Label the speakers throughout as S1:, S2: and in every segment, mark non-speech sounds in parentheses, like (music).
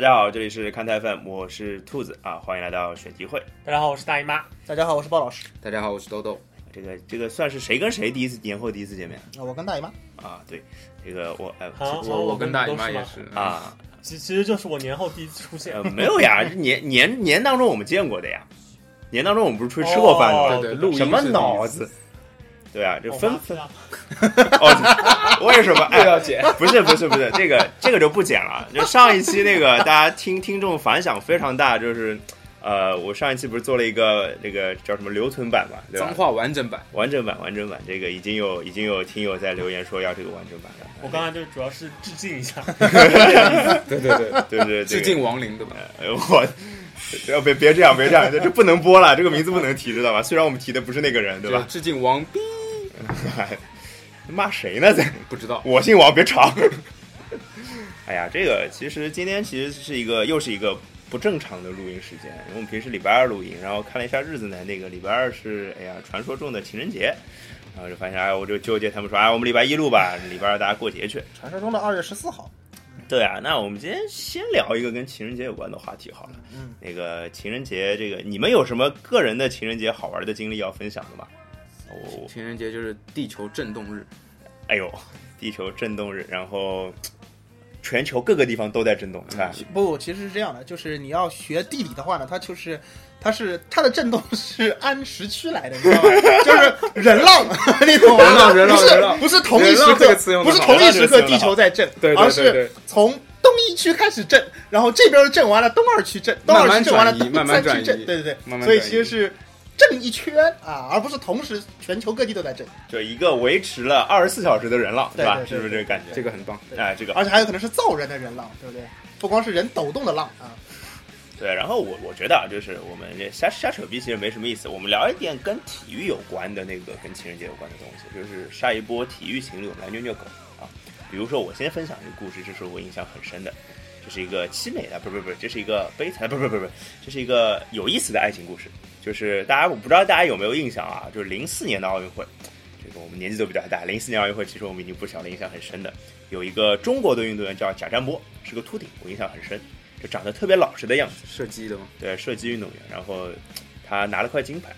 S1: 家好，这里是看台 FM，我是兔子啊，欢迎来到选集会。
S2: 大家好，我是大姨妈。
S3: 大家好，我是鲍老师。
S4: 大家好，我是豆豆。
S1: 这个这个算是谁跟谁第一次年后第一次见面
S3: 啊，我跟大姨妈，
S1: 啊？对，这个我呃
S2: 好，
S4: 我
S2: 我
S4: 跟大姨妈也是，嗯
S1: 啊
S2: 其其实就是我年后第一次出现
S1: 呃。没有
S4: (laughs)
S1: 呀，年年年当中我们见过的呀，年当中我们不是出去吃过饭
S2: 哦
S1: 吗？
S4: 对对，录音
S1: 什么
S4: 是第一
S1: 脑
S4: 次？
S1: 子？对啊，这
S2: 我
S1: 分
S2: 妈知道
S1: 哦， (laughs) 为什么？
S4: (laughs)
S1: 哎，
S4: 要剪，
S1: 不是不是不是，这个这个就不剪
S4: (laughs)
S1: 了。就上一期那个，大家听听众反响非常大，就是呃，我上一期不是做了一个那个叫什么留存版嘛，对吧
S4: 脏？话完整版。
S1: 完整版完整版，这个已经有已经有听友在留言说要这个完整版了。
S4: (laughs)
S2: 我刚才就主要是致敬一下，
S4: 对对对，
S1: 对对对，
S4: 致敬亡灵，对吧？
S1: 这个。呃我要别别这样，别这样，这这不能播了，这个名字不能提，知道吧？虽然我们提的不是那个人，对
S4: 就
S1: 吧？
S4: 致敬王逼，
S1: (laughs) 骂谁呢？在
S4: 不知道。
S1: 我姓王，别吵。 (laughs) 哎呀，这个其实今天其实是一个又是一个不正常的录音时间，因为我们平时礼拜二录音，然后看了一下日子呢，那个礼拜二是哎呀传说中的情人节，然后就发现哎，我就纠结他们说哎，我们礼拜一录吧，礼拜二大家过节去。
S3: 传说中的二月十四号，
S1: 对啊，那我们今天先聊一个跟情人节有关的话题好了。
S3: 嗯，
S1: 那个情人节，这个你们有什么个人的情人节好玩的经历要分享的吗？我、
S4: 情人节就是地球震动日，
S1: 哎呦，地球震动日，然后全球各个地方都在震动，看、
S3: 其不，其嗯实是这样的，就是你要学地理的话呢，它就是，它是它的震动是按时区来的，你知
S4: (laughs)
S3: 道吗？就是人浪， (laughs) 你懂吗？
S4: 人浪人
S3: 不
S4: 浪
S3: 是
S4: 人浪
S3: 不是同一
S4: 人
S3: 时
S4: 浪这
S3: 刻
S4: 个词，用
S3: 不
S4: 得
S3: 是
S4: 好
S3: 同一时刻
S1: 人浪这个词用得好
S3: 地球在震，
S4: 对对对
S3: 而是
S4: 对
S3: 从东一区开始震，然后这边震完了，东二区震，东
S4: 慢
S3: 二
S4: 慢
S3: 区震完了，
S4: 转
S3: 东
S4: 移慢
S3: 三
S4: 慢
S3: 区
S4: 转移
S3: 震，对对对，
S4: 慢慢
S3: 所以
S4: 转移
S3: 其实是震一圈啊，而不是同时全球各地都在震，
S1: 就一个维持了二十四小时的人浪，
S3: 对
S1: 吧？
S3: 对对
S1: 是不是这个感觉？
S4: 这个很棒。
S3: 对
S1: 哎，这个
S3: 而且还有可能是造人的人浪，对不对？不光是人抖动的浪啊，
S1: 对。然后我我觉得啊，就是我们这瞎瞎扯逼其实没什么意思，我们聊一点跟体育有关的那个跟情人节有关的东西，就是下一波体育情侣，我们来虐虐狗啊。比如说，我先分享一个故事，这是我印象很深的，这是一个凄美的，不是不是不是，这是一个悲惨，不是不是不是，这是一个有意思的爱情故事。就是大家我不知道大家有没有印象啊，就是零四年的奥运会，这个我们年纪都比较大，零四年奥运会其实我们已经不小了，印象很深的。有一个中国的运动员叫贾占波，是个秃顶，我印象很深，就长得特别老实的样子。
S4: 射击的吗？
S1: 对，射击运动员，然后他拿了块金牌，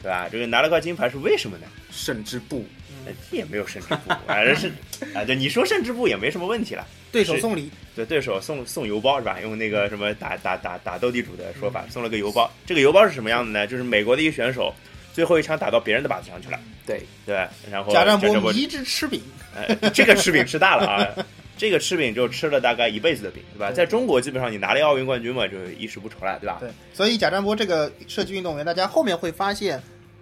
S1: 对吧？这个拿了块金牌是为什么呢？
S4: 胜之不武，
S1: 呃这也没有胜之不武，反正是啊，对，你说胜之不武也没什么问题了。
S3: 对
S1: 手
S3: 手
S1: 送
S3: 送礼，
S1: 对，对手送送邮包是吧？用那个什么打打打打斗地主的说
S3: 嗯
S1: 法，送了个邮包。这个邮包是什么样的呢？就是美国的一选手最后一枪打到别人的靶子上去了，
S4: 对，
S1: 对吧，然后
S3: 贾占
S1: 波
S3: 波迷之吃饼，
S1: 呃，这个吃饼吃大了啊，这个吃饼就吃了大概一辈子的饼，对吧？
S3: 对
S1: 在中国基本上你拿了奥运冠军嘛，就衣食不愁了，对吧？
S3: 对，啊所以贾占波这个射击运动员，大家后面会发现，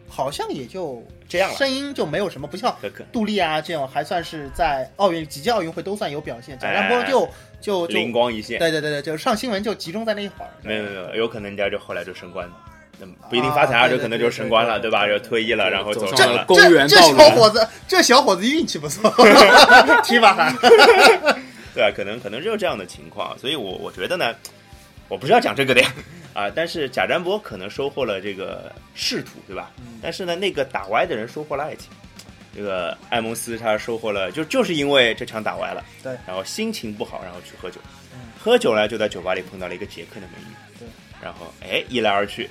S3: 好像也就
S1: 这样了
S3: 声音就没有什么，不像
S1: 可可
S3: 杜丽啊这种还算是在奥运几届奥运会都算有表现，贾占波
S1: 哎
S3: 就就就
S1: 灵光一现。
S3: 对对对对，就上新闻就集中在那一会儿，
S1: 没有没有，没有有可能人家就后来就升官了，那不一定发财啊，
S3: 啊
S1: 就
S3: 对
S1: 可能就升官了，
S3: 对对
S1: 吧？就
S3: 对
S1: 退役了，然后
S4: 走
S1: 走
S4: 上
S1: 上
S4: 了
S1: 了。
S4: 公
S3: 这
S4: 园
S3: 这
S4: 道路
S3: 小伙子，这小伙子运气不错，
S1: (laughs)
S3: 提拔他。
S1: 对啊，可能可能就是这样的情况，所以我我觉得呢，我不是要讲这个的呀，啊，但是贾占波可能收获了这个仕途，对吧？
S3: 嗯
S1: 但是呢，那个打歪的人收获了爱情，这个埃蒙斯他收获了，就就是因为这场打歪了，
S3: 对，
S1: 然后心情不好，然后去喝酒，
S3: 嗯
S1: 喝酒呢就在酒吧里碰到了一个捷克的美女，
S3: 对，
S1: 然后哎一来二去，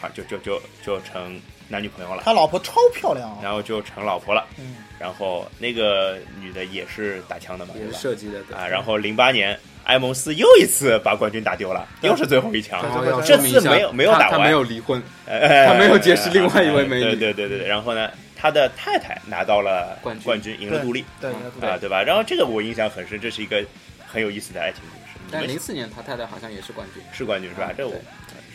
S1: 好就就就就成男女朋友了，
S3: 他老婆超漂亮啊，
S1: 然后就成老婆了。
S3: 嗯，
S1: 然后那个女的也是打枪的嘛，
S4: 也
S1: 对
S4: 是
S1: 吧？
S4: 射击的，对
S1: 啊，然后零八年埃蒙斯又一次把冠军打丢了，
S3: 对
S1: 又是最后一枪
S4: 然。
S3: 对
S4: 后要
S1: 这
S4: 证明
S1: 次
S4: 一下
S1: 没有没有
S4: 他
S1: 打
S4: 他
S1: 完
S4: 没有离婚，
S1: 他
S4: 他没有结识另外一位美女
S1: 对对对对对。然后呢，他的太太拿到了
S4: 冠军
S1: 冠军，赢了杜丽
S3: 对
S4: 嗯
S3: 对
S1: 啊，对吧？然后这个我印象很深，这是一个很有意思的爱情故事。你
S4: 但
S1: 们
S4: 零四年他太太好像也是冠军，
S1: 是冠军是吧
S4: 嗯？
S1: 这我
S4: 对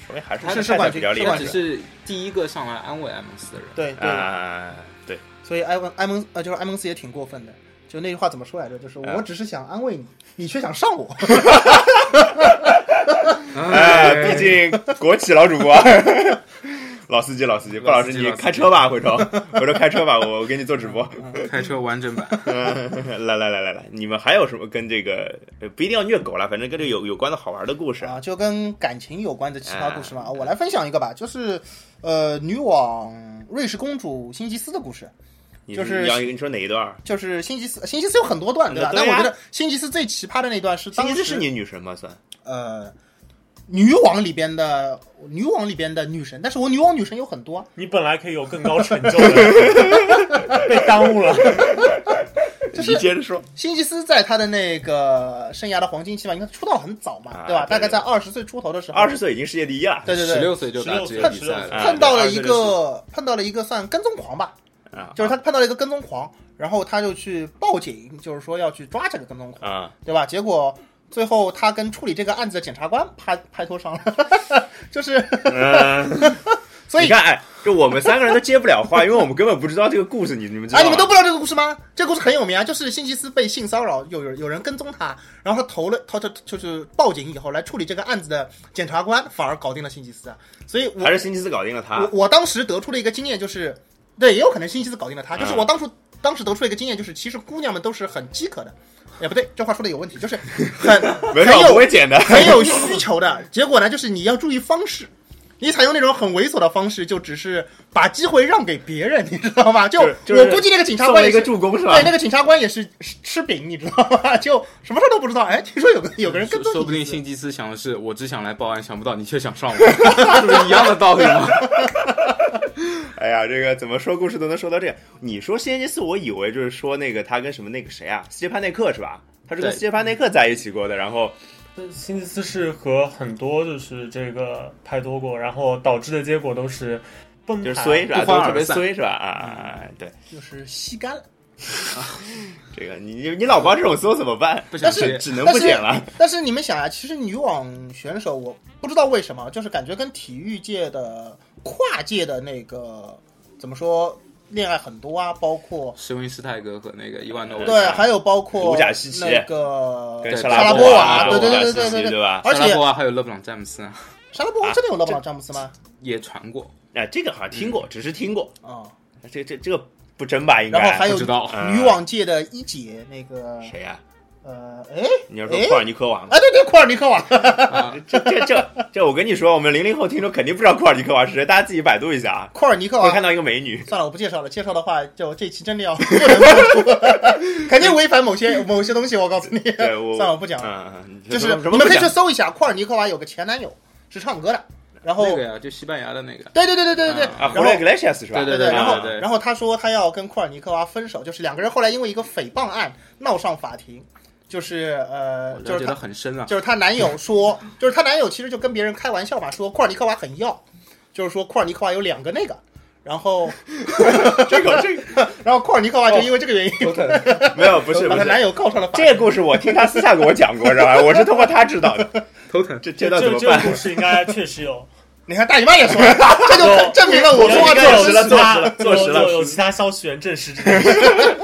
S1: 说明还是
S4: 他
S1: 是
S3: 是
S1: 太太
S3: 冠
S1: 比
S3: 军
S1: 较厉
S3: 是
S1: 害
S4: 他
S3: 冠
S4: 只
S3: 军
S4: 是第一个上来安慰埃蒙斯的人。
S3: 对对。
S1: 啊，对，
S3: 所以埃文埃蒙呃，就是埃蒙斯也挺过分的，就那句话怎么说来着？就是
S1: 嗯
S3: 我只是想安慰你，你却想上我。
S1: 哎，毕竟国企老主播，啊 (laughs) 老司机老司机，鲍老师
S4: 老司机
S1: 你
S4: 老司机
S1: 开车吧，回头回头开车吧，我我给你做直播。
S4: 开车完整版，
S1: (laughs) 来来来来来，你们还有什么跟这个呃不一定要虐狗了，反正跟这有有关的好玩的故事？
S3: 啊，就跟感情有关的奇
S1: 哎
S3: 葩故事嘛。啊我来分享一个吧，就是呃，女网瑞士公主辛吉斯的故事。
S1: 你
S3: 就是
S1: 你要你说哪一段？
S3: 就是辛吉斯，辛吉斯有很多段，对吧？
S1: 对啊
S3: 但我觉得辛吉斯最奇葩的那段是
S1: 星
S3: 当
S1: 期
S3: 时
S1: 四是你女神吗？算
S3: 呃女网里边的女网里边的女神，但是我女网女神有很多啊，
S2: 你本来可以有更高成就的，被耽误了。
S3: 就是
S1: 你接着说，
S3: 辛吉斯在他的那个生涯的黄金期嘛，应该出道很早嘛，
S1: 啊
S3: 对吧？
S1: 对
S3: 大概在二十岁出头的时候，
S1: 二十岁已经世界第一了
S3: 对对
S4: 十
S3: 对，
S4: 六岁就打职业比赛
S1: 啊
S4: 了，
S3: 碰到了
S1: 对
S3: 一
S1: 26
S3: 个碰到了一个算跟踪狂吧，
S1: 啊，
S3: 就是他碰到了一个跟踪狂，然后他就去报警，就是说要去抓这个跟踪狂，
S1: 啊，
S3: 对吧？结果最后他跟处理这个案子的检察官拍拍拖上了， (laughs) 就是
S1: 嗯，
S3: (laughs) 所
S1: 你
S3: 以
S1: 看，哎，就我们三个人都接不了话，因为 (laughs) 我们根本不知道这个故事，你你们知道
S3: 啊，
S1: 吗？
S3: 你们都不知道这个故事吗？这个故事很有名啊，就是辛吉斯被性骚扰，有人有人跟踪他，然后他投了，他他就是报警以后来处理这个案子的检察官反而搞定了辛吉斯啊，所以我
S1: 还是星期四搞定了他
S3: 我我当时得出了一个经验，就是对，也有可能星期四搞定了他。
S1: 啊
S3: 就是我当初、当时得出了一个经验，就是其实姑娘们都是很饥渴的，也不对，这话说的有问题，就是很
S1: 没
S3: 很
S1: 事，我不
S3: 有
S1: 会剪的。 (laughs)
S3: 很有需求的。结果呢，就是你要注意方式。你采用那种很猥琐的方式，就只是把机会让给别人，你知道吗？就
S1: 就是就是
S3: 我估计那个警察
S1: 送
S3: 官
S1: 了
S3: 也
S1: 一
S3: 是
S1: 个助攻是吧
S3: 对，？那个警察官也是吃吃饼，你知道吗？ (laughs) 就什么事儿都不知道。哎，听说有个有个 (laughs) 人跟踪
S4: 说
S3: 你，
S4: 说不定辛基斯想的是，我只想来报案，想不到你却想上我，是不是一样的道理吗？
S1: 哎呀，这个怎么说故事都能说到这样。你说星期四，我以为就是说那个他跟什么那个谁啊，斯捷潘内克是吧？他是跟
S4: 对
S1: 斯捷潘内克在一起过的，然后
S2: 辛吉斯是和很多就是这个拍拖过，然后导致的结果都是
S1: (laughs)
S2: 崩
S1: 就是
S3: 哎
S1: 衰
S2: 盘。
S1: 是吧？
S4: 不欢
S1: 都特
S4: 而
S1: 别
S4: 散
S1: 衰是吧？
S3: 嗯
S1: 啊，对，
S3: 就是吸干了。
S1: 这个你你你老刮这种搜怎么办？
S4: 不
S3: (laughs)
S4: 想
S3: 但是
S4: 接
S1: 只只能不剪了。
S3: 但是你们想啊，其实女网选手，我不知道为什么，就是感觉跟体育界的跨界的那个怎么说，恋爱很多啊，包括
S4: 史温施泰格和那个伊万诺维奇，
S3: 对，啊还有包括
S1: 五甲西奇
S3: 那个
S1: 跟
S4: 对
S1: 莎
S4: 莎拉
S1: 拉
S4: 波
S1: 波啊
S4: 娃
S1: 娃、
S4: 对
S1: 对
S4: 对
S3: 啊对对对
S1: 对
S3: 对
S1: 吧？
S3: 而
S4: 莎拉
S3: 且
S4: 波娃还有勒布朗詹姆斯啊
S3: 莎拉波娃真的有勒布朗詹姆斯吗？
S4: 也传过，
S1: 哎，这个好像
S3: 嗯
S1: 听过，只是听过，
S3: 啊，
S1: 这这这个不真吧？应该。
S3: 然后还有
S4: 不知道
S1: 嗯
S3: 女网界的一姐那个
S1: 谁呀？
S3: 呃，哎，
S1: 你要说
S3: 哎
S1: 库尔尼科娃吗？
S3: 啊对对，库尔尼科娃，
S4: 啊
S1: 这这这这，我跟你说，我们零零后听众肯定不知道库尔尼科娃是谁，大家自己百度一下啊，
S3: 库尔尼科
S1: 会看
S3: 娃。
S1: 到一个美女。
S3: 算了，我不介绍了。介绍的话，就这期真的要不能播出肯定违反某些某些东西。我告诉你，
S1: 对我
S3: 哎算了，我不讲了。
S1: 嗯，嗯
S3: 就是
S1: 什么
S3: 你
S1: 什么
S3: 们可
S1: 不
S3: 以去
S1: 讲
S3: 搜一下，库尔尼科娃有个前男友是唱歌的，然后
S4: 那个呀，啊就西班牙的那个，
S3: 对对对对对对
S1: 啊
S4: 啊
S3: 然
S1: ，Julio
S3: 后
S1: Iglesias 是吧？啊
S4: 对对
S3: 对，然后
S1: 对
S4: 对
S3: 然后他说他要跟库尔尼科娃分手，就是两个人后来因为一个诽谤案闹上法庭，就是呃
S4: 我，
S3: 就是
S4: 了解
S3: 他
S4: 的很深啊。
S3: 就是她男友说，就是她男友其实就跟别人开玩笑嘛，说库尔尼科娃很要，就是说库尔尼科娃有两个那个，然
S4: (laughs)
S3: 后 (laughs)
S1: 这个这
S3: 然后库尔尼科娃就因为这个原因
S1: 个没有不是
S3: 把
S1: 不
S3: 她
S1: 是，
S3: 男友告上了法庭。
S1: 这个故事我听他私下给我讲过，知道吧？我是通过他知道的。
S3: (laughs)
S4: 头疼，
S1: 这这
S2: 这
S1: 段怎
S2: 这
S1: 么
S2: 这个
S1: 办？
S2: 故事应该确实有，
S3: 你看大姨妈
S1: (laughs)
S3: 也说了，这就证明了我说话
S1: 这
S3: 这
S1: 个实
S3: 种事
S1: 了
S3: 情
S1: 坐实
S2: 他
S1: 了坐实了
S2: 有有其他消息源证实这件事。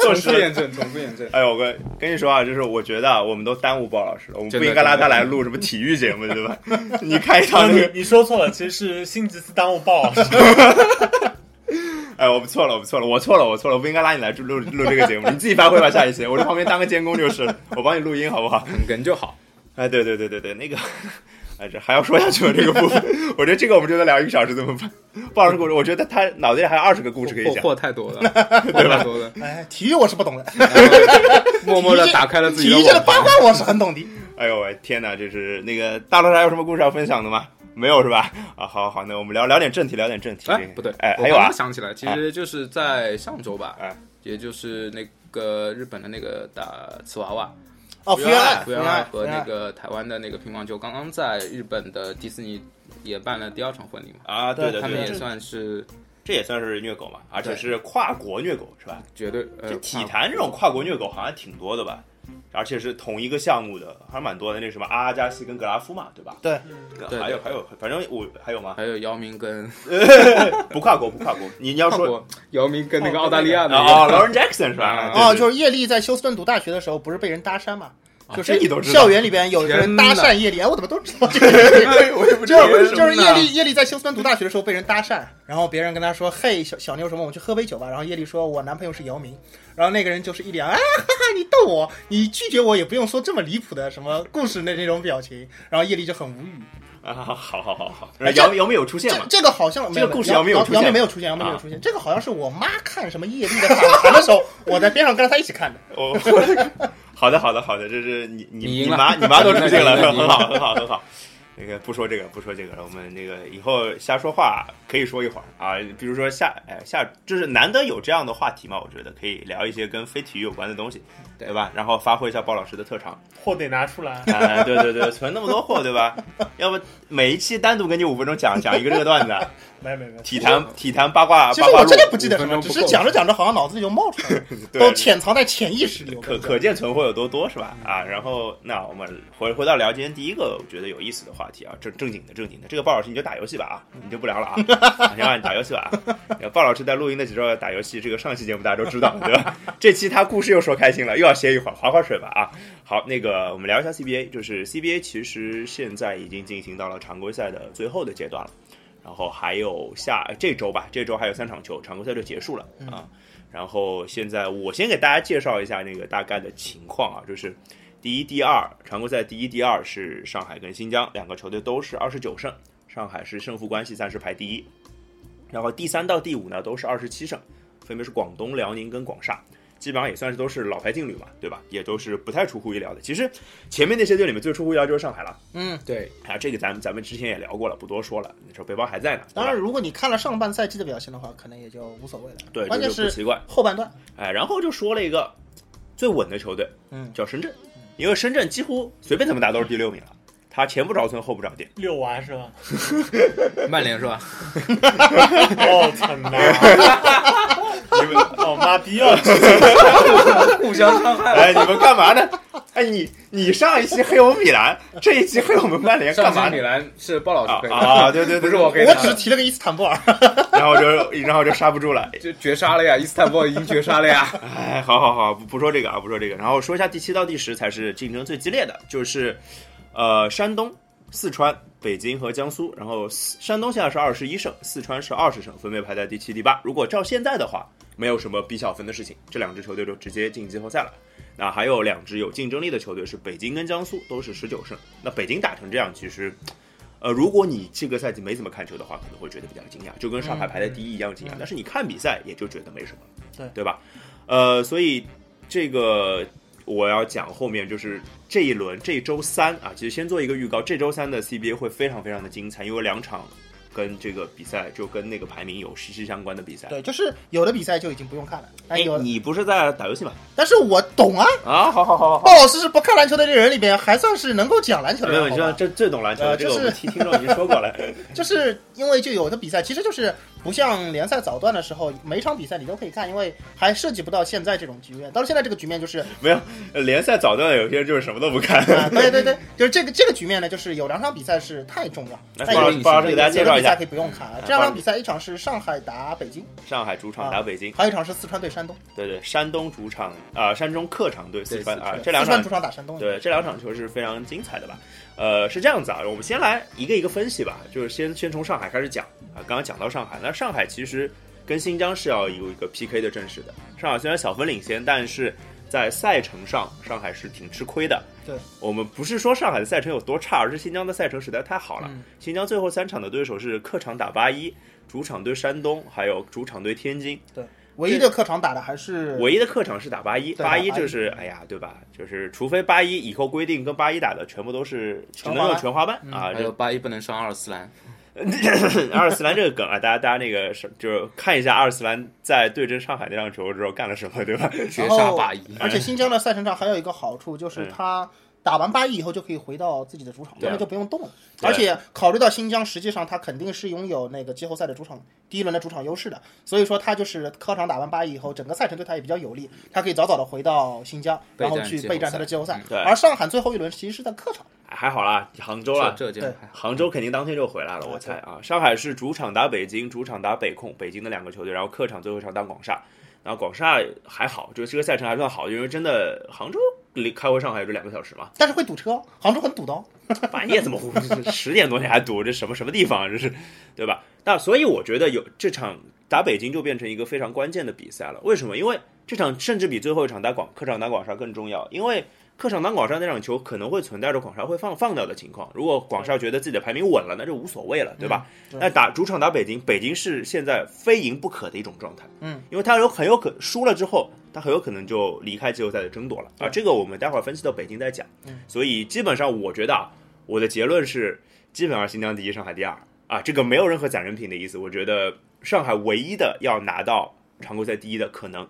S1: 做
S4: 重
S1: 事
S4: 复验证，
S3: (laughs)
S4: 重复验证。
S1: 哎呦，我跟跟你说啊，就是我觉得啊我们都耽误鲍老师了，我们
S4: 真
S1: 不
S4: 的
S1: 应该拉
S4: 真的
S1: 他来录什么体育节目，对
S4: (laughs)
S1: 吧？你开一
S2: 啊
S1: 场那个，
S2: 你你说错了，其实是辛吉斯耽误报老师。
S1: 哎，我不错了，我不错了，我错了，我错了，我不应该拉你来录录录这个节目，你自己发挥吧，下一期我在旁边当个监工就是了，我帮你录音好不 (laughs) 好？
S4: 捧哏就好，
S1: 哎，对对对对对，那个， (laughs) 哎，这还要说下去吗？这个部分， (laughs) 我觉得这个我们就能聊一个小时，怎么办？鲍老师故事，我觉得他脑子里还有二十个故事可以
S4: 货 (laughs)
S1: 讲。
S4: 货太
S3: (laughs)
S4: 多了，货太多了，
S3: 哎，体育我是不懂的，
S4: (laughs) 默默的打开了自
S3: 体
S4: 己的
S3: 育界的八
S4: 网。
S3: 卦我是很懂的。
S1: 哎呦喂，天哪！这是那个大陆上有什么故事要分享的吗？没有是吧？啊，好好好，那我们聊聊点正题，聊点正题。
S4: 哎，不对，
S1: 哎，
S4: 我
S1: 还有
S4: 刚
S1: 啊
S4: 刚，想起来，其实就是在上周吧，
S3: 啊
S1: 哎
S4: 也就是那个日本的那个打瓷娃娃，
S3: 哦，福原爱，
S4: 福
S3: 福
S4: 原
S3: 原
S4: 爱
S3: 爱
S4: 和
S3: 福原
S4: 那
S3: 爱
S4: 个台湾的那个乒乓球，刚刚在日本的迪士尼也办了第二场婚礼嘛，
S1: 啊，对的
S4: 他们
S1: 对
S4: 也
S1: 的，
S4: 算是
S1: 这也算是虐狗嘛，而且是跨国虐狗是吧？
S4: 绝对呃
S1: 这体坛这种跨国虐狗好像挺多的吧？而且是同一个项目的，还蛮多的。那什么阿拉加西跟格拉夫嘛，对吧？
S3: 对，
S4: 对
S1: 还有
S4: 对
S1: 还有，反正我还有吗？
S4: 还有姚明跟
S1: 不跨国，不跨国。你你要
S4: 跨
S1: 说
S4: 国， (laughs) 姚明跟那个澳大利亚的
S1: 啊啊，Lauren Jackson 是吧对
S4: 啊？
S3: 哦，
S1: 对啊
S3: 就是叶莉在休斯顿读大学的时候，不是被人搭讪嘛？就
S1: 这你都
S3: 是
S1: 知道
S3: 校园里边有一个人搭
S4: 天哪
S3: 讪叶莉，哎，我怎么都知道
S1: (laughs)
S3: 这个事情？
S1: 哎
S4: 对，我也不
S3: 就是就是叶莉，叶莉在休斯顿读大学的时候被人搭讪，然后别人跟她说：“嘿，小小妞什么，我们去喝杯酒吧。”然后叶莉说：“我男朋友是姚明。”然后那个人就是一脸啊哈哈，你逗我，你拒绝我也不用说这么离谱的什么故事那那种表情。然后叶莉就很无语。
S1: 啊，好好好好。
S3: 哎这
S1: 姚姚明有出现
S3: 这
S1: 吗？
S3: 这个好像没
S1: 这
S3: 有
S1: 个故事
S3: 姚
S1: 姚明有出现啊
S3: 姚明没有出现，姚明没有出现。这个好像是我妈看什么叶莉的访谈的时候，我在边上跟着她一起看的。
S1: 我好的，好的，好的，这是你你
S4: 你
S1: 你
S4: 赢了
S1: 妈你妈都出镜了，
S4: 你赢
S1: (laughs)
S4: 了你赢
S1: 很
S4: 了
S1: 好，很好，很好。那个不说这个，不说这个了，我们那个以后瞎说话可以说一会儿啊，比如说下哎下，就是难得有这样的话题嘛，我觉得可以聊一些跟非体育有关的东西，对吧？然后发挥一下鲍老师的特长。
S2: 货得拿出来。
S1: 哎，对对对，存那么多货，对吧？要不每一期单独给你五分钟讲讲一个这个段子， (laughs)
S2: 没没没，
S1: 体坛体坛八卦
S3: 其
S1: 啊八
S3: 实
S1: 卦
S3: 我
S1: 录
S3: 真，的不记得什
S4: 五
S3: 么，
S4: 分钟
S3: 只
S4: 不
S3: 是
S4: 够
S3: 讲着讲着好像脑子里就冒出来了，
S1: (laughs) 对
S3: 都潜藏在潜意识里。我
S1: 可
S3: 跟你
S1: 可见存货有多多是吧？啊，然后那我们回回到聊今天第一个我觉得有意思的话题啊，正正经的正经的，这个鲍老师你就打游戏吧啊，你就不聊了啊，你让你打游戏吧啊。鲍老师在录音的时候打游戏，这个上期节目大家都知道对吧？这期他故事又说开心了，又要歇一会儿，划划水吧啊。好，那个我们聊一下 CBA，就是 CBA 其实现在已经进行到了常规赛的最后的阶段了。然后还有下这周吧，这周还有三场球，常规赛就结束了啊。然后现在我先给大家介绍一下那个大概的情况啊，就是第一、第二常规赛第一、第二是上海跟新疆两个球队都是二十九胜，上海是胜负关系暂时排第一，然后第三到第五呢都是二十七胜，分别是广东、辽宁跟广厦。基本上也算是都是老牌劲旅嘛，对吧？也都是不太出乎意料的。其实前面那些队里面最出乎意料就是上海了
S3: 嗯，
S4: 对，
S1: 啊，这个咱们咱们之前也聊过了，不多说了。那时候背包还在呢，对吧
S3: 当然，如果你看了上半赛季的表现的话，可能也就无所谓了。
S1: 对，
S3: 关
S1: 这
S3: 键
S1: 就不
S3: 是
S1: 奇怪。
S3: 后半段，
S1: 哎，然后就说了一个最稳的球队，
S3: 嗯，
S1: 叫深圳，因为深圳几乎随便怎么打都是第六名了，他前不着村后不着店，
S2: 遛娃
S1: (laughs)
S2: 是吧？
S4: 曼联是吧？
S2: 哦，天哪！
S1: 你们
S2: 哦，妈逼啊！
S4: (laughs) 互相伤害。
S1: 哎，你们干嘛呢？哎，你你上一期黑我们米兰，这一期黑我们曼联，
S4: 上
S1: 哎干
S4: 期
S1: 嘛
S4: 米
S1: 呢？
S4: 兰是鲍老师
S1: 啊
S4: 可以的，
S1: 啊，对对对，
S4: (laughs) 不是我
S1: 对
S4: 黑
S3: 我
S4: 的，
S3: 只提了个伊斯坦
S1: (laughs)
S3: 布尔，
S1: 然后就然后就刹不住了，
S4: 就绝杀了呀！伊斯坦布尔已经绝杀
S1: (laughs)
S4: 了呀！
S1: 哎，好好好，不不说这个啊，不说这个，然后说一下第七到第十才是竞争最激烈的，就是呃山东、四川、北京和江苏，然后四山东现在是二十一胜，四川是二十胜，分别排在第七、第八。如果照现在的话，没有什么比小分的事情，这两支球队就直接进季后赛了。那还有两支有竞争力的球队是北京跟江苏，都是十九胜。那北京打成这样，其实，呃，如果你这个赛季没怎么看球的话，可能会觉得比较惊讶，就跟上海排在第一一样惊讶。但是你看比赛也就觉得没什么，
S3: 对
S1: 对吧？呃，所以这个呃我要讲后面就是这一轮这周三啊，其实先做一个预告，这周三的 CBA 会非常非常的精彩，因为两场跟这个比赛就跟那个排名有息息相关的比赛。
S3: 对，就是有的比赛就已经不用看了，哎，
S1: 哎
S3: 有，的，
S1: 你不是在打游戏吗？
S3: 但是我懂啊，
S1: 啊，好好好好好。
S3: 鲍老师是不看篮球的这人里边，还算是能够讲篮球的
S1: 没有，
S3: 人，
S1: 你
S3: 好
S1: 知道
S3: 吧？
S1: 这最懂篮球，
S3: 呃
S1: 这个
S3: 就
S1: 我
S3: 是
S1: 们听听众已经说过了。
S3: (laughs) 就是因为就有的比赛，其实就是不像联赛早段的时候，每场比赛你都可以看，因为还涉及不到现在这种局面。到了现在这个局面，就是啊、
S1: 没有呃联赛早段有些人就是什么都不看。
S3: (laughs) 啊对对对，就是这个这个局面呢，就是有两场比赛是太重要，
S1: 那
S3: 但
S1: 鲍
S3: 有
S1: 老
S3: 的
S1: 师，鲍老师给大家介
S3: 有的
S1: 绍一
S3: 比赛
S1: 下
S3: 可，以不用看啊。
S1: 嗯
S3: 这两场比赛，一场是上海打北京，
S1: 上海主场打北京，
S3: 还有一场是四川对山东，
S1: 对对，山东主场啊、山东客场对四
S4: 对
S1: 川
S4: 四
S1: 啊、
S3: 对
S1: 这两
S3: 四川
S1: 场
S3: 主场打山东。
S1: 对，这两场球是非常精彩的吧？呃，是这样子啊，我们先来一个一个分析吧，就是先先从上海开始讲啊。刚刚讲到上海，那上海其实跟新疆是要有一个 PK 的阵势的。上海虽然小分领先，但是在赛程上，上海是挺吃亏的。
S3: 对，
S1: 我们不是说上海的赛程有多差，而是新疆的赛程实在太好了。
S3: 嗯
S1: 新疆最后三场的对手是客场打八一，主场对山东，还有主场对天津。
S3: 唯一的客场打的还是
S1: 唯一的客场是打八一，
S3: 对
S1: 八一
S3: 打81
S1: 就是哎呀，对吧？就是除非八一以后规定跟八一打的全部都是只
S3: 全
S1: 能
S3: 华
S1: 用
S3: 班
S1: 全华班啊，
S4: 嗯还有
S1: 就
S4: 八一不能上阿尔斯兰，
S1: 阿尔斯兰这个梗啊，大家大家那个是就是看一下阿尔斯兰在对阵上海那场球之后干了什么，对吧？ (laughs)
S4: 绝
S3: 然
S4: 杀
S3: 后
S4: 八一。
S3: 而且新疆的赛程上还有一个好处，就是
S1: 嗯
S3: 他打完八一以后就可以回到自己的主场，
S1: 对
S3: 根本就不用动了。
S1: 对
S3: 而且考虑到新疆，实际上他肯定是拥有那个季后赛的主场第一轮的主场优势的，所以说他就是客场打完八一以后，整个赛程对他也比较有利，他可以早早的回到新疆，
S4: 备
S3: 然
S4: 战
S3: 后去备战他的季后赛。
S1: 对
S3: 而上海最后一轮其实是在客场，
S1: 还好啦，杭州啦，
S4: 浙江
S3: 对
S4: 还好
S1: 杭州肯定当天就回来了，我猜啊。上海是主场打北京，主场打北控，北京的两个球队，然后客场最后一场打广厦。然后广厦还好，就这个赛程还算好，因为真的杭州离开回上海也就两个小时嘛，
S3: 但是会堵车，杭州很堵的哦。
S1: (laughs) 半夜怎么这十点多你还堵？这什么什么地方啊？这是，对吧？那所以我觉得有这场打北京就变成一个非常关键的比赛了。为什么？因为这场甚至比最后一场打广客场打广厦更重要，因为客场打广厦那场球可能会存在着广厦会放放掉的情况。如果广厦觉得自己的排名稳了，那就无所谓了，对吧？
S3: 嗯对
S1: 那打主场打北京，北京是现在非赢不可的一种状态，
S3: 嗯，
S1: 因为他有很有可输了之后，他很有可能就离开季后赛的争夺了啊。这个我们待会儿分析到北京再讲。
S3: 嗯
S1: 所以基本上我觉得啊，我的结论是，基本上新疆第一，上海第二啊，这个没有任何攒人品的意思。我觉得上海唯一的要拿到常规赛第一的可能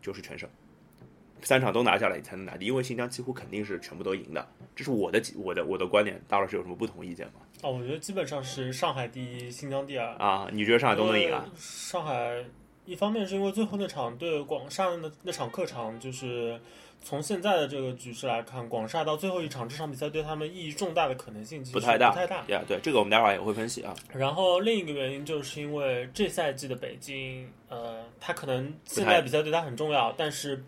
S1: 就是全胜，三场都拿下来你才能拿第一，因为新疆几乎肯定是全部都赢的。这是我的我的我的观点，大老师有什么不同意见吗？
S2: 啊，我觉得基本上是上海第一，新疆第二。
S1: 啊，你觉得上海都能赢啊？
S2: 呃上海一方面是因为最后那场对广厦的那场客场，就是从现在的这个局势来看，广厦到最后一场这场比赛对他们意义重大的可能性其实
S1: 不太大，
S2: 呃不太大。
S1: 呀，对，这个我们待会儿也会分析啊。
S2: 然后另一个原因就是因为这赛季的北京，呃，他可能现
S1: 不太
S2: 在比赛对他很重要，但是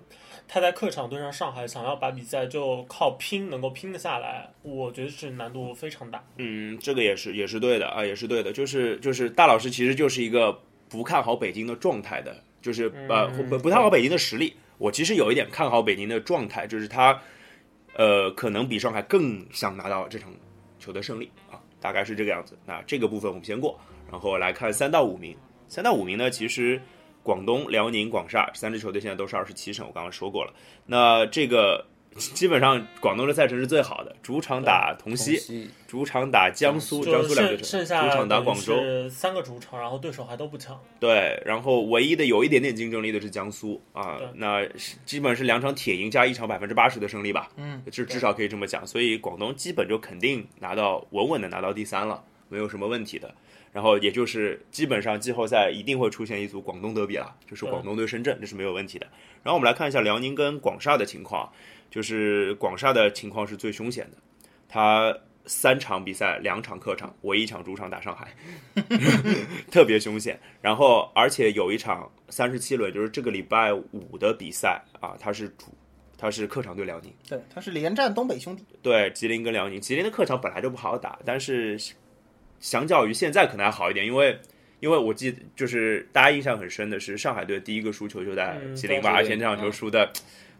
S2: 他在客场对上上海，想要把比赛就靠拼能够拼得下来，我觉得是难度非常大。
S1: 嗯，这个也是也是对的啊，也是对的，就是就是大老师其实就是一个不看好北京的状态的，就是呃
S2: 嗯
S1: 不不看好北京的实力。我其实有一点看好北京的状态，就是他呃可能比上海更想拿到这场球的胜利啊，大概是这个样子。那这个部分我们先过，然后来看三到五名。三到五名呢，其实广东、辽宁、广厦三支球队现在都是二十七胜，我刚刚说过了。那这个基本上广东的赛程是最好的，主场打同
S4: 西
S1: 曦，主场打江苏，江
S2: 就
S1: 苏两个
S2: 剩
S1: 城，
S2: 剩
S1: 主
S2: 下
S1: 场打广州，
S2: 是三个主场，然后对手还都不强。
S1: 对，然后唯一的有一点点竞争力的是江苏啊
S2: 对，
S1: 那是基本是两场铁赢加一场百分之八十的胜利吧，
S3: 嗯，
S1: 至
S2: 对
S1: 至少可以这么讲，所以广东基本就肯定拿到稳稳的拿到第三了，没有什么问题的。然后也就是基本上季后赛一定会出现一组广东德比了，就是
S2: 对
S1: 广东对深圳，这是没有问题的。然后我们来看一下辽宁跟广厦的情况，就是广厦的情况是最凶险的，他三场比赛两场客场，唯一一场主场打上海，特别凶险。然后而且有一场三十七轮，就是这个礼拜五的比赛啊，他是主，他是客场对辽宁。
S3: 对，他是连战东北兄弟，
S1: 对，吉林跟辽宁，吉林的客场本来就不好打，但是相较于现在可能还好一点，因为因为我记得就是大家印象很深的是上海队第一个输球就在
S2: 嗯
S1: 吉林
S4: 在
S1: 吧，
S4: 吉
S1: 而且
S4: 林
S1: 这场球输的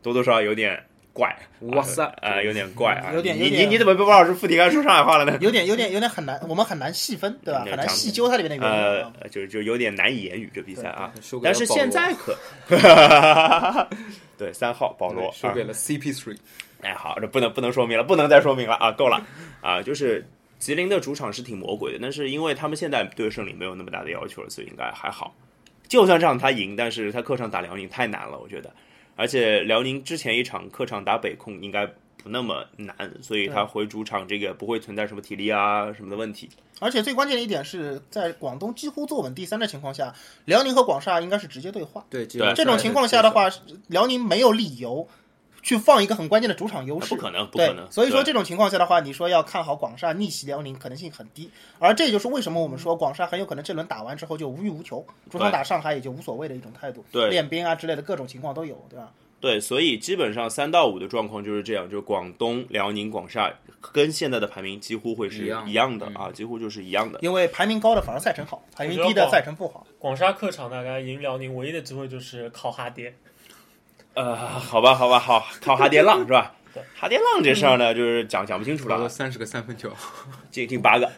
S1: 多多少少有点怪，
S4: 哇塞
S1: 呃，有点怪啊，
S3: 嗯有点有
S1: 你你
S3: 点
S1: 你怎么被汪老师附体该说上海话了呢？
S3: 有点有点有点很难，我们很难细分，对吧？
S1: 嗯
S3: 很难细究它里面的原因
S1: 呃
S3: 啊。，
S1: 就就有点难以言语这比赛啊，
S4: 输给
S1: 但
S4: 了
S1: 是
S4: 保罗
S1: 现在可， (laughs) 对三号保罗
S4: 对输
S1: 啊
S4: 给了 CP3，
S1: 哎，好，这不能不能说明了，不能再说明了啊，够了啊，就是吉林的主场是挺魔鬼的，但是因为他们现在对胜利没有那么大的要求了，所以应该还好。就算这场他赢，但是他客场打辽宁太难了，我觉得。而且辽宁之前一场客场打北控应该不那么难，所以他回主场这个不会存在什么体力啊什么的问题。
S3: 而且最关键的一点是在广东几乎坐稳第三的情况下，辽宁和广厦应该是直接对话。
S4: 对
S1: 对
S3: 这种情况下的，话，
S1: 啊
S3: 辽宁没有理由去放一个很关键的主场优势
S1: 啊不。可能，不可
S3: 对
S1: 能。，
S3: 所以说
S1: 对
S3: 这种情况下的话，你说要看好广厦逆袭辽宁可能性很低，而这就是为什么我们说广厦很有可能这轮打完之后就无欲无求，主场打上海也就无所谓的一种态度，
S1: 对
S3: 练兵啊之类的各种情况都有，对吧？
S1: 对，所以基本上三到五的状况就是这样，就是广东、辽宁、广厦跟现在的排名几乎会是
S4: 一样嗯
S1: 一样的啊，几乎就是一样的。
S3: 因为排名高的反而赛程好，排名低啊的赛程不好。
S2: 广厦客场大概赢辽宁唯一的机会就是靠哈跌，
S1: 呃，好吧，好吧，好，靠哈迪浪是吧？哈迪浪这事儿呢，就是讲讲不清楚
S4: 投了
S1: 了，
S4: 三十个三分球，
S1: (laughs) 进进
S4: (laughs)
S1: 八个，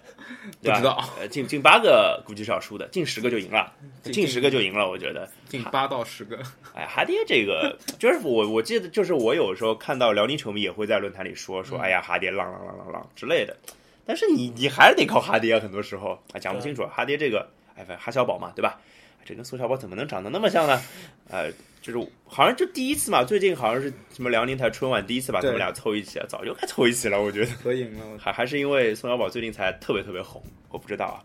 S1: 对
S4: 嗯不
S1: 吧
S4: 知道
S1: 呃，进进八个估计是要输的，进十个就赢了，
S4: 进
S1: 进十个就赢了，我觉得。
S4: 进八到十个，
S1: 哎，哈爹这个就是我，我记得就是我有时候看到辽宁球迷也会在论坛里说说，哎呀，哈爹浪浪浪浪浪之类的。但是你你还是得靠哈爹，很多时候啊讲不清楚。哈爹这个，哎，反正哈小宝嘛，对吧？哎这跟苏小宝怎么能长得那么像呢？呃，就是好像就第一次嘛，最近好像是什么辽宁台春晚第一次把他
S4: 对
S1: 们俩凑一起，早就该凑一起了，我觉得。
S4: 合影了，我
S1: 还还是因为宋小宝最近才特别特别红，我不知道啊。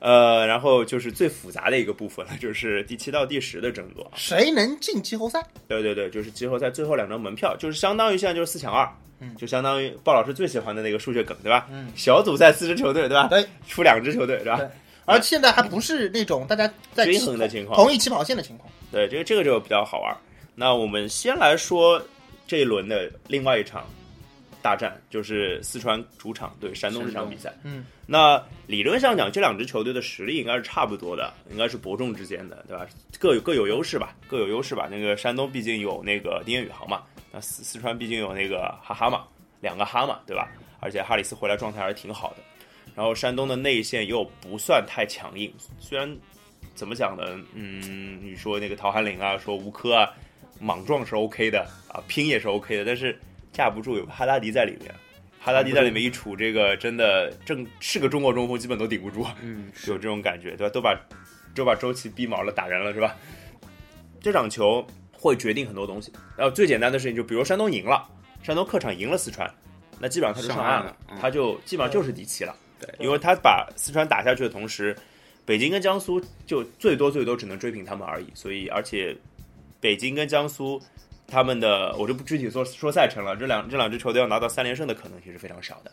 S1: 呃，然后就是最复杂的一个部分了，就是第七到第十的争夺啊。
S3: 谁能进季后赛？
S1: 对对对，就是季后赛最后两张门票，就是相当于现在就是四强二，
S3: 嗯
S1: 就相当于鲍老师最喜欢的那个数学梗，对吧？
S3: 嗯
S1: 小组赛四支球队，对吧？
S3: 对，
S1: 出两支球队，对吧？
S3: 对而现在还不是那种大家在
S1: 均衡的情况
S3: 同一起跑线的情况。
S1: 对，这个这个就比较好玩儿。那我们先来说这一轮的另外一场大战，就是四川主场对山东这场比赛。
S3: 嗯，
S1: 那理论上讲，这两支球队的实力应该是差不多的，应该是伯仲之间的，对吧？各有各有优势吧，各有优势吧。那个山东毕竟有那个丁彦雨航嘛，那四四川毕竟有那个哈哈嘛，两个哈嘛，对吧？而且哈里斯回来状态还是挺好的。然后山东的内线又不算太强硬，虽然怎么讲呢，嗯，你说那个陶汉林啊，说吴科啊，莽撞是 OK 的啊，拼也是 OK 的，但是架不住有个哈达迪在里面，哈达迪在里面一杵，这个真的正是个中国中锋，基本都顶不住，
S4: 嗯，
S1: 有这种感觉，对吧？都把都把周琦逼毛了，打人了，是吧？这场球会决定很多东西。然后最简单的事情就，比如山东赢了，山东客场赢了四川，那基本上他就
S4: 上
S1: 上岸
S4: 岸
S1: 了
S4: 了，嗯
S1: 他就基本上就是第七了。
S4: 对
S1: 因为他把四川打下去的同时，北京跟江苏就最多最多只能追平他们而已。所以，而且北京跟江苏他们的我就不具体说说赛程了，这两这两支球队要拿到三连胜的可能性是非常少的。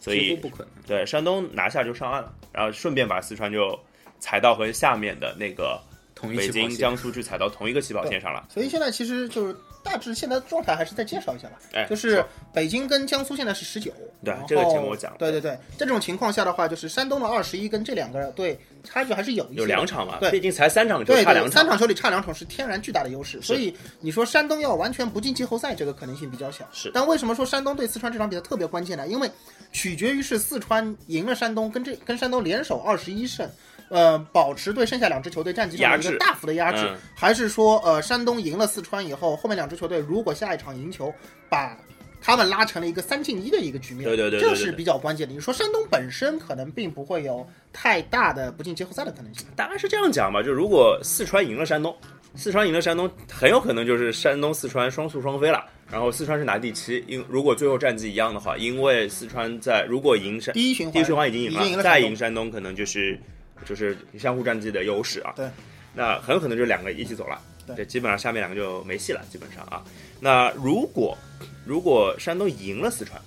S1: 所以
S4: 几乎不可能。
S1: 对，山东拿下就上岸了，然后顺便把四川就踩到和下面的那个
S4: 同一
S1: 北
S4: 起跑
S1: 京、
S4: 线
S1: 江苏去踩到同一个起跑线上了。
S3: 所以现在其实就是大致现在的状态，还是再介绍一下吧。
S1: 哎，
S3: 就是北京跟江苏现在是十九，
S1: 对
S3: 然后
S1: 这个节目我讲了
S3: 对对对，在这种情况下的话，就是山东的二十一跟这两个队差距还是有一些的
S1: 有两场嘛，
S3: 对
S1: 毕竟才三场就
S3: 对
S1: 差
S3: 对
S1: 两
S3: 三场球里差两场是天然巨大的优势，所以你说山东要完全不进季后赛，这个可能性比较小。
S1: 是
S3: 但为什么说山东对四川这场比赛特别关键呢？因为取决于是四川赢了山东，跟这跟山东联手二十一胜。呃，保持对剩下两支球队战绩上
S1: 压
S3: 的一个
S1: 制
S3: 大幅的压制，
S1: 嗯
S3: 还是说，呃，山东赢了四川以后，后面两支球队如果下一场赢球，把他们拉成了一个三进一的一个局面，
S1: 对对对对
S3: 这
S1: 对
S3: 是
S1: 对
S3: 比较关键的。你说山东本身可能并不会有太大的不进季后赛的可能性，
S1: 大概是这样讲吧，就如果四川赢了山东，四川赢了山东，很有可能就是山东四川双宿双飞了。然后四川是拿第七，因如果最后战绩一样的话，因为四川在如果赢山
S3: 第一循环
S1: 第一循环已经赢
S3: 已经赢了
S1: 再
S3: 山东
S1: 赢山东可能就是就是相互战绩的优势啊。
S3: 对，
S1: 那很有可能就两个一起走了。
S3: 对
S1: 这基本上下面两个就没戏了，基本上啊。那如果如果山东赢了四川，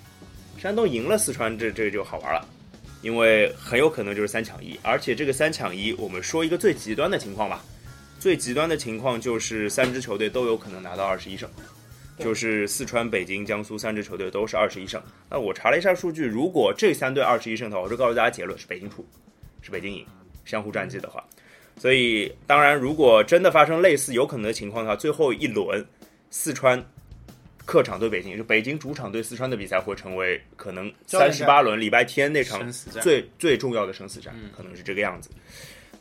S1: 山东赢了四川，这这就好玩了，因为很有可能就是三抢一，而且这个三抢一，我们说一个最极端的情况吧，最极端的情况就是三支球队都有可能拿到二十一胜，
S3: 对
S1: 就是四川、北京、江苏三支球队都是二十一胜。那我查了一下数据，如果这三队二十一胜的话，我就告诉大家结论是北京出，是北京赢，相互战绩的话。所以，当然，如果真的发生类似有可能的情况的话，最后一轮四川客场对北京，就北京主场对四川的比赛，会成为可能
S3: 焦
S1: 三
S3: 点战
S1: 十八轮礼拜天那场
S4: 生死战嗯
S1: 最最重要的生死战，可能是这个样子。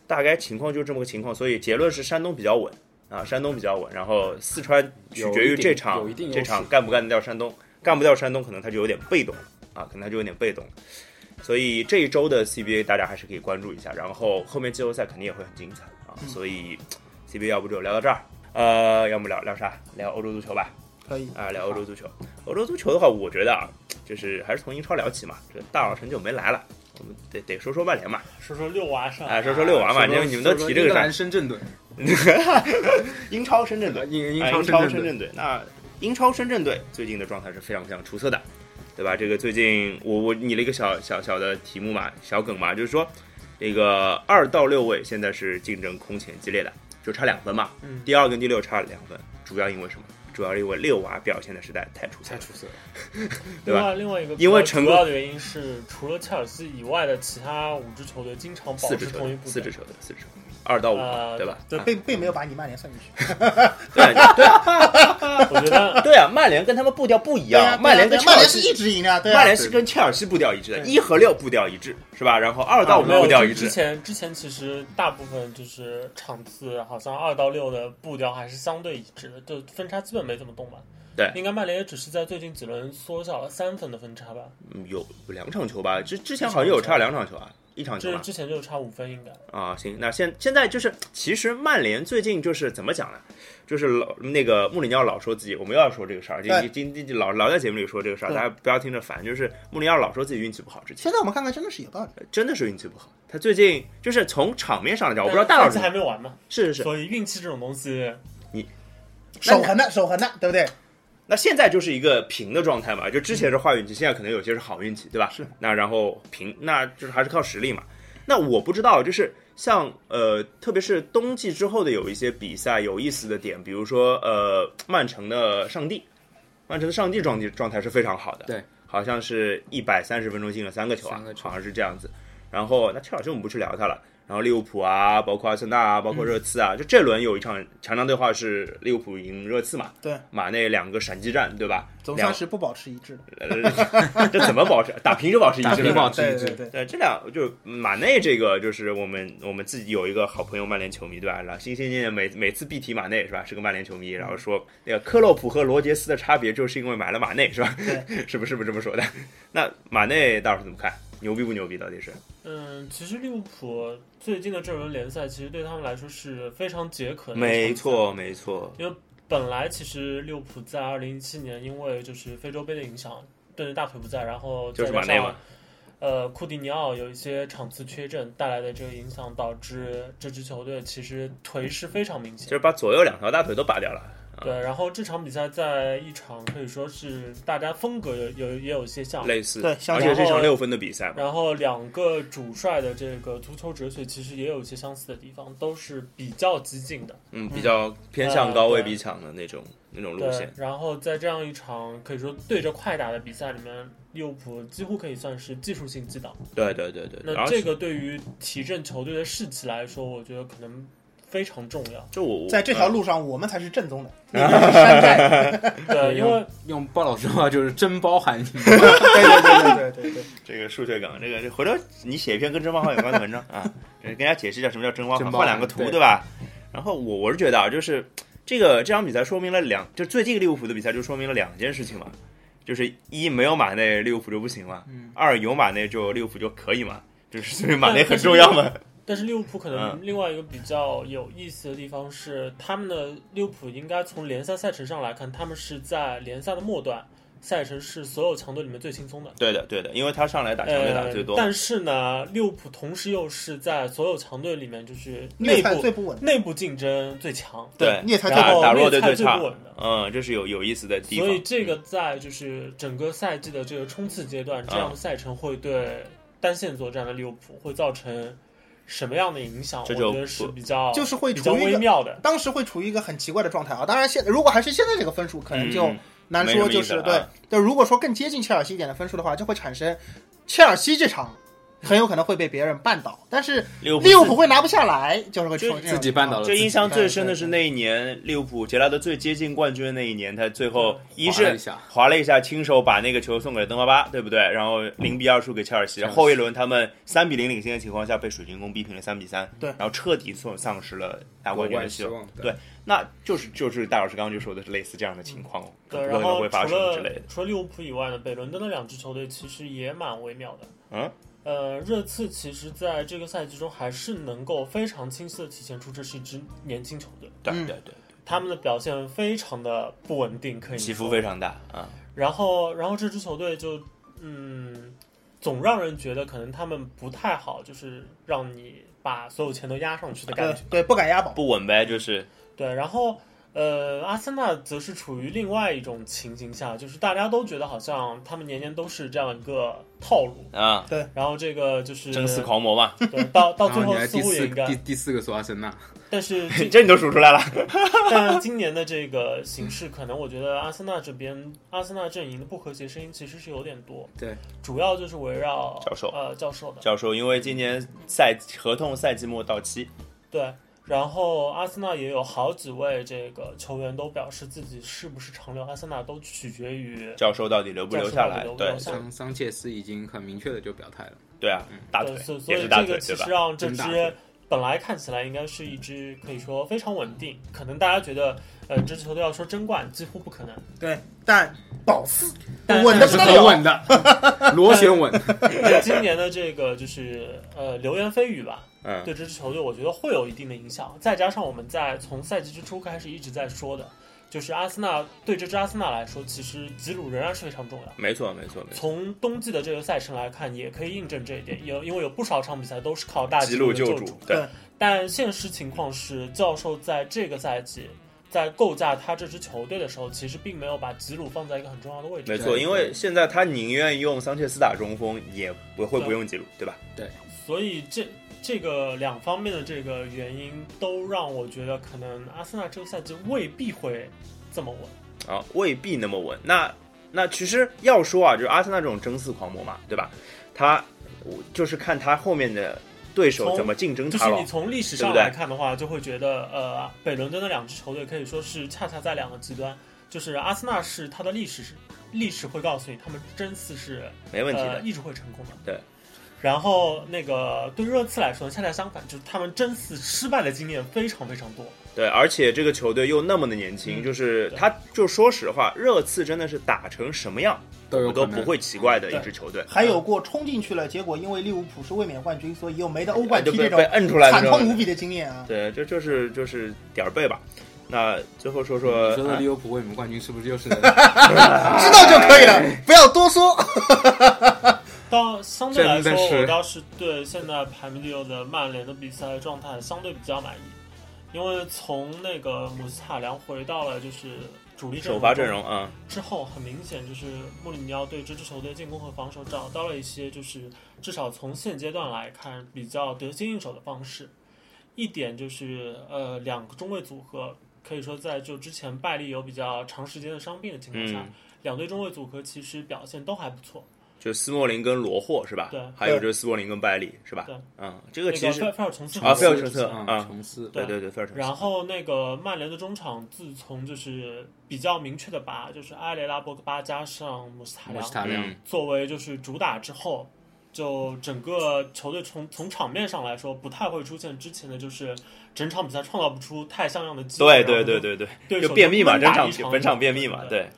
S1: 大概情况就是这么个情况，所以结论是山东比较稳啊，山东比较稳，然后四川取决于这场
S4: 有一定有一定优势
S1: 这场干不干得掉山东，干不掉山东，可能他就有点被动了啊，可能他就有点被动了。所以这一周的 CBA 大家还是可以关注一下，然后后面季后赛肯定也会很精彩啊。
S4: 嗯
S1: 所以 CBA 要不就聊到这儿，呃，要么聊聊啥？聊欧洲足球吧。
S3: 可以。
S1: 啊，聊欧洲足球。欧洲足球的话，我觉得啊，就是还是从英超聊起嘛。这大佬很久没来了，我们得得说说曼联嘛，
S2: 说说六娃上，
S1: 啊，说说六娃嘛，因为你们都提这个
S4: 英格
S1: 事
S4: 兰
S1: 儿。
S4: 深圳队，
S1: 英超深圳队，
S4: 英英
S1: 啊
S4: 超
S1: 英超
S4: 深
S1: 深
S4: 圳队，
S1: 圳队。那英超深圳队最近的状态是非常非常出色的，对吧？这个最近我我拟了一个小小小的题目嘛，小梗嘛，就是说这个二到六位现在是竞争空前激烈的，就差两分嘛，
S4: 嗯
S1: 第二跟第六差两分，主要因为什么？主要因为六娃表现的实在太出色
S4: 太
S1: 了，
S4: 出色了。
S1: 对
S2: 另
S1: 吧
S2: 外另外一个
S1: 因为
S2: 比较
S1: 成
S2: 主
S1: 功
S2: 要的原因是，除了切尔西以外的其他五支球队经常保
S1: 四
S2: 持
S1: 支球
S2: 同一
S1: 队，
S2: 步
S1: 四
S2: 调
S1: 支。球队，四支球队，二到五嘛，
S2: 呃
S1: 对吧？
S3: 对，并并没有把你曼联算进去。
S1: 对对
S2: 我觉得
S1: 对啊，曼联跟他们步调不一
S3: 对啊
S1: 样，曼联
S3: 对
S1: 跟切
S3: 啊曼
S1: 尔
S3: 联是一
S1: 西。
S3: 直赢的啊，对啊
S1: 曼联是跟切尔西步调一致的，一和六步调一致，是吧？然后二
S3: 啊
S1: 到五
S2: 没有
S1: 步调
S2: 就
S1: 一
S2: 之
S1: 致，
S2: 前之前其实大部分就是场次，好像二到六的步调还是相对一致的，就分差基本没怎么动吧。
S1: 对
S2: 应该曼联也只是在最近几轮缩小了三分的分差吧，
S1: 嗯，有两场球吧，之之前好像有差两场球啊，一场球
S2: 这
S1: 吧。
S2: 之前就差五分应该。
S1: 啊，行，那现现在就是，其实曼联最近就是怎么讲呢？就是老那个穆里尼奥老说自己，我们又要说这个事儿，
S3: 对
S1: 今今今老老在节目里说这个事儿，
S3: 对
S1: 大家不要听着烦。就是穆里尼奥老说自己运气不好，之前
S3: 现在我们看看，真的是有道理。
S1: 真的是运气不好。他最近就是从场面上来讲，我不知道大
S2: 但
S1: 佬
S2: 是赛季
S1: 怎
S2: 还
S1: 么
S2: 没有完嘛，
S1: 是是是，
S2: 所以运气这种东西，
S1: 那
S3: 手痕的，手痕的，对不对？
S1: 那现在就是一个平的状态嘛，就之
S4: 嗯
S1: 前是坏运气，现在可能有些是好运气，对吧？是。那然后平，那就是还是靠实力嘛。那我不知道，就是像呃，特别是冬季之后的有一些比赛有意思的点，比如说呃，曼城的上帝，曼城的上帝状状态是非常好的，
S4: 对，
S1: 好像是一百三十分钟进了三个球啊，
S4: 三个球
S1: 好像是这样子。然后那切尔西我们不去聊他了。然后利物浦啊，包括阿森纳啊，包括热刺啊，就这轮有一场强强对话是利物浦赢热刺嘛，
S3: 对，
S1: 马内两个闪击战，对吧？ (laughs)
S3: 总
S1: 两
S3: 算是不保持一致的，
S1: 呃这怎么保持？ (laughs) 打平就保持一致
S4: 打
S1: 了，
S4: 平保持
S3: 对
S4: 一致
S3: 对对，
S1: 对，这俩就马内这个，就是我们我们自己有一个好朋友曼联球迷，对吧？然后心心念念每每次必提马内是吧？是个曼联球迷，然后说那个克洛普和罗杰斯的差别就是因为买了马内是吧？ (laughs) 是不是不这么说的？那马内到时候怎么看？牛逼不牛逼？到底是
S2: 嗯，其实利物浦最近的这轮联赛，其实对他们来说是非常解渴的。
S1: 没，错没错，
S2: 本来其实利物浦在二零一七年，因为就是非洲杯的影响，顿时大腿不在，然后
S1: 就
S2: 再
S1: 是
S2: 加
S1: 马内嘛
S2: 上。呃，库蒂尼奥有一些场次缺阵带来的这个影响，导致这支球队其实颓势非常明显
S1: 就。是把左右两条大腿都拔掉了，
S2: 对，然后这场比赛在一场可以说是大家风格有有也有些像，
S1: 类似，
S3: 对像
S1: 嗯而且是一
S2: 然
S1: 场
S2: 后
S1: 六分的比赛嘛，
S2: 然后两个主帅的这个足球哲学其实也有一些相似的地方，都是比较激进的。
S1: 嗯，比较偏向高
S2: 呃
S1: 位
S2: 对
S1: 逼抢的那种那种路
S2: 对
S1: 线，，
S2: 然后在这样一场可以说对着快打的比赛里面，利物浦几乎可以算是技术性击倒。
S1: 对对对对，然
S2: 那
S1: 后
S2: 这个对于提振球队的士气来说，我觉得可能非常重要。
S1: 就我
S3: 在这条。
S1: 我嗯
S3: 路上我们才是正
S1: (laughs)
S3: 宗的，那边是山寨，
S2: 对，因为
S4: 用鲍老师的话就是真包含你，
S3: 对对对对对对
S1: (laughs)
S3: 对，
S1: 这个数学梗，这个这回头你写一篇跟真方法有关的文 (laughs) 章啊，跟大家解释一下什么叫真方
S4: 真
S1: 法，
S4: 方法
S1: 画两个图
S4: 对
S1: 对吧？然后我我是觉得啊，就是这个这场比赛说明了两，就最近利物浦的比赛就说明了两件事情嘛，就是一没有马内利物浦就不行嘛，
S3: 嗯
S1: 二有马内就利物浦就可以嘛，就是所以马内很重要嘛，
S2: 但是利物浦可
S1: 嗯
S2: 能另外一个比较有意思的地方是，他们的利物浦应该从联赛赛程上来看，他们是在联赛的末段，赛程是所有强队里面最轻松的。
S1: 对的对的，因为他上来打强队打
S2: 呃
S1: 得最，多，
S2: 但是呢，利物浦同时又是在所有强队里面，就是内
S3: 虐菜
S2: 部
S3: 最不稳，
S2: 内部竞争最强，
S1: 对，
S3: 虐菜最
S2: 然
S1: 打
S2: 后
S3: 不
S1: 打
S3: 稳，
S1: 弱队
S2: 内
S1: 最
S2: 菜
S1: 差
S2: 最不稳的，
S1: 嗯，这是有有意思的地方。
S2: 所以这个在就是整个赛季的这个冲刺阶段，这
S1: 啊
S2: 样的赛程会对单线作战的利物浦会造成什么样的影响？
S1: 这
S2: 我
S1: 就
S2: 觉得是比较
S3: 就是会
S2: 比较
S3: 处于一
S2: 微
S3: 个。
S2: 妙的。
S3: 当时会处于一个很奇怪的状态啊！当然现，如果还是现在这个分数，可能就
S1: 嗯
S3: 难
S1: 没什
S3: 说，
S1: 么意
S3: 就
S1: 思
S3: 是
S1: 了
S3: 对
S1: 啊。
S3: 但如果说更接近切尔西一点的分数的话，就会产生切尔西这场很有可能会被别人绊倒，但是
S1: 利物浦
S3: 利物浦会拿不下来，就是会出
S1: 就
S3: 现这
S4: 自
S3: 种
S4: 己
S3: 情
S4: 绊
S3: 况
S4: 倒了
S1: 就
S4: 自己
S1: 印象最深的是那一年利物浦杰拉德最接近冠军的那一年，他最后一
S4: 嗯划了
S1: 是
S4: 一下
S1: 划了一下，亲手把那个球送给了登巴巴，对不对？然后零比二输给切尔西。
S4: 切尔西
S1: 后一轮他们三比零领先的情况下，被水晶宫逼平了三比三，
S3: 对
S1: 然后彻底丧丧失了拿冠军的希
S4: 希
S1: 望。
S4: 望
S1: 对那就是就是大老师刚刚就说的是类似这样的情况，
S2: 嗯对，
S1: 可
S2: 然
S1: 能
S2: 后
S1: 会
S2: 除
S1: 发生之类
S2: 了
S1: 的。
S2: 除了利物浦以外呢，北伦敦的两支球队其实也蛮微妙的。
S1: 嗯，
S2: 呃，热刺其实在这个赛季中还是能够非常清晰的体现出这是一支年轻球队，
S1: 对
S3: 嗯
S1: 对对，
S2: 他们的表现非常的不稳定，可以
S1: 起
S2: 说
S1: 伏非常大啊。
S2: 然后，然后这支球队就，嗯，总让人觉得可能他们不太好，就是让你把所有钱都压上去的感
S3: 对
S2: 觉。
S3: 对，不敢押宝。
S1: 不稳呗，就是
S2: 对，然后，呃，阿森纳则是处于另外一种情形下，就是大家都觉得好像他们年年都是这样一个套路，
S1: 啊，
S2: 然后这个就是
S1: 争四狂魔嘛， (laughs)
S2: 对，到到
S4: 然
S2: 最
S4: 后
S2: 后
S4: 你还
S2: 似
S4: 第
S2: 乎也
S4: 四
S2: 应该
S4: 第，第四个说阿森纳，
S2: 但是
S4: (laughs)
S2: 这
S1: 这你都数出来了。
S2: 但今年的这个形势，可能我觉得阿森纳这边，阿森纳阵营的不和谐声音其实是有点多。
S4: 对，
S2: 主要就是围绕
S1: 教授
S2: 呃教授的
S1: 教授，因为今年赛合同赛季末到期，
S2: 对。然后阿森纳也有好几位这个球员都表示自己是不是长留阿森纳，都取决于
S1: 教授到底留不留下来
S2: 教授到底留？不
S1: 对
S2: 留下来嗯
S4: 桑桑切斯已经很明确的就表态了，
S1: (laughs) 对啊，大腿
S2: 对，所以所
S1: 也是
S2: 以
S1: 大
S2: 这
S1: 腿对
S2: 个其
S1: 吧
S2: 实？让这
S4: 真大
S2: 支
S4: 腿
S2: 本来看起来应该是一支可以说非常稳定，可能大家觉得呃这支球队要说争冠几乎不可能，
S3: 对，但保四
S2: 但
S3: 稳
S4: 但
S3: 的
S4: 是
S3: 不
S2: 但
S3: 得
S4: 很
S3: 了。
S4: 稳的，螺旋稳，
S2: 对今年的这个就是呃流言蜚语吧，
S1: 嗯，
S2: 对这支球队，我觉得会有一定的影响。再加上我们在从赛季之初开始一直在说的，就是阿森纳对这支阿森纳来说，其实吉鲁仍然是非常重要。
S1: 没错，没错，没错。
S2: 从冬季的这个赛程来看，也可以印证这一点。有因为有不少场比赛都是靠大
S1: 吉
S2: 吉
S1: 鲁
S2: 鲁
S1: 救
S2: 主
S1: 主，，对
S3: 对
S2: 但现实情况是，教授在这个赛季在构架他这支球队的时候，其实并没有把吉鲁放在一个很重要的位置
S1: 没
S2: 上。
S1: 错，因为现在他宁愿用桑切斯打中锋，也不会
S2: 对
S1: 不用吉鲁，对吧？
S2: 所以这这个两方面的这个原因，都让我觉得可能阿森纳这个赛季未必会这么稳。
S1: 啊，未必那么稳。那那其实要说啊，就是阿森纳这种争四狂魔嘛，对吧？他我就是看他后面的对手怎么竞争
S2: 就
S1: 他
S2: 是
S1: 了
S2: 你。从历史
S1: 对
S2: 上
S1: 不对
S2: 来看的话，就会觉得，呃，北伦敦的两支球队可以说是恰恰在两个极端，就是阿森纳是它的历史是历史会告诉你，他们争四是
S1: 没问题
S2: 呃
S1: 的，
S2: 一直会成功的。
S1: 对。
S2: 然后那个对热刺来说，恰恰相反，就是他们争四失败的经验非常非常多。
S1: 对，而且这个球队又那么的年轻，
S2: 嗯
S1: 就是
S2: 对
S1: 他，就说实话，热刺真的是打成什么样，
S4: 都有
S1: 我
S4: 可
S1: 都
S4: 能
S1: 不会奇怪
S2: 嗯
S1: 的
S3: 对
S1: 一支球队。
S3: 还有过冲进去了，结果因为利物浦是卫冕冠军，所以又没得欧
S1: 哎
S3: 冠
S1: 就
S3: 踢
S1: 被
S3: 这
S1: 被
S3: 种
S1: 摁出来的
S3: 惨
S1: 这
S3: 痛无
S1: 种，
S3: 比的经验啊！
S1: 对，就就是就是点儿背吧。那最后说说，
S4: 你说的
S1: 哎
S4: 利物浦卫冕冠军是不是
S1: (laughs)
S4: 又是
S3: 知道就可以了，不要多说。
S2: 到相对来
S4: 真
S2: 说，
S4: 的是
S2: 我倒是对现在排名第六的曼联的比赛状态相对比较满意，因为从那个姆斯塔良回到了就是主力阵
S1: 首
S2: 容
S1: 发
S2: 中
S1: 阵容啊，
S2: 之后，很明显就是穆里尼奥对这支球队进攻和防守找到了一些，就是至少从现阶段来看比较得心应手的方式。一点就是，呃，两个中卫组合可以说在就之前拜利有比较长时间的伤病的情况下，
S1: 嗯
S2: 两队中卫组合其实表现都还不错。
S1: 就斯莫林跟罗霍是吧？
S2: 对
S1: 还有就是斯莫林跟拜利是吧
S2: 对？
S1: 嗯，这
S2: 那
S1: 个
S2: 个
S1: 其实
S2: 菲菲尔琼斯
S1: 啊菲尔
S2: 琼
S1: 琼斯
S4: 啊
S1: 啊
S4: 琼斯？
S1: 对对对，非常
S2: 然后那个曼联的中场，自从就是比较明确的把就是埃雷拉、博格巴加上穆斯塔
S4: 莫
S2: 良
S4: 斯塔良
S1: 嗯
S2: 作为就是主打之后，就整个球队从从场面上来说，不太会出现之前的就是整场比赛创造不出太像样的机
S1: 对
S2: 会。
S1: 对对
S2: 对，
S1: 对对，
S2: 对
S1: 就
S2: 手
S1: 便秘嘛，
S2: 闷打
S1: 整
S2: 一
S1: 场
S2: 场
S1: 本场便秘嘛，
S2: 对
S1: 对，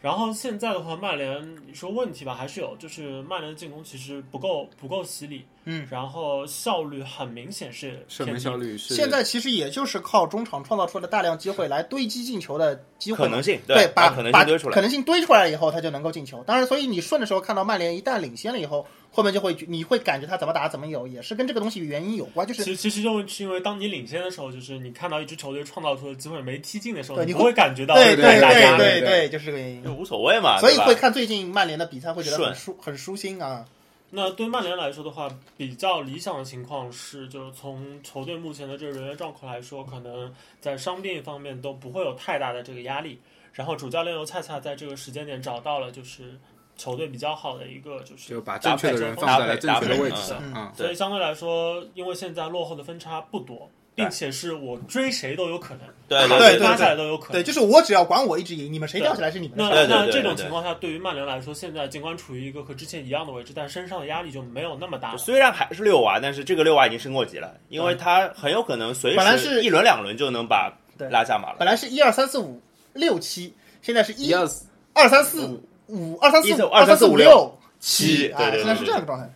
S2: 然后现在的话，曼联你说问题吧，还是有，就是曼联的进攻其实不够不够犀利，
S3: 嗯，
S2: 然后效率很明显是
S4: 射
S2: 偏
S4: 门
S2: 低
S4: 效率是
S3: 现在其实也就是靠中场创造出了大量机会来堆积进球的机会
S1: 可
S3: 嘛，
S1: 能性
S3: 对，
S1: 把
S3: 把
S1: 可能
S3: 把
S1: 性堆出
S3: 可
S1: 来，
S3: 能性堆出来以后，他就能够进球。当然，所以你顺的时候看到曼联一旦领先了以后，后面就会你会感觉他怎么打怎么有，也是跟这个东西原因有关，就是
S2: 其其实就是因为当你领先的时候，就是你看到一支球队创造出的机会没踢进的时候，
S3: 对
S2: 你
S3: 你
S2: 不会感觉到
S3: 对
S4: 对
S3: 对
S2: 大
S4: 对
S2: 家
S4: 对
S3: 对对，就是这个原因。
S1: 就无所谓嘛，
S3: 所以
S1: 对吧
S3: 会看最近曼联的比赛，会觉得
S1: 顺
S3: 很舒很舒心啊。
S2: 那对曼联来说的话，比较理想的情况是，就是从球队目前的这个人员状况来说，可能在伤病方面都不会有太大的这个压力。然后主教练又恰恰在这个时间点找到了就是球队比较好的一个就是
S4: 就把正确的人放在了正确的位置
S3: 搭
S4: 上
S3: 配嗯
S1: 嗯
S4: 啊。
S2: 所以相对来说，因为现在落后的分差不多，并且是我追谁都有可能，
S1: 对
S3: 对
S1: 对
S3: 对
S2: 拉
S1: 对
S2: 下来都有可能
S3: 对，。就是我只要管我一直赢，你们谁掉下来是你们的
S2: 那
S3: 事。
S1: 对对对
S2: 那
S1: 对
S2: 这种
S1: 对
S2: 情况下，对于曼联来说，现在尽管处于一个和之前一样的位置，但身上的压力就没有那么大了。
S1: 虽然还是六娃，但是这个六娃已经升过级了，因为他很有可能随
S3: 本来
S1: 时
S3: 是
S1: 一轮两轮就能把
S3: 对
S1: 拉下马了。
S3: 本来是一二三四五六七，现在是一
S4: 一二
S3: 二三四五五二三
S1: 一
S3: 四
S1: 四
S3: 五
S1: 五二三四
S3: 四
S1: 五
S3: 五
S1: 六七
S3: 七，
S1: 对
S3: 哎，
S1: 对对
S3: 现在是
S1: 对
S3: 这样一个状态。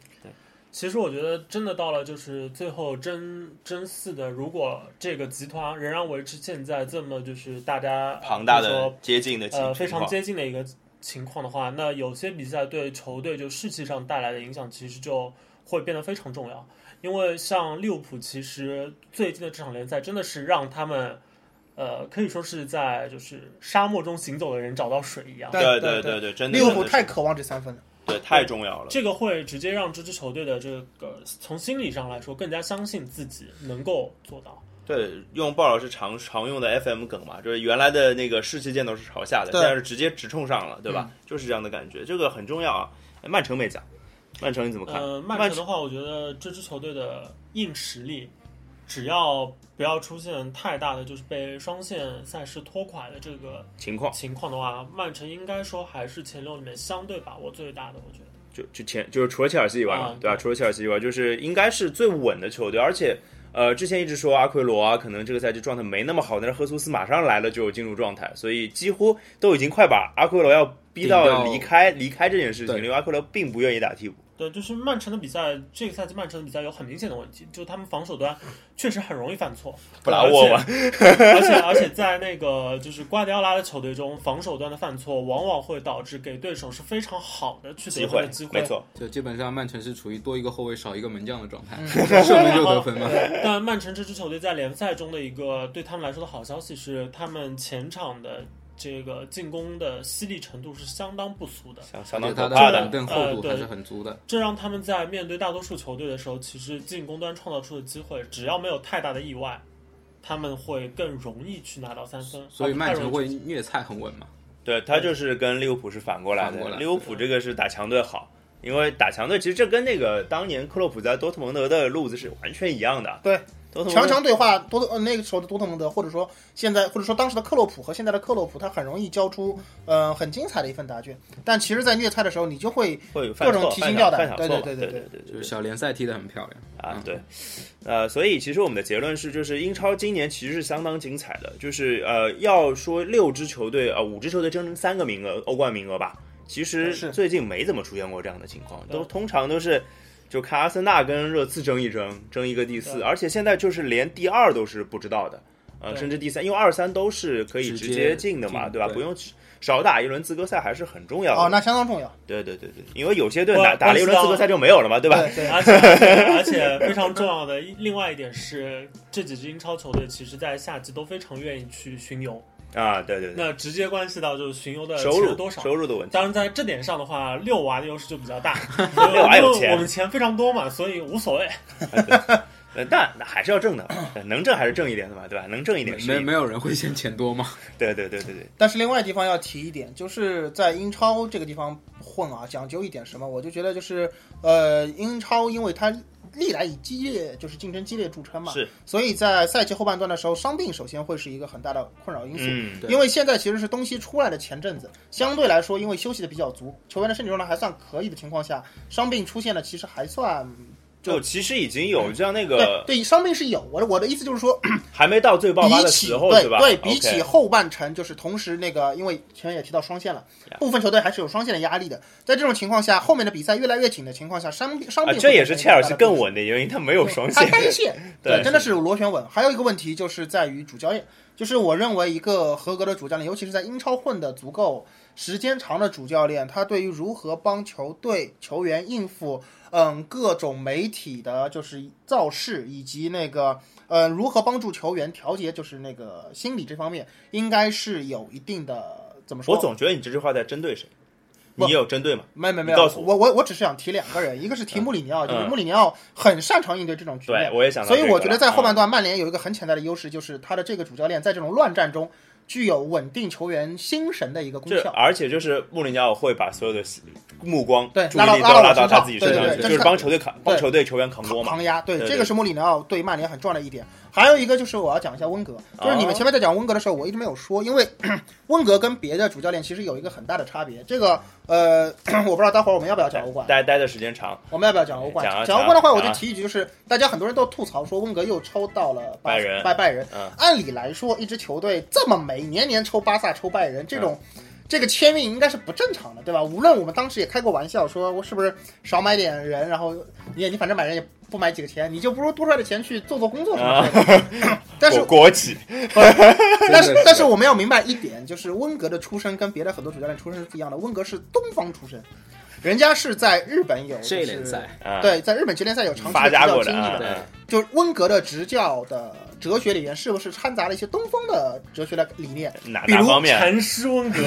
S2: 其实我觉得，真的到了就是最后争争四的，如果这个集团仍然维持现在这么就是大家
S1: 庞大
S2: 比如
S1: 的
S2: 说
S1: 接近的情
S2: 呃非
S1: 情
S2: 常
S1: 况，
S2: 接近的一个情况的话，那有些比赛对球队就士气上带来的影响，其实就会变得非常重要。因为像利物浦，其实最近的这场联赛真的是让他们，呃，可以说是在就是沙漠中行走的人找到水一样。
S1: 对
S3: 对
S1: 对对，真的
S3: 利物浦
S1: 真的是
S3: 太渴望这三分了。
S1: 对太重要了。
S2: 这个会直接让这支球队的这个从心理上来说更加相信自己能够做到。
S1: 对，用鲍老师常常用的 FM 梗嘛，就是原来的那个士气箭头是朝下的，
S3: 对
S1: 现在是直接直冲上了，对吧？就是这样的感觉，这个很重要啊。哎曼城没讲，曼城你怎么看？
S2: 呃，
S1: 曼
S2: 曼
S1: 城
S2: 城的话，我觉得这支球队的硬实力，只要不要出现太大的就是被双线赛事拖垮的这个
S1: 情况
S2: 情况的话，曼城应该说还是前六里面相对把握最大的，我觉得。
S1: 就就前就是除了切尔西以外嘛，
S2: 啊
S1: 对吧、除了切尔西以外，就是应该是最稳的球队，而且呃，之前一直说阿奎罗啊，可能这个赛季状态没那么好，但是赫苏斯马上来了就有进入状态，所以几乎都已经快把阿奎罗要逼
S4: 顶到
S1: 离开离开这件事情，
S4: 对
S1: 因为阿奎罗并不愿意打替补。
S2: 对，就是曼城的比赛，这个赛季曼城的比赛有很明显的问题，就是他们防守端确实很容易犯错，
S1: 布拉沃嘛，
S2: (laughs) 而且而且在那个就是瓜迪奥拉的球队中，防守端的犯错往往会导致给对手是非常好的去
S1: 机
S2: 得分
S1: 会
S2: 的机会，
S1: 没错，
S4: 就基本上曼城是处于多一个后卫少一个门将的状态， (laughs) 射门就得分嘛。
S2: 但曼城这支球队在联赛中的一个对他们来说的好消息是，他们前场的这个进攻的犀利程度是相当不俗的，
S1: 相相
S4: 而且
S1: 当
S4: 他
S1: 可怕
S2: 这
S4: 的
S1: 的
S4: 板。凳厚度还是很足的。
S2: 这让他们在面对大多数球队的时候，其实进攻端创造出的机会，只要没有太大的意外，他们会更容易去拿到三分。
S4: 所以曼
S2: 而不太
S4: 城
S2: 容
S4: 会
S2: 易去
S4: 虐菜很稳嘛？
S1: 对他就是跟利物浦是反过来
S4: 反过
S1: 的，
S4: 来
S1: 利物浦这个是打强队好，因为打强队其实这跟那个当年克洛普在多特蒙德的路子是完全一样的。
S3: 对，
S1: 多特蒙
S3: 强
S1: 德
S3: 强对话，多特呃那个时候的多特蒙德，或者说现在或者说当时的克洛普和现在的克洛普，他很容易交出呃很精彩的一份答卷。但其实，在虐菜的时候，你就会
S1: 会犯
S3: 各
S1: 错
S3: 种提心吊胆
S1: 犯小犯小错嘛
S3: 对
S1: 对
S3: 对对对
S1: 对
S4: 就
S1: 对
S4: 是小联赛踢得很漂亮
S1: 啊
S4: 嗯
S1: 对，呃，所以其实我们的结论是，就是英超今年其实是相当精彩的，就是呃，要说六支球队啊、呃，五支球队争三个名额欧冠名额吧，其实
S3: 是
S1: 最近没怎么出现过这样的情况，都
S2: 对
S1: 通常都是。就看阿森纳跟热刺争一争，争一个第四，
S2: 对
S1: 而且现在就是连第二都是不知道的，呃，
S2: 对
S1: 甚至第三，因为二三都是可以
S4: 直
S1: 直
S4: 接
S1: 接进的嘛，
S4: 进
S1: 对吧？
S4: 对
S1: 不用少打一轮资格赛还是很重要的。
S3: 哦，那相当重要。
S1: 对对对对，因为有些队
S2: 我
S1: 打打了一轮资格赛就没有了嘛，对吧？
S3: 对对，
S2: 而且 (laughs) 而且非常重要的一另外一点是，这几支英超球队其实在夏季都非常愿意去巡游，
S1: 啊，对对对，
S2: 那直接关系到就是巡游的
S1: 收入
S2: 钱呃多少。
S1: 收入的问题
S2: 当，然，在这点上的话，六娃的优势就比较
S1: (laughs)
S2: 大。六
S1: 娃有钱
S2: 我们钱非常多嘛，所以无所谓。
S1: 呃但那还是要挣的，对能挣还是挣一点的嘛，对吧？能挣一点是
S4: 没
S1: 一
S4: 没有人会嫌钱多吗？
S1: 对对对对对，
S3: 但是另外地方要提一点，就是在英超这个地方混啊，讲究一点什么，我就觉得就是呃，英超因为它历来以激烈就是竞争激烈著称嘛，
S1: 是，
S3: 所以在赛季后半段的时候，伤病首先会是一个很大的困扰因素。
S1: 嗯，
S4: 对
S3: 因为现在其实是东西出来的前阵子，相对来说，因为休息的比较足，球员的身体状态还算可以的情况下，伤病出现了，其实还算
S1: 就其实已经有像那
S3: 对
S1: 个
S3: 对，伤病是有。我的我的意思就是说，
S1: 还没到最爆发
S3: 比
S1: 的
S3: 起
S1: 时候，
S3: 对
S1: 吧？
S3: 对，比起
S1: OK，
S3: 后半程，就是同时那个，因为前面也提到双线了
S1: Yeah
S3: 部分球队还是有双线的压力的。在这种情况下，后面的比赛越来越紧的情况下，伤病伤
S1: 啊
S3: 病、，
S1: 这也是切尔西更。稳的原因，他没有双
S3: 他
S1: 线，
S3: 单线，
S1: 对
S3: 真的是螺旋稳。还有一个问题就是在于主教练，就是我认为一个合格的主教练，尤其是在英超混的足够时间长的主教练，他对于如何帮球队球员应付嗯各种媒体的，就是造势以及那个呃如何帮助球员调节就是那个心理这方面，应该是有一定的怎么
S1: (laughs)
S3: 说？
S1: 我总觉得你这句话在针对谁？
S3: 不
S1: 你有针对吗？
S3: 没没没
S1: 你
S3: 有
S1: 告，诉我
S3: 我我我只是想提两个人，一个是提穆里尼奥，就是
S1: 嗯
S3: 穆里尼奥很擅长应对这种局面
S1: 对，，我也想到
S3: 所
S1: 这个
S3: 以
S1: 了，
S3: 我觉得在后
S1: 嗯
S3: 半段，曼联有一个很潜在的优势，就是他的这个主教练在这种乱战中具有稳定球员心神的一个功
S1: 这啊
S3: 效。
S1: 而且就是穆里尼奥会把所有的目光、
S3: 对
S1: 注意力
S3: 拉
S1: 都
S3: 到拉到
S1: 拉到
S3: 我身
S1: 他
S3: 上
S1: 自己
S3: 对
S1: 身
S4: 对
S1: 上
S4: 对
S1: 去，
S4: 这
S1: 就是是帮球队扛帮
S3: 对
S1: 球队球员扛
S3: 抗
S1: 锅嘛。
S3: 抗压，对，
S1: 对
S3: 这
S1: 对
S3: 个是穆里尼奥对曼联很重要的一点。还有一个就是我要讲一下温格，就是你
S1: 哦
S3: 们前面在讲温格的时候，我一直没有说，因为 (coughs) 温格跟别的主教练其实有一个很大的差别。这个呃， (coughs) 我不知道待会儿我们要不要讲欧冠，
S1: 待待的时间长，
S3: 我们要不要讲欧冠？
S1: 讲啊
S3: 欧冠的
S1: 讲
S3: 话，
S1: 啊
S3: 我就提一句，就是大家很多人都吐槽说温格又抽到了巴
S1: 拜仁
S3: 拜拜仁。
S1: 嗯
S3: 按理来说，一支球队这么没年年抽巴萨、抽拜仁，这种、
S1: 嗯
S3: 这个签运应该是不正常的，对吧？无论我们当时也开过玩笑，说我是不是少买点人，然后你也你反正买人也不买几个钱，你就不如多出来的钱去做做工作什么
S1: 啊
S3: 之类的。 (laughs) 但是
S1: 国国企
S3: 但是
S4: 真的
S3: 但是我们要明白一点，就是温格的出身跟别的很多主教练出身是不一样的，温格是东方出身。人家是在日本有
S4: 这
S3: 就是
S4: 联赛
S1: 啊，
S3: 对，在日本职联赛有长期
S1: 发
S3: 的执
S1: 家
S3: 教
S1: 过
S3: 经
S1: 的
S3: 历
S1: 啊，
S3: 的，
S4: 对
S1: 嗯
S3: 就是温格的执教的哲学里面是不是掺杂了一些东方的哲学的理念？
S1: 哪
S3: 比
S1: 哪
S3: 如
S1: 方面？
S2: 禅师温格，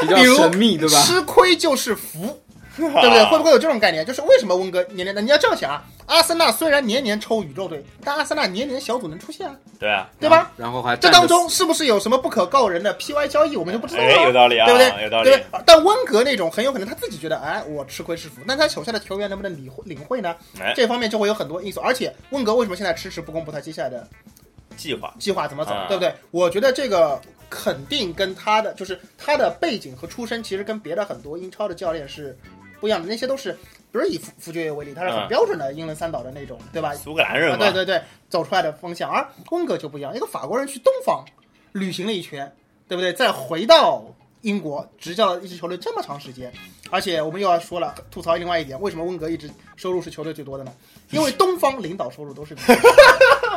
S4: 比较
S3: 比如
S4: 神秘，对吧？嗯
S3: 吃亏就是福，
S1: 对
S3: 对不对？会不会有这种概念？就是为什么温格年年的？你要这样想啊，阿森纳虽然年年抽宇宙队，但阿森纳年年小组能出现啊，
S1: 对啊，
S3: 对吧？
S4: 然后还
S3: 这
S4: 站
S3: 当
S4: 着
S3: 中是不是有什么不可告人的 PY 交易，我们就不知道了
S1: 哎，有
S3: 啊。
S1: 道理啊，
S3: 对不对？
S1: 有道理
S3: 对。不对？但温格那种很有可能他自己觉得，哎，我吃亏是福，那他手下的球员能不能领会领会呢？
S1: 哎，
S3: 这方面就会有很多因素。而且温格为什么现在迟迟不公布他接下来的
S1: 计划
S3: 计划怎么走，
S1: 啊
S3: 对不对？我觉得这个肯定跟他的就是他的背景和出身，其实跟别的很多英超的教练是不一样的。那些都是，比如以福福爵爷为例，他是
S1: 嗯
S3: 很标准的英伦三岛的那种，对吧？
S1: 苏格兰
S3: 啊，
S1: 人嘛，
S3: 对对对，走出来的风向。而温格就不一样，一个法国人去东方旅行了一圈，对不对？再回到英国执教一支球队这么长时间，而且我们又要说了，吐槽另外一点，为什么温格一直收入是球队最多的呢？因为东方领导收入都是比较多的，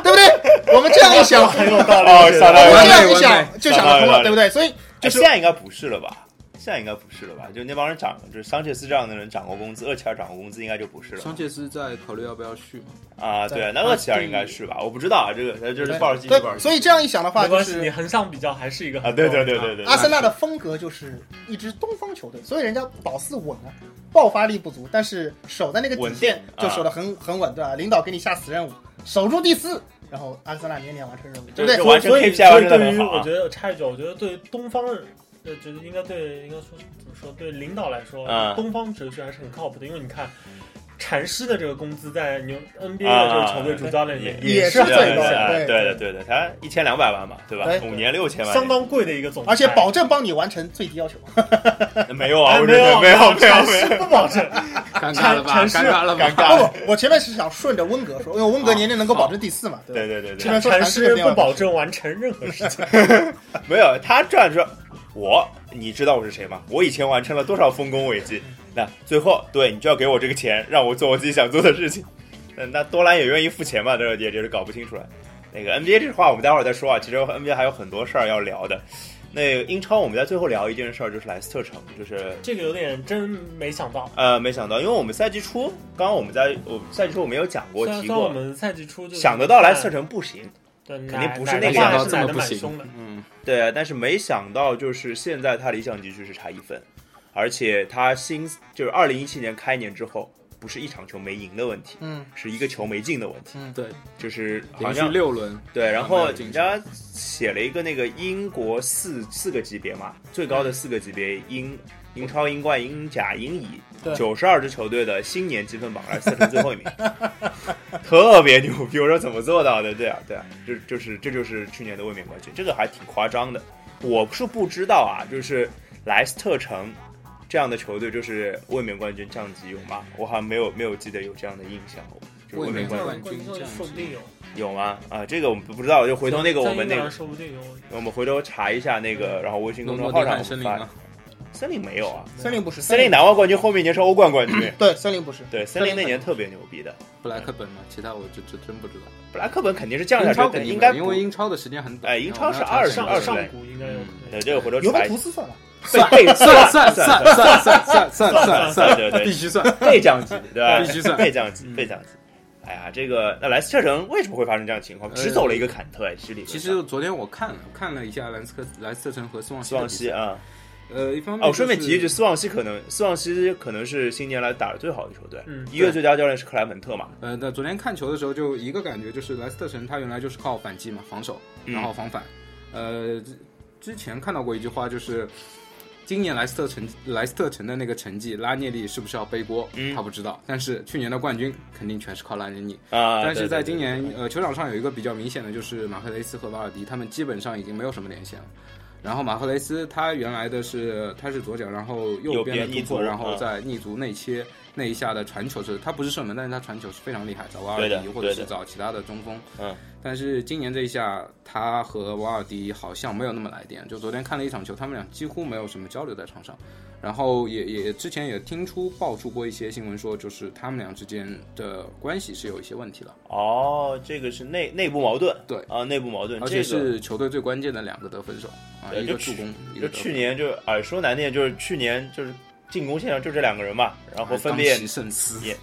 S3: (laughs) 对不对？我们这样
S1: (laughs)
S3: 一想，
S2: 很有道理。
S1: 哦
S2: 我觉得
S1: 想到
S3: 我
S1: 了
S3: 们这样一
S4: 完美
S3: 想就想得通了，对不对？所以
S1: 哎，
S3: 就是
S1: 现在应该不是了吧？现在应该不是了吧？就那帮人涨，就是桑切斯这样的人涨过工资，厄齐尔涨过工资，应该就不是了
S4: 桑切斯在考虑要不要续嘛？
S1: 啊。对
S3: 对，
S1: 那厄齐尔应该是吧？我不知道啊，这个呃就是
S3: 对
S1: 鲍尔基，鲍尔
S3: 对，
S1: 基
S3: 所以这样一想的话，
S2: 没
S3: 就
S2: 关系，
S3: 是
S2: 你横向比较还是一个很
S1: 啊，对对
S2: 高
S1: 对对对，
S3: 阿森纳的风格就是一支东方球队，所以人家保四稳啊，爆发力不足，但是守在那个底线
S1: 稳定啊
S3: 就守得很、很稳，对吧？领导给你下死任务，守住第四，然后阿森纳年年完成任务，对不
S1: 这
S3: 对？
S1: 完全
S2: 所以
S1: KPI
S2: 所
S1: 真
S2: 以
S1: 的
S2: 对
S1: 很
S2: 于
S1: 好啊
S2: 我觉得我插一句，我觉得对于东方呃，觉得应该对，应该说怎么说？对领导来说，
S1: 啊
S2: 东方哲学还是很靠谱的，因为你看。禅师的这个工资在牛 NBA 的这个球队主教练
S1: 啊也
S3: 也
S2: 是
S3: 是最
S2: 很
S3: 高的
S1: 对
S3: 对
S1: 的对的，他一千两百万嘛，对吧
S3: 对？
S1: 五年六千万，
S2: 相当贵的一个总裁，
S3: 而
S1: 哎
S3: 且保证帮你完成最低要求。
S1: 没有啊，
S2: 哎
S1: 我
S2: 没
S1: 觉得
S2: 有
S1: 没有没有
S2: 禅
S1: 没
S2: 师
S1: 有，
S2: 不保证，
S4: 尴尬了吧？
S2: 禅禅师
S4: 尴尬了吧？
S1: 尴
S3: 不
S1: 尬了。
S3: (laughs) 不，我前面是想顺着温格说，因为
S1: 啊
S3: 温格年年能够保证第四嘛，对吧？
S1: 对对对对
S3: 这，然说
S2: 禅
S3: 禅师
S2: 师
S3: 也没有
S2: 不保证完成任何事情。
S1: 没有他赚赚我，你知道我是谁吗？我以前完成了多少丰功伟绩？那最后对你就要给我这个钱，让我做我自己想做的事情。 (laughs) 那那多兰也愿意付钱嘛？这个也就是搞不清楚了。那个 NBA 这话我们待会儿再说啊，其实 NBA 还有很多事儿要聊的。那个英超我们在最后聊一件事儿，就是莱斯特城，就是
S2: 这个有点真没想到。
S1: 呃没想到，因为我们赛季初，刚刚我们在我赛季初我们有讲过
S2: 虽然
S1: 提
S2: 说我
S1: 过，
S2: 们赛季初就
S1: 想得到莱斯特城不行，
S2: 对
S1: 肯定不是那
S4: 没
S1: 个
S4: 想
S1: 样
S4: 到
S2: 话
S4: 这
S2: 是奶
S4: 么
S2: 的
S4: 不
S2: 蛮
S4: 行
S2: 凶的。，
S4: 嗯，
S1: 对，但是没想到就是现在他理想级区是差一分，而且他新就是二零一七年开年之后，不是一场球没赢的问题，
S3: 嗯，
S1: 是一个球没进的问题，
S4: 对，
S1: 就是好
S4: 连续
S1: 像
S4: 六轮，
S1: 对，然
S4: 没
S1: 后
S4: 有进
S1: 人
S4: 球
S1: 家写了一个那个英国四四个级别嘛，最高的四个级别英英超、英冠、英甲、英乙
S3: 对，
S1: 九十二支球队的新年积分榜，而四成最后一名， (laughs) 特别牛逼！我说怎么做到的？对啊，对啊，这就是这就是去年的卫冕冠军，这个还挺夸张的。我是不知道啊，就是莱斯特城这样的球队，就是卫冕冠军降级有吗？我好像没有没有记得有这样的印象。就是
S4: 卫
S1: 卫
S4: 冕
S1: 冕冠
S4: 冠
S1: 军
S4: 冠军这样子
S2: 说不定有，
S1: 有吗？啊，这个我们不知道，就回头那个我们那
S2: 在英格
S1: 个
S2: 兰说不定有。
S1: 我们回头查一下那个，然后微信公
S4: 龙
S1: 众
S4: 诺
S1: 号
S4: 地
S1: 上
S4: 汉
S1: 我
S4: 森
S1: 们
S4: 林
S1: 发
S4: 啊。，
S1: 森林没有啊，
S3: 森林不是，
S1: 森林，拿完冠军后面一年是欧冠冠军
S4: (coughs)
S3: 对，森林不是。
S1: 对，森林那年特别牛逼的。
S4: 布莱克本嘛，其他我就真真不知道。
S1: 布莱克本肯定是降下
S4: 英
S1: 去的，
S4: 超
S1: 但
S4: 肯
S1: 应
S4: 定
S1: 该
S4: 没有因
S1: 不
S4: 为英超的时间很短，
S1: 哎英超是
S4: 我们要查
S1: 上
S4: 查
S2: 上
S1: 20
S2: 上
S1: 对
S2: 古应该有可
S1: 嗯对，
S2: 能。
S1: 这个回头
S3: 尤
S1: 查
S3: 文
S1: 一
S3: 图
S1: 下。
S3: 斯算吧，
S1: 算背 (laughs)
S4: 算算算算算算算算
S1: 算
S4: 算，
S1: 对对
S4: 必
S1: 对，
S4: 须算。
S1: 被降
S4: (laughs)
S1: 级对吧？
S4: 必须算
S1: 被降级，
S4: 嗯
S1: 被降级。哎呀，这个那莱斯特城为什么会发生这样的情况？
S4: 呃
S1: 只走了一个坎特，哎，是里
S4: 其实昨天我看了看了一下莱斯科莱斯特城和斯旺
S1: 斯旺
S4: 西
S1: 西
S4: 的
S1: 啊，
S4: 比赛，呃，一方面
S1: 哦，顺便
S4: 就
S1: 提
S4: 是
S1: 一句，，斯旺西可能斯旺西可能是新年来打的最好的球队，
S2: 嗯
S1: 一月最佳教练是克莱门特嘛，
S4: 呃，那昨天看球的时候就一个感觉就是莱斯特城他原来就是靠反击嘛，防守，
S1: 嗯
S4: 然后防反，呃，之之前看到过一句话就是。今年莱斯特城莱斯特城的那个成绩，拉涅利是不是要背锅？
S1: 嗯
S4: 他不知道。但是去年的冠军肯定全是靠拉涅利。
S1: 啊，
S4: 但是
S1: 对
S4: 在
S1: 对
S4: 今
S1: 对
S4: 年，呃，球场上有一个比较明显的，就是马赫雷斯和瓦尔迪，他们基本上已经没有什么连线了。然后马赫雷斯他原来的是他是左脚，然后
S1: 右
S4: 右边的
S1: 边逆
S4: 突破，
S1: 足
S4: 然后
S1: 嗯
S4: 在逆足内切那一下的传球是，他不是射门，但是他传球是非常厉害，找瓦尔
S1: 对
S4: 迪
S1: 的
S4: 或者
S1: 对
S4: 是
S1: 的
S4: 找其他的中锋。
S1: 嗯。
S4: 但是今年这一下，他和瓦尔迪好像没有那么来电。就昨天看了一场球，他们俩几乎没有什么交流在场上。然后也也之前也听出爆出过一些新闻说，就是他们俩之间的关系是有一些问题的。
S1: 哦，这个是内内部矛盾，
S4: 对
S1: 啊，内部矛盾，
S4: 而
S1: 这
S4: 且
S1: 个
S4: 是球队最关键的两个得分手啊，
S1: 对
S4: 一
S1: 就
S4: 个助
S1: 去
S4: 攻，一
S1: 就
S4: 个得
S1: 去
S4: 分
S1: 年就哎说难听，就是去年就是进攻线上就这两个人嘛，然
S4: 哎
S1: 后分别
S4: 冈崎慎司
S1: 也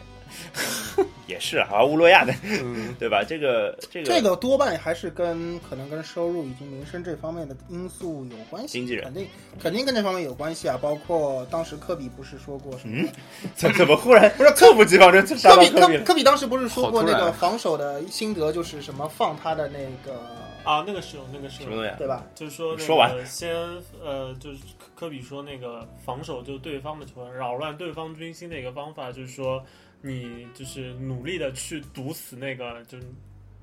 S1: 也是好像乌洛亚的
S4: 嗯
S1: (laughs) 对吧？这个这个
S3: 这个多半还是跟可能跟收入以及民生这方面的因素有关系，
S1: 经纪人
S3: 肯定肯定跟这方面有关系啊。包括当时科比不是说过什么？
S1: 怎怎么忽然不是猝不及防就杀
S3: 科
S1: 到嗯科比
S3: 比科
S1: 了？
S3: 科比当时不是说过
S4: 好突
S3: 那
S4: 然啊
S3: 个防守的心得就是什么放他的那个
S2: 啊，那个是有，那个
S1: 什
S2: 是有
S1: 么。东西啊？
S3: 对吧？
S2: 就是说，
S1: 说完，
S2: 先呃，就是科比说那个防守就是对方的球员，扰乱对方军心的一个方法，就是说你就是努力的去堵死那个就是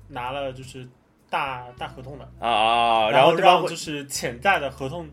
S2: 拿了就是大大合同的，
S1: 啊啊，啊
S2: 然
S1: 后对方
S2: 让
S1: 会
S2: 就是潜在的合同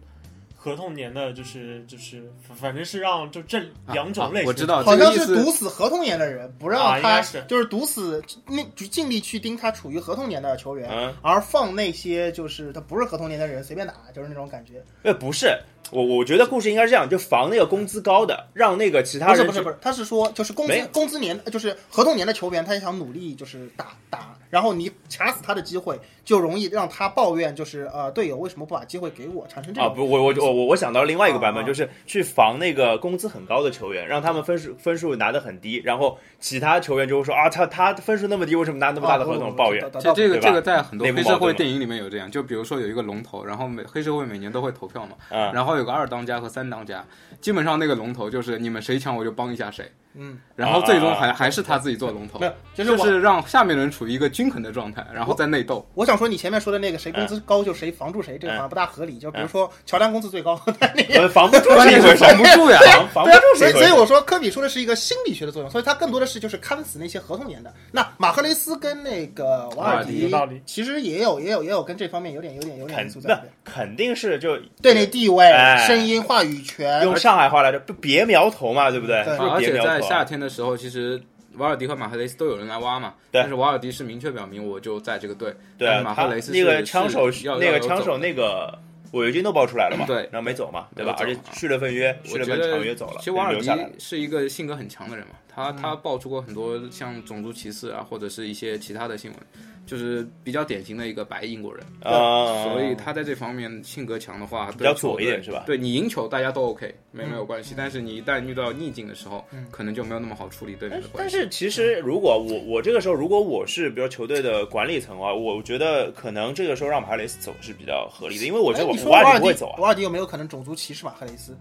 S2: 合同年的就是就是反正是让就这两种类型、
S4: 啊我知道
S3: 好
S4: 这个
S3: 像
S4: 意
S3: 是
S4: 思
S3: 堵死合同年的人，不
S2: 啊
S3: 让
S2: 应
S3: 他、
S2: 该是
S3: 就是堵死那就尽力去盯他处于合同年的球员，
S1: 嗯，
S3: 而放那些就是他不是合同年的人随便打，就是那种感觉。
S1: 呃不是。我我觉得故事应该是这样，就防那个工资高的，让那个其他
S3: 不是
S1: 人
S3: 不是不
S1: 是
S3: 是，他是说就是工
S1: 没
S3: 资
S1: 有
S3: 工资年就是合同年的球员，他也想努力就是打打，然后你卡死他的机会，就容易让他抱怨就是呃队友为什么不把机会给我，产生这
S1: 啊，
S3: 种、
S1: 不，我我我我我想到另外一个版本，
S3: 啊啊
S1: 就是去防那个工资很高的球员，让他们分数分数拿得很低，然后其他球员就会说啊，他他分数那么低，为什么拿那么大的合同抱怨？
S3: 啊不不不
S4: 这这个
S1: 对吧
S4: 这个在很多
S1: 内部
S4: 黑
S1: 矛
S4: 社
S1: 盾
S4: 会
S1: 嘛
S4: 电影里面有这样，就比如说有一个龙头，然后每黑社会每年都会投票嘛，
S1: 啊
S4: 然后有个二当家和三当家，基本上那个龙头就是你们谁强我就帮一下谁，
S3: 嗯，
S4: 然后最终
S1: 啊
S4: 还还是他自己做龙头
S3: 没，有，就是
S4: 就
S3: 我
S4: 是让下面人处于一个均衡的状态，然后再内斗。
S3: 我想说，你前面说的那个谁
S1: 嗯
S3: 工资高就谁防住谁，这个好像不大合理。就比如说乔丹工资最高，但那个
S1: 呃嗯防不住
S4: 关
S1: 是一
S4: 键
S1: 回
S4: 是
S1: 事，
S4: 防不住呀，
S1: 防防不
S3: 对啊，
S1: 住
S3: 所
S1: 是一
S3: 以
S1: 回事
S3: 所以。我说科比说的是一个心理学的作用，所以他更多的是就是看死那些合同年的。那马赫雷斯跟那个瓦
S1: 啊
S3: 尔
S4: 瓦尔
S3: 迪
S4: 迪
S2: 有道理
S3: 其实也有也有也有跟这方面有点有点有点因
S1: 肯
S3: 素在里
S1: 那
S3: 面。
S1: 肯定是就
S3: 对那地位、
S1: 哎
S3: 声音、话语权，
S1: 用上海话来着，不别苗头嘛，对不对？
S3: 对
S1: 就
S4: 而
S1: 别
S4: 且
S1: 苗头啊
S4: 在夏天的时候，其实瓦尔迪和马赫雷斯都有人来挖嘛，
S1: 对
S4: 但是瓦尔迪是明确表明我就在这个队，
S1: 对啊
S4: 但是马
S1: 他
S4: 赫雷斯
S1: 那个
S4: 是
S1: 枪手
S4: 是要
S1: 那
S4: 要
S1: 个
S4: 走
S1: 枪手
S4: 的
S1: 那个违约金都报出来了嘛，
S4: 对
S1: 然后没走嘛，对吧
S4: 没？走
S1: 而且续了份约，续
S4: 我
S1: 了
S4: 觉
S1: 份
S4: 得
S1: 长约走了，
S4: 其实瓦尔
S1: 留
S4: 迪
S1: 下来了。嗯
S4: 是一个性格很强的人嘛，他他爆出过很多像种族歧视啊，或者是一些其他的新闻，就是比较典型的一个白英国人，
S1: 啊，
S4: 所以他在这方面性格强的话，比
S1: 较左一点是吧嗯
S4: 对你赢球大家都 OK，没没有关系，但是你一旦遇到逆境的时候，
S3: 嗯
S4: 可能就没有那么好处理对面的关
S1: 但
S4: 系。
S1: 是其实，如果我我这个时候，如果我是比如球队的管理层啊，我觉得可能这个时候让马哈雷斯走是比较合理的，因为我觉
S3: 哎，
S1: 得
S3: 你说
S1: 瓦
S3: 瓦
S1: 尔
S3: 尔
S1: 迪不会
S3: 迪
S1: 走啊，
S3: 瓦尔迪有没有可能种族歧视马赫雷斯？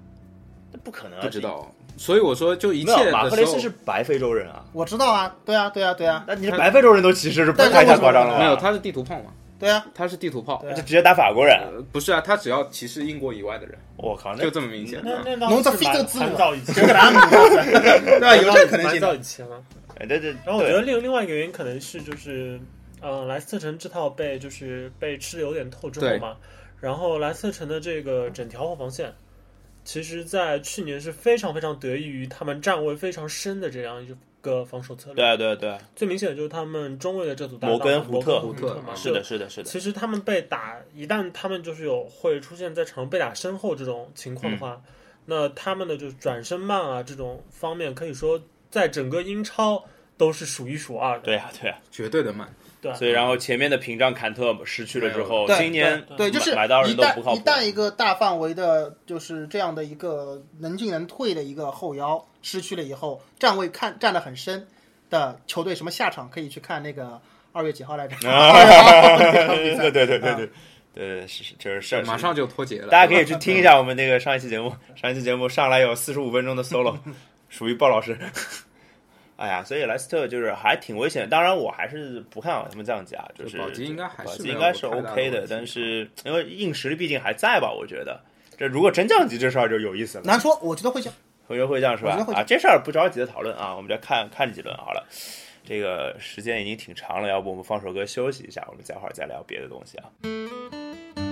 S1: 不可能啊，
S4: 不知道，所以我说就一
S1: 这。
S4: 切
S1: 没有，马
S4: 的
S1: 赫
S4: 时
S1: 雷斯
S4: 候
S1: 是白非洲人
S3: (laughs)
S1: 啊，
S3: 我知道啊，对啊，对啊，对啊，
S1: 那你是白非洲人都歧视，这不
S3: 但是
S1: 太
S3: 为什
S1: 太
S3: 么
S1: 夸张了吧？啊
S4: 没有，他是地图炮嘛，
S3: 对啊，
S4: 他是地图炮
S3: 对，
S1: 就直接打法国人，
S4: 呃不是啊，他只要歧视英国以外的
S1: (laughs)
S4: 人，
S1: 我靠，那
S4: 就这么明显。
S2: 那
S4: 啊
S2: 那那
S3: 龙泽
S2: 是
S3: 菲特
S2: 蛮
S3: 之
S2: 蛮
S3: 路
S2: 早以前，
S3: 有可能，对吧？ (laughs) 有这个可能
S2: 蛮
S3: 性
S2: 早
S3: 的。
S2: 以前了。
S1: 哎这这，
S2: 然后我觉
S1: 对
S2: 得另另外一个原因可能是就是，呃，莱斯特城这套被就是被吃的有点透之后
S4: 对
S2: 嘛，然后莱斯特城的这个整条后防线，其实在去年是非常非常得益于他们站位非常深的这样一个防守策略。
S1: 对对对，
S2: 最明显的就是他们中卫的这组搭档
S1: 摩根
S2: 胡
S1: 胡特嗯
S2: 胡
S4: 胡特
S2: 嘛，
S1: 是
S2: 就
S1: 的，是的，是的，
S2: 其实他们被打，一旦他们就是有会出现在场上被打身后这种情况的话，
S1: 嗯
S2: 那他们的就是转身慢啊这种方面，可以说在整个英超都是数一数二的。
S1: 对呀、啊对呀、
S4: 绝对的慢，
S2: 对
S1: 所以然后前面的屏障坎特失去了之后，
S3: 对
S1: 今年
S3: 对，就是一
S1: 买买到人都
S3: 旦
S1: 不靠
S3: 一
S1: 谱，
S3: 旦一个大范围的，就是这样的一个能进能退的一个后腰失去了以后，站位看站得很深的球队，什么下场可以去看那个二月几号来着？
S1: 啊对 (laughs) 对对对对对对，是是就是是
S4: 马。上就脱节了。
S1: (laughs) 大家可以去听一下我们那个上一期节
S4: (laughs)
S1: 目，上一期节目上来有四十五分钟的 solo，属于鲍老师。 (laughs) 哎呀，所以莱斯特就是还挺危险。当然，我还是不看好他们降价，就是
S4: 保级应该还是
S1: 保级
S4: 没有
S1: 应该是
S4: 太大的
S1: OK
S4: 问
S1: 的，
S4: 题嗯
S1: 但是因为硬实力毕竟还在吧，我觉得这如果真降级，这事儿就有意思了。
S3: 难说，我觉得会降。
S1: 同学会这样是吧
S3: 我觉得？会这
S1: 啊，这事儿不着急的讨论啊，我们再看看几轮好了。这个时间已经挺长了，要不我们放首歌休息一下，我们待会儿再聊别的东西啊。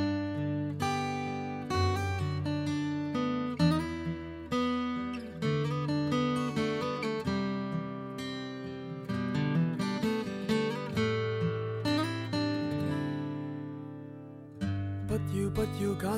S5: 不要不要，假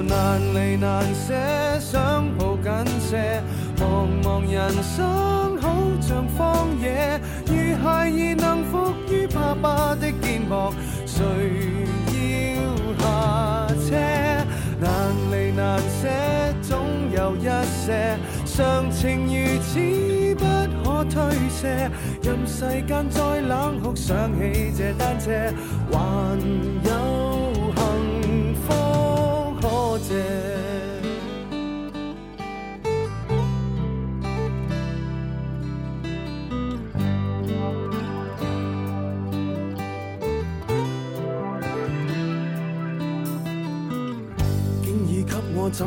S5: 難離難捨，想抱緊些。茫茫人生好像荒野，如孩兒能伏於爸爸的肩膊，誰要下車？難離難捨，總有一些常情如此不可推卸。任世間再冷酷，想起這單車，還有。幸福可借。經已給我怎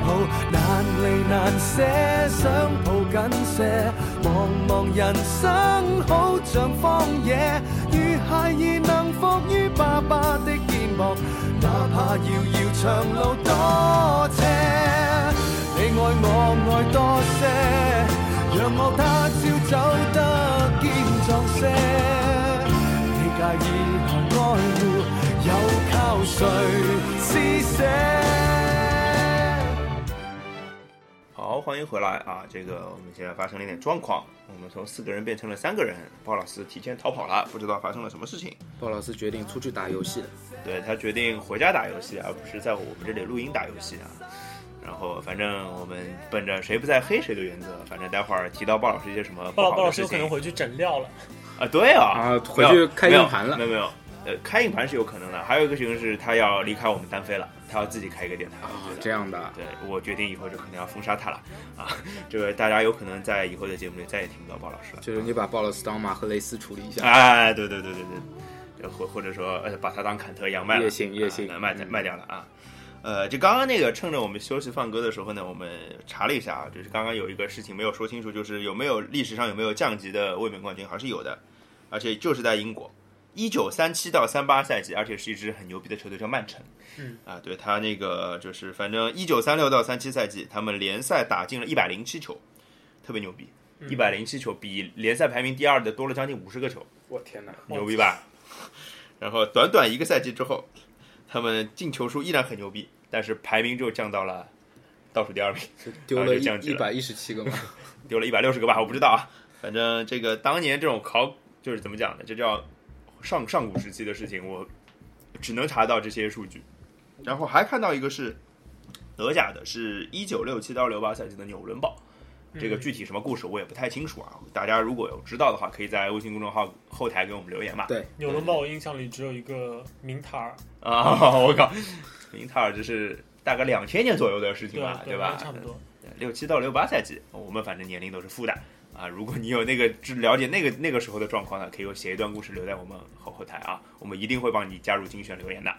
S5: 抱，難離難捨，想抱緊些。茫茫人生好像荒野，與孩儿能伏於爸爸的肩膊，哪怕遙遙長路多斜，你愛我愛多些，讓我他朝走得健壯些。你介意何愛護，又靠誰施捨？
S1: 好，欢迎回来啊！这个我们现在发生了一点状况，我们从四个人变成了三个人，鲍老师提前逃跑了，不知道发生了什么事情。
S4: 鲍老师决定出去打游戏了。
S1: 对他决定回家打游戏，而不是在我们这里录音打游戏啊。然后，反正我们奔着谁不在黑谁的原则，反正待会儿提到鲍老师一些什么不
S2: 鲍老
S1: 好
S2: 鲍老
S1: 的
S2: 师
S1: 事
S2: 有可能
S1: 情
S2: 回去整料了，
S1: 啊，对啊，
S4: 啊
S1: 没有
S4: 回去开硬盘了
S1: 没有没有，呃，开硬盘是有可能的，还有一个情况是他要离开我们单飞了，他要自己开一个电台
S4: 啊，这样的啊，
S1: 对我决定以后就可能要封杀他了啊，这个大家有可能在以后的节目里再也听不到鲍老师了。
S4: 就是你把鲍老师当马赫雷斯处理一下。
S1: 哎，对对对对对，或或者说呃，把它当坎特一样卖了，
S4: 也行也行
S1: 啊卖掉
S4: 嗯
S1: 卖掉了啊。呃，就刚刚那个，趁着我们休息放歌的时候呢，我们查了一下啊，就是刚刚有一个事情没有说清楚，就是有没有历史上有没有降级的卫冕冠军，还是有的，而且就是在英国，一九三七到三八赛季，而且是一支很牛逼的球队叫曼城，
S2: 嗯，
S1: 啊，对他那个就是反正一九三六到三七赛季，他们联赛打进了一百零七球，特别牛逼，
S4: 嗯
S1: 一百零七球比联赛排名第二的多了将近五十个球，
S4: 我天哪！
S2: 哦
S1: 牛逼吧？然后短短一个赛季之后，他们进球数依然很牛逼，但是排名就降到了倒数第二名，
S4: 丢
S1: 啊
S4: 了
S1: 就降级
S4: 一一
S1: 了
S4: 百一十七
S1: (laughs)
S4: 个嘛，
S1: 丢了一百六十个吧，我不知道啊。反正这个当年这种考就是怎么讲呢？这叫上上古时期的事情，我只能查到这些数据。然后还看到一个是德甲的，是一九六七到六八赛季的纽伦堡。这个具体什么故事我也不太清楚啊，大家如果有知道的话，可以在微信公众号后台给我们留言嘛。
S4: 对，
S2: 纽伦堡我印象里只有一个明塔尔，
S1: 啊， (laughs) 我靠，英特尔这是大概两千年左右的事情
S2: 对
S1: 吧，
S2: 对
S1: 吧？
S2: 差不多。
S1: 六七到六八赛季，我们反正年龄都是负的啊。如果你有那个知了解那个那个时候的状况呢，可以写一段故事留在我们后后台啊，我们一定会帮你加入精选留言的。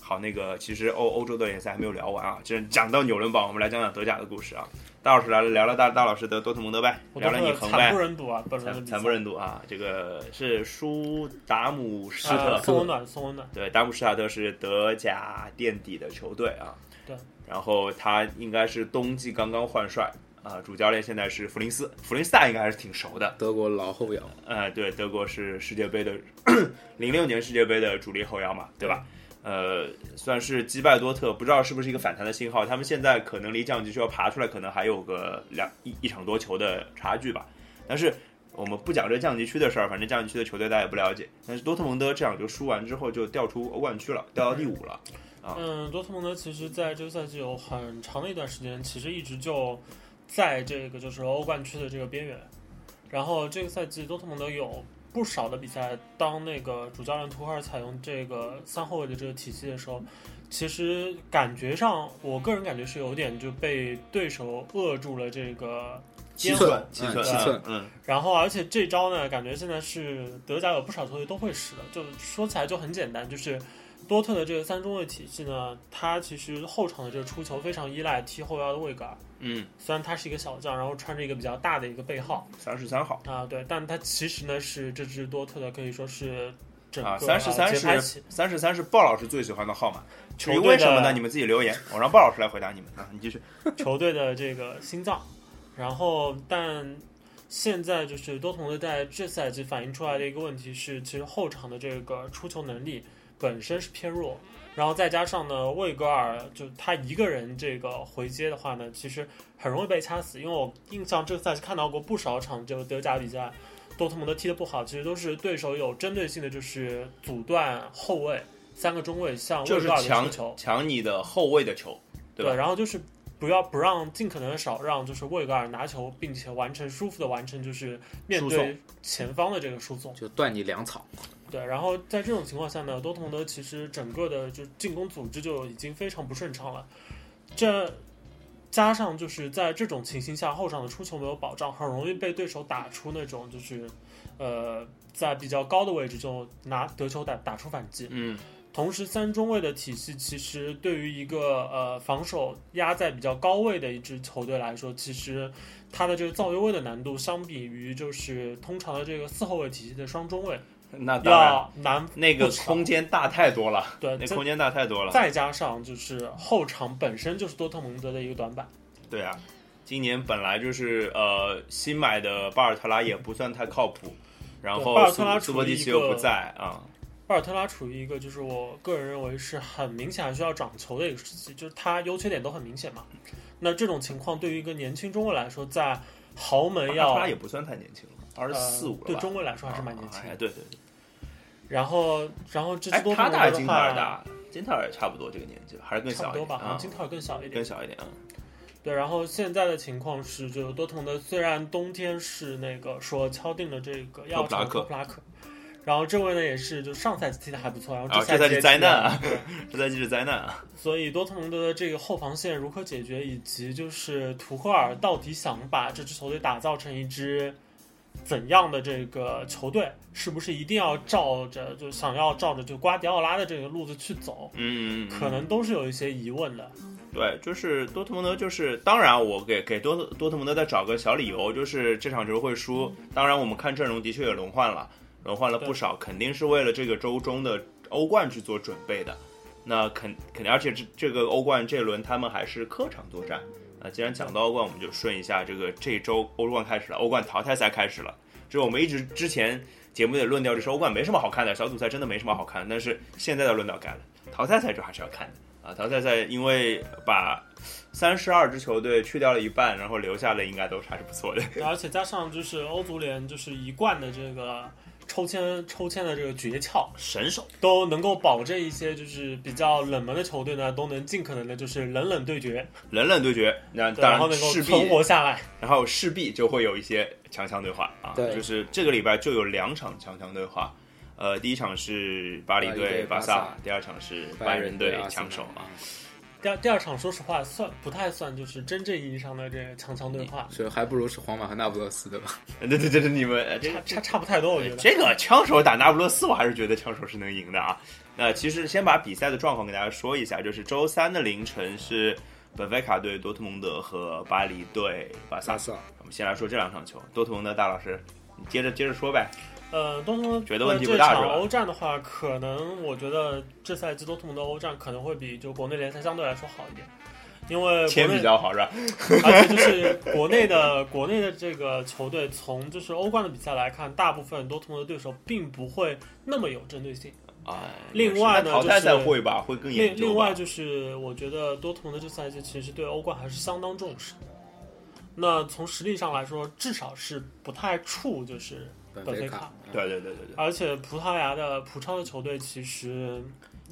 S1: 好，那个其实欧欧洲的联赛还没有聊完啊，这讲到纽伦堡，我们来讲讲德甲的故事啊。大老师来了，聊了大大老师的多特蒙德呗，
S2: 我
S1: 聊
S2: 都
S1: 了你恒
S2: 惨
S1: 呗
S2: 不，忍睹啊，本轮的
S1: 惨
S2: 比
S1: 惨
S2: 赛
S1: 不忍睹啊。这个是舒达姆施特
S2: 呃，送我暖，送我暖。
S1: 对，达姆施塔特是德甲垫底的球队啊。
S2: 对。
S1: 然后他应该是冬季刚刚换帅啊、主教练现在是弗林斯，弗林斯大应该还是挺熟的。
S4: 德国老后摇，
S1: 呃，对，德国是世界杯的零六年世界杯的主力后腰嘛，对吧？呃，算是击败多特，不知道是不是一个反弹的信号。他们现在可能离降级就要爬出来，可能还有个两一一场多球的差距吧。但是我们不讲这降级区的事儿，反正降级区的球队大家也不了解。但是多特蒙德这场就输完之后就掉出欧冠区了，掉到第五了。
S2: 嗯，多特蒙德其实在这个赛季有很长的一段时间，其实一直就在这个就是欧冠区的这个边缘。然后这个赛季多特蒙德有不少的比赛，当那个主教练图赫尔采用这个三后卫的这个体系的时候，其实感觉上，我个人感觉是有点就被对手扼住了这个
S4: 七
S2: 七
S4: 寸
S2: 寸，
S1: 七寸，
S4: 嗯七寸，
S1: 嗯，
S2: 然后，而且这招呢，感觉现在是德甲有不少球队都会使的。就说起来就很简单，就是多特的这个三中卫体系呢，它其实后场的这个出球非常依赖踢后腰的位格尔。
S1: 嗯，
S2: 虽然他是一个小将，然后穿着一个比较大的一个背号
S1: 三十三号
S2: 啊，对，但他其实呢是这支多特的可以说是整个
S1: 啊，三十
S2: 呃
S1: 三
S2: 节拍
S1: 是
S2: 器
S1: 三十三是鲍老师最喜欢的号码。至于
S2: 球队
S1: 为什么呢？
S2: 的
S1: 你们自己留言，我让鲍老师来回答你们啊。你继续。
S2: (laughs) 球队的这个心脏。然后，但现在就是多特蒙德在这赛季反映出来的一个问题是，其实后场的这个出球能力本身是偏弱，然后再加上呢，魏格尔就他一个人这个回接的话呢，其实很容易被掐死。因为我印象这个赛季看到过不少场这个德甲比赛，多特蒙德踢得不好，其实都是对手有针对性的就是阻断后卫三个中卫向
S1: 就
S2: 魏
S1: 是
S2: 格尔的
S1: 抢
S2: 出球，
S1: 抢你的后卫的球，对吧
S2: 然后就是不要不让尽可能的少让就是魏格尔拿球，并且完成舒服的完成就是面
S1: 输送
S2: 对前方的这个输送。
S4: 就断你粮草。
S2: 对，然后在这种情况下呢，多特蒙德其实整个的就进攻组织就已经非常不顺畅了，这加上就是在这种情形下，后场的出球没有保障，很容易被对手打出那种就是呃在比较高的位置就拿得球打打出反击。
S1: 嗯，
S2: 同时，三中卫的体系其实对于一个呃防守压在比较高位的一支球队来说，其实它的这个造越位的难度，相比于就是通常的这个四后卫体系的双中卫，
S1: 那当然，
S2: 要难
S1: 那个
S2: 不少
S1: 空间大太多了，
S2: 对
S1: 那
S2: 这
S1: 空间大太多了。
S2: 再加上就是后场本身就是多特蒙德的一个短板，
S1: 对啊，今年本来就是呃新买的巴尔特拉也不算太靠谱，然
S2: 对
S1: 后
S2: 巴尔
S1: 苏
S2: 特拉
S1: 苏
S2: 处于
S1: 波蒂
S2: 一
S1: 奇又
S2: 个
S1: 不在啊、
S2: 巴尔特拉处于一个就是我个人认为是很明显还需要长球的一个时期，就是他优缺点都很明显嘛。那这种情况对于一个年轻中卫来说，在豪
S1: 巴
S2: 门
S1: 尔特
S2: 要
S1: 拉也不算太年轻了，二十四五了吧、
S2: 呃对中卫来说还是蛮年轻
S1: 啊
S2: 的
S1: 哎，对对对，
S2: 然后然后这支
S1: 哎，
S2: 多特
S1: 他
S2: 蒙德
S1: 大还是
S2: 的
S1: 金泰尔
S2: 话，
S1: 大，金泰尔差不多这个年纪吧，还是更
S2: 差
S1: 小
S2: 不
S1: 一
S2: 多
S1: 点
S2: 吧，好像
S1: 啊
S2: 金，泰尔更小一点
S1: 更。小一点啊。
S2: 对，然后现在的情况是，就是多特蒙德虽然冬天是那个说敲定了这个
S1: 托
S2: 要
S1: 普拉
S2: 长
S1: 克
S2: 托普拉克，然后这位呢也是就上赛季踢的还不错，然后
S1: 啊，
S2: 赛
S1: 这
S2: 季
S1: 赛季灾
S2: 也踢得
S1: 难啊， (laughs) 这赛季是灾难啊！
S2: 所以多特蒙德的这个后防线如何解决，以及就是图赫尔到底想把这支球队打造成一支怎样的这个球队，是不是一定要照着就想要照着就瓜迪奥拉的这个路子去走，
S1: 嗯，嗯嗯
S2: 可能都是有一些疑问的。
S1: 对，就是多特蒙德，就是当然啊我给给多特多特蒙德再找个小理由，就是这场球会输。当然，我们看阵容的确也轮换了，轮换了不少，肯定是为了这个周中的欧冠去做准备的。那肯肯定，而且这这个欧冠这轮他们还是客场作战。啊，既然讲到欧冠，我们就顺一下这个这周欧冠开始了，欧冠淘汰赛开始了。这是我们一直之前节目也论调，就是欧冠没什么好看的，小组赛真的没什么好看的。但是现在的论调改了，淘汰赛就还是要看的啊。淘汰赛因为把三十二支球队去掉了一半，然后留下的应该都是还是不错的。
S2: 而且加上就是欧足联就是一贯的这个抽签抽签的这个诀窍，
S1: 神手
S2: 都能够保证一些就是比较冷门的球队呢，都能尽可能的就是冷冷对决，
S1: 冷冷对决，那
S2: 对
S1: 当
S2: 然后
S1: 然
S2: 能够
S1: 势必
S2: 存活下来。
S1: 然后势必就会有一些强强对话啊，
S4: 对
S1: 就是这个礼拜就有两场强强对话，呃，第一场是巴黎
S4: 巴黎
S1: 对
S4: 对
S1: 巴
S4: 巴萨
S1: 第二场是
S4: 拜
S1: 仁
S4: 仁
S1: 对
S4: 阿森
S1: 强
S4: 纳
S1: 手啊，
S2: 第二第二场，说实话算不太算，就是真正意义上的这个强强对话，
S4: 所以还不如是皇马和那不勒斯对吧？
S1: (laughs) 对对对对，你们呃这
S2: 差差差不太多，我觉得。
S1: 这个枪手打那不勒斯，我还是觉得枪手是能赢的啊。那其实先把比赛的状况给大家说一下，就是周三的凌晨是本菲卡对多特蒙德和巴黎对巴萨
S4: 萨。啊萨
S1: 我们先来说这两场球，多特蒙德大老师，你接着接着说呗。
S2: 呃，多特蒙德
S1: 觉得问题不大
S2: 这
S1: 是吧
S2: 场欧战的话，可能我觉得这赛季多特蒙德欧战可能会比就国内联赛相对来说好一点，因为国
S1: 钱
S2: 内
S1: 比较好是吧？
S2: (laughs) 而且就是国内的国内的这个球队，从就是欧冠的比赛来看，大部分多特蒙德对手并不会那么有针对性。
S1: 啊，
S2: 另外呢
S1: 淘汰赛
S2: 就是
S1: 会吧，会更
S2: 另
S1: 严重吧。
S2: 另外就是，我觉得多特蒙德这赛季其实对欧冠还是相当重视的。那从实力上来说，至少是不太怵，就是
S4: 本
S2: 本菲
S4: 菲
S2: 卡
S4: 卡，
S1: 对对对对对，
S2: 而且葡萄牙的葡超的球队其实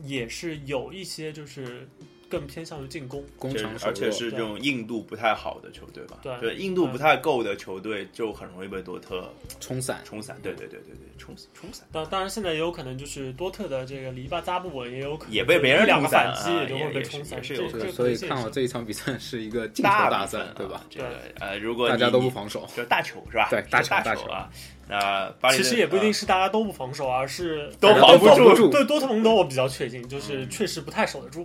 S2: 也是有一些就是更偏向于进攻。
S4: 工
S1: 就是
S4: 厂手
S1: 而且
S4: 弱
S1: 是这种硬度不太好的球队吧？
S2: 对
S1: 硬度不太够的球队就很容易被多特
S4: 冲散，
S1: 冲散。对对对对对，冲冲散。
S2: 但当然，现在也有可能就是多特的这个篱笆扎布韦也有可能
S1: 也被别人
S2: 一两个
S1: 冲散
S2: 反击，
S1: 啊
S2: 也就会
S1: 也
S2: 被
S1: 也是
S2: 冲散，
S1: 也是
S2: 这
S1: 有可
S2: 这
S1: 能
S2: 个
S4: 所以
S2: 现
S4: 看
S2: 实
S4: 我这一场比赛是一个进球大
S1: 比
S4: 战
S1: 分，
S4: 对
S1: 啊
S4: 吧？
S1: 这个呃，如果
S4: 大家
S1: 你
S4: 都不防守，
S1: 就是大球是吧？
S4: 对
S1: 是
S4: 大
S1: 大
S4: 球大球
S1: 啊。那巴黎
S2: 其实也不一
S4: 啊
S2: 定
S1: 是
S2: 是大家都不防守，而是
S1: 都
S4: 大家
S1: 防不
S4: 不
S1: 住嗯
S4: 住，
S2: 对多特蒙德我比较确信，就是确实不太守得住，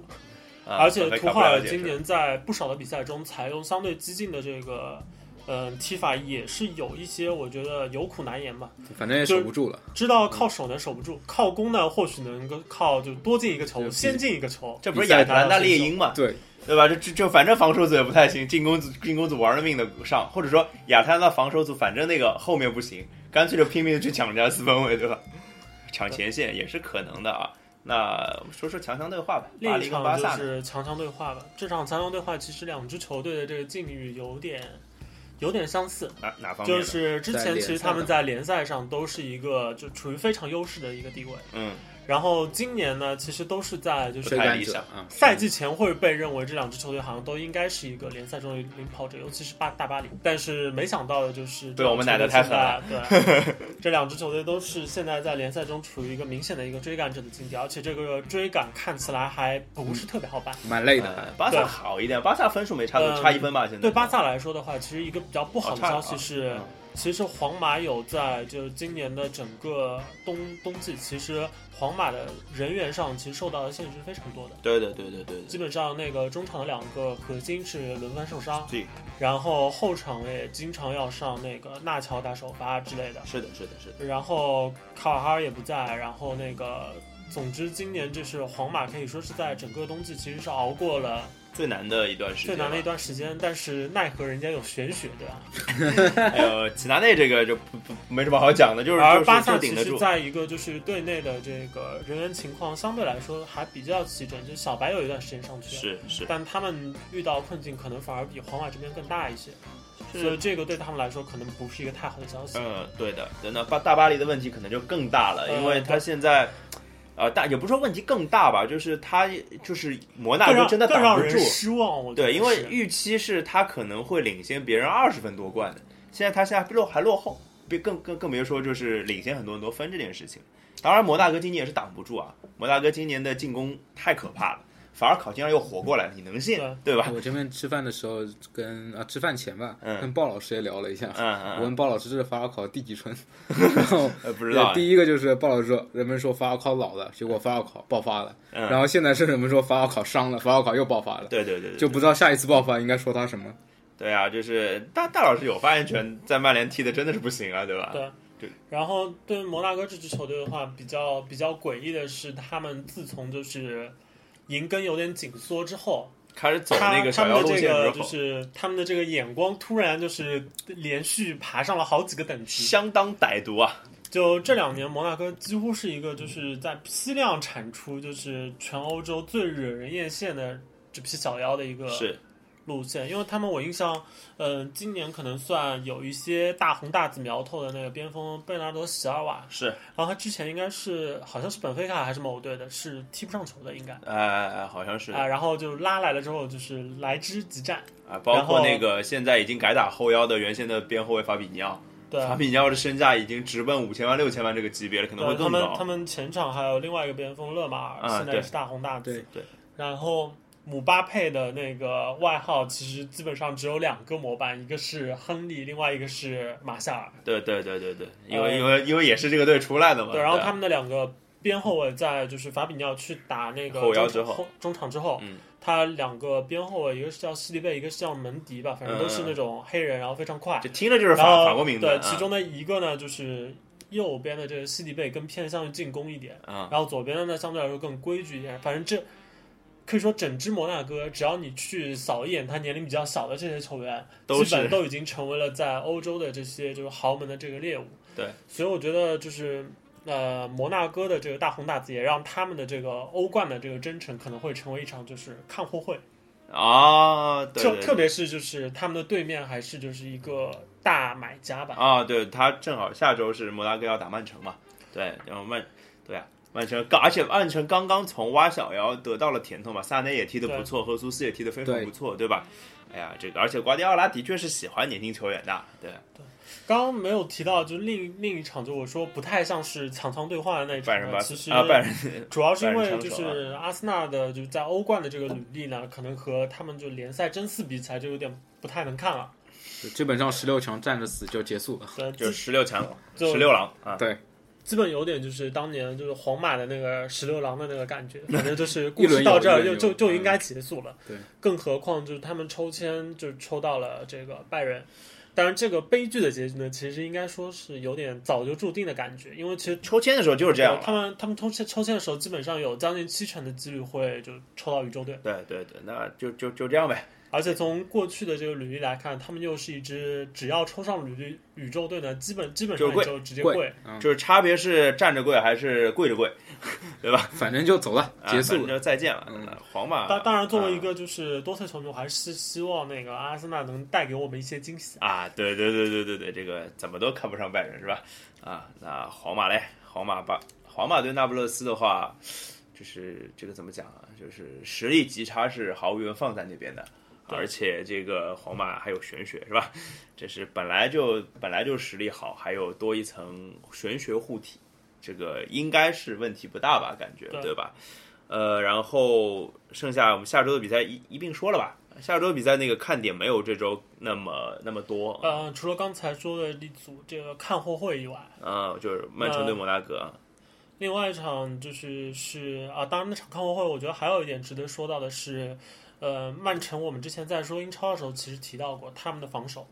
S1: 啊
S2: 而且图赫
S1: 赫
S2: 尔今年在不少的比赛中采用相对激进的这个。嗯，踢法也是有一些，我觉得有苦难言吧。
S4: 反正也守不住了。
S2: 知
S1: 嗯
S2: 道靠守呢守不住，靠攻呢或许能够靠就多进一个球，先进一个球。
S1: 这不是
S4: 比赛
S1: 亚特兰大
S2: 打到
S1: 猎
S2: 新手
S1: 鹰嘛？
S4: 对，
S1: 对吧？这这就反正防守组也不太行，进攻组进攻组玩了命的上，或者说亚特兰大防守组反正那个后面不行，干脆就拼命的去抢人家四分位，对吧？抢前线也是可能的啊。那说说强强对话吧，巴
S2: 另
S1: 黎
S2: 一
S1: 跟巴
S2: 场就
S1: 萨呢
S2: 是强强对话吧。这场强强对话其实两支球队的这个境遇有点有点相似，
S1: 哪哪方面
S2: 就
S1: 呢？
S2: 是之
S4: 在
S2: 前
S4: 联
S2: 其实
S4: 赛
S2: 他们
S4: 上
S2: 在联赛上都是一个就处于非常优势的一个地位，
S1: 嗯，
S2: 然后今年呢，其实都是在就
S1: 不
S4: 追
S1: 太
S2: 是。
S4: 赶
S1: 理
S4: 者
S1: 想
S4: 啊，
S2: 赛季前会被认为这两支球队好像都应该是一个联赛中的领跑者，尤其是巴大巴黎。但是没想到的就是，
S1: 对我们奶得太狠了。 (laughs)
S2: 对，这两支球队都是现在在联赛中处于一个明显的一个追赶者的境地，而且这个追赶看起来还不
S1: 嗯
S2: 是特别好办。
S4: 嗯蛮累
S1: 呃
S4: 的。
S1: 巴萨
S2: 对
S1: 好一点，巴萨分数没差多，
S2: 嗯
S1: 差一分吧，现在
S2: 对巴萨来说的话，其实一个比较不好
S1: 哦
S2: 的
S1: 差了
S2: 消息是，其实皇马有在就是今年的整个冬冬季，其实皇马的人员上其实受到的限制是非常多的。
S1: 对对对对对
S2: 基
S1: 对，
S2: 本上那个中场的两个核心是轮番受伤，
S1: 对，
S2: 然后后场也经常要上那个纳乔打首发之类的。
S1: 是的，是的，是的，
S2: 然后卡瓦哈尔也不在，然后那个，总之今年就是皇马可以说是在整个冬季其实是熬过了
S1: 最难的一段时间
S2: 最
S1: 了，
S2: 难的一段时间，但是奈何人家有玄学，对吧？
S1: 还有齐达内这个就不不没什么好讲的，就是就
S2: 而
S1: 是
S2: 巴萨
S1: 就
S2: 其
S1: 顶得
S2: 实
S1: 住。
S2: 在一个就是队内的这个人员情况相对来说还比较齐整，就是小白有一段时间上去了，
S1: 是是，
S2: 但他们遇到困境可能反而比皇马这边更大一些，
S1: 是
S2: 所以这个对他们来说可能不是一个太好的消息。
S1: 嗯，对的。那巴大巴黎的问题可能就更大了，
S2: 嗯
S1: 因为他现在，呃，大也不是说问题更大吧，就是他就是摩纳
S2: 更
S1: 哥
S2: 让
S1: 真的
S2: 更
S1: 挡
S2: 让
S1: 不
S2: 人
S1: 住。
S2: 失望，我觉得
S1: 对，因为
S2: 是
S1: 预期是他可能会领先别人二十分夺冠的，现在他现在落还落后，别更更更别说就是领先很多很多分这件事情。当然，摩纳哥今年也是挡不住啊，摩纳哥今年的进攻太可怕了，反而考辛让又活过来了，你能信对吧？
S4: 我这边吃饭的时候跟啊吃饭前吧，
S1: 嗯
S4: 跟鲍老师也聊了一下。
S1: 嗯嗯
S4: 我
S1: 嗯，
S4: 问鲍老师这是法尔考第
S1: (laughs)
S4: 几春？然后
S1: 呃，不知道啊，
S4: 第一个就是鲍老师说，人们说法尔考老了，结果法尔考爆发了。
S1: 嗯
S4: 然后现在是人们说法尔考伤了，法尔考又爆发了，
S1: 对对对对，
S4: 就不知道下一次爆发应该说他什么。
S1: 对啊，就是大大老师有发言权，在曼联踢的真的是不行啊，对吧？
S2: 对
S1: 对。
S2: 然后对于摩纳哥这支球队的话，比较比较诡异的是，他们自从就是银根有点紧缩之后，
S1: 开始走那
S2: 他
S1: 个
S2: 他
S1: 小
S2: 们
S1: 妖
S2: 的
S1: 路
S2: 这
S1: 线之
S2: 个
S1: 后，
S2: 就是他们的这个眼光突然就是连续爬上了好几个等级。
S1: 相当歹毒啊！
S2: 就这两年，摩纳哥几乎是一个就是在批量产出就是全欧洲最惹人艳羡的这批小妖的一个
S1: 是
S2: 路线，因为他们我印象，嗯、今年可能算有一些大红大紫苗头的那个边锋贝纳多·席尔瓦，
S1: 是，
S2: 然后他之前应该是好像是本菲卡还是某队的，是踢不上球的应该啊、啊
S1: 呃，好像是的
S2: 然后就拉来了之后就是来之即战，
S1: 啊，包
S2: 然
S1: 括
S2: 后
S1: 那个现在已经改打后腰的原先的边后卫法比尼奥，
S2: 对
S1: 法
S2: 啊，
S1: 比尼奥的身价已经直奔五千万六千万这个级别了，可能会
S2: 对呃他
S1: 更
S2: 们他
S1: 高。
S2: 们前场还有另外一个边锋勒马尔，
S1: 啊
S2: 现在
S1: 对
S2: 也是大红大紫，
S4: 对
S1: 对
S2: 然后。姆巴佩的那个外号其实基本上只有两个模板，一个是亨利，另外一个是马夏尔。
S1: 对对对对对，因为
S2: 呃
S1: 因为因为也是这个队出来的嘛。
S2: 对，然后
S1: 啊
S2: 他们的两个边后卫在就是法比尼奥去打那个
S1: 后腰
S2: 中
S1: 之
S2: 场
S1: 后
S2: 中场之后，
S1: 嗯
S2: 他两个边后卫一个是叫西利贝，一个是叫门迪吧，反正
S1: 嗯
S2: 都是那种黑人，然后非常快
S1: 就。听着就是
S2: 然
S1: 法
S2: 后
S1: 法国名字，
S2: 对，
S1: 啊
S2: 其中的一个呢就是右边的这个西利贝更偏向于进攻一点，
S1: 啊，
S2: 然后左边的呢相对来说更规矩一点，反正这。可以说，整支摩纳哥，只要你去扫一眼他年龄比较小的这些球员，
S1: 都
S2: 基本
S1: 是
S2: 都已经成为了在欧洲的这些就是豪门的这个猎物。
S1: 对，
S2: 所以我觉得就是呃，摩纳哥的这个大红大紫，也让他们的这个欧冠的这个征程可能会成为一场就是看货会，
S1: 啊，对
S2: 就
S1: 对
S2: 特
S1: 对
S2: 别是就是他们的对面还是就是一个大买家吧。
S1: 啊，对他正好下周是摩纳哥要打曼城嘛，对，然后曼对啊，曼城刚而且曼城刚刚从挖小妖得到了甜头嘛，萨内也踢得不错，和苏斯也踢得非常
S4: 对
S1: 不错，对吧？哎呀，这个而且瓜迪奥拉的确是喜欢年轻球员的，对，
S2: 刚刚没有提到，就是另另一场，就我说不太像是强强对话的那一
S1: 拜仁
S2: 场
S4: 呃
S2: 呢，
S1: 巴
S2: 其实
S1: 萨啊，拜仁
S2: 主要是因
S1: 拜
S2: 为
S1: 仁
S2: 就
S1: 枪手啊
S2: 是阿森纳的就是在欧冠的这个履历呢，可能和他们就联赛争四比起来就有点不太能看了。
S4: 就基本上十六强站着死就结束了。
S2: 对，
S1: 就是十六强，
S2: 就
S1: 十六郎啊，
S4: 对，
S2: 基本有点就是当年就是皇马的那个十六郎的那个感
S1: (laughs)
S2: 觉，反正就是故
S4: 一轮
S2: 事
S4: 游
S2: 到这儿
S4: 一轮
S2: 就
S4: 游
S2: 就
S1: 嗯
S2: 就应该结束了。
S4: 对，
S2: 更何况就是他们抽签就抽到了这个拜仁，当然这个悲剧的结局呢，其实应该说是有点早就注定的感觉，因为其实
S1: 抽签的时候就是这样了啊
S2: 他们他们抽签抽签的时候，基本上有将近七成的几率会就抽到宇宙队，
S1: 对对对，那就就就这样呗，
S2: 而且从过去的这个履历来看，他们又是一支只要抽上宇宇宙队呢，基本基本
S1: 就
S2: 上
S1: 是跪
S2: 也就直接
S4: 跪
S2: 跪。
S1: 就是差别是站着跪还是跪着跪，
S4: 反正就走了，
S1: 啊
S4: 结
S1: 反
S4: 束
S1: 正
S4: 了。
S1: 就再见了
S4: 嗯。
S1: 那皇马
S2: 当当然，作为一
S1: 啊
S2: 个就是多特球迷，我还是希望那个阿森纳能带给我们一些惊喜。
S1: 啊，对对对对对对，这个怎么都看不上拜仁是吧？啊，那皇马嘞，皇马吧，皇马对那不勒斯的话，就是这个怎么讲啊？就是实力极差是毫无缘放在那边的，
S2: 对
S1: 而且这个皇马还有玄学是吧？这是本来就本来就实力好，还有多一层玄学护体，这个应该是问题不大吧？感觉
S2: 对
S1: 对吧？呃，然后剩下我们下周的比赛一一并说了吧。下周比赛那个看点没有这周那么那么多，啊、
S2: 呃，除了刚才说的一组这个看货会以外，
S1: 呃就是曼城对摩纳哥，啊
S2: 另外一场就是是啊，当然那场看货会，我觉得还有一点值得说到的是，呃，曼城我们之前在说英超的时候，其实提到过他们的防守，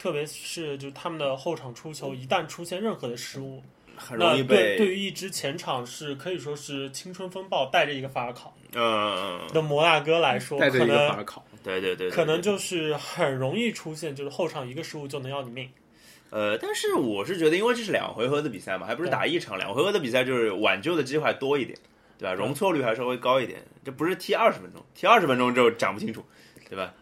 S2: 特别是就是他们的后场出球，一旦出现任何的失误，
S1: 很容
S2: 那
S1: 易被，
S2: 对对于一支前场是可以说是青春风暴带着一个法尔考
S1: 嗯，
S2: 的摩纳哥来说，
S4: 带着
S2: 可
S4: 一个法
S2: 能
S4: 尔考，
S1: 对对对，对
S2: 可能
S1: 对
S2: 就是很容易出现就是后场一个失误就能要你命。
S1: 呃，但是我是觉得，因为这是两回合的比赛嘛，还不是打一场，两回合的比赛就是挽救的机会还多一点，对吧？容错率还稍微高一点，这不是踢二十分钟，踢二十分钟就讲不清楚，对吧？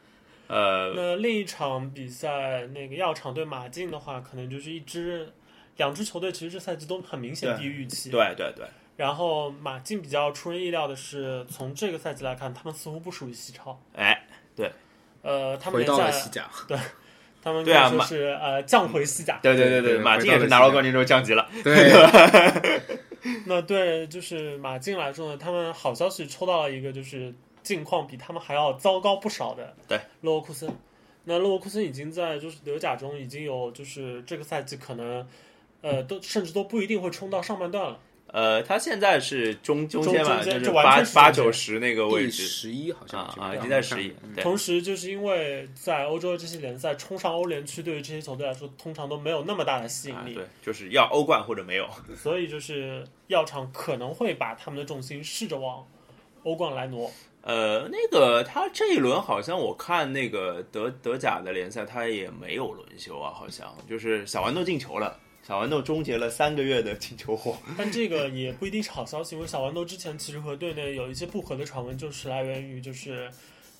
S1: 呃，
S2: 那另一场比赛，那个药厂对马竞的话，可能就是一支两支球队其实这赛季都很明显低于预期。
S1: 对对对，
S2: 然后马竞比较出人意料的是，从这个赛季来看，他们似乎不属于西超。
S1: 哎，
S2: 呃，他们
S4: 回
S2: 联
S4: 到了
S2: 赛
S4: 西，甲。
S2: 他们
S1: 对啊
S2: 可以说
S1: 马
S2: 是呃降回西甲。
S1: 对
S4: 对
S1: 对
S4: 对
S1: 对，马
S4: 回
S1: 竞
S4: 到
S1: 也
S4: 了
S1: 是
S4: 西
S1: 拿到
S4: 甲
S1: 冠军之后降级了，
S4: 对，
S1: (laughs)
S2: 那对，就是马竞来说呢，他们好消息抽到了一个，就是境况比他们还要糟糕不少的，
S1: 对，
S2: 勒沃库森。那勒沃库森已经在就是德甲中已经有就是这个赛季可能，呃，都甚至都不一定会冲到上半段了。
S1: 呃，他现在是中中
S2: 中
S1: 间嘛，
S2: 中
S1: 就
S2: 间
S1: 是
S2: 这完
S1: 八
S2: 全是
S1: 八
S2: 中
S1: 九
S2: 间
S1: 十那个位
S4: 第
S1: 置
S4: 十一好像
S1: 啊
S4: 是
S1: 啊，
S4: 这
S1: 已
S4: 样
S1: 经在十一
S4: 看，
S1: 对，
S2: 同时，就是因为在欧洲的这些联赛冲上欧联区，对于这些球队来说，通常都没有那么大的吸
S1: 啊
S2: 引力，
S1: 对，就是要欧冠或者没有，
S2: 所以就是药厂可能会把他们的重心试着往欧冠来挪。
S1: 呃，那个他这一轮好像我看那个德德甲的联赛，他也没有轮休啊，好像就是小豌豆进球了，小豌豆终结了三个月的进球荒。
S2: 但这个也不一定是好消息，因为小豌豆之前其实和队内有一些不和的传闻，就是来源于就是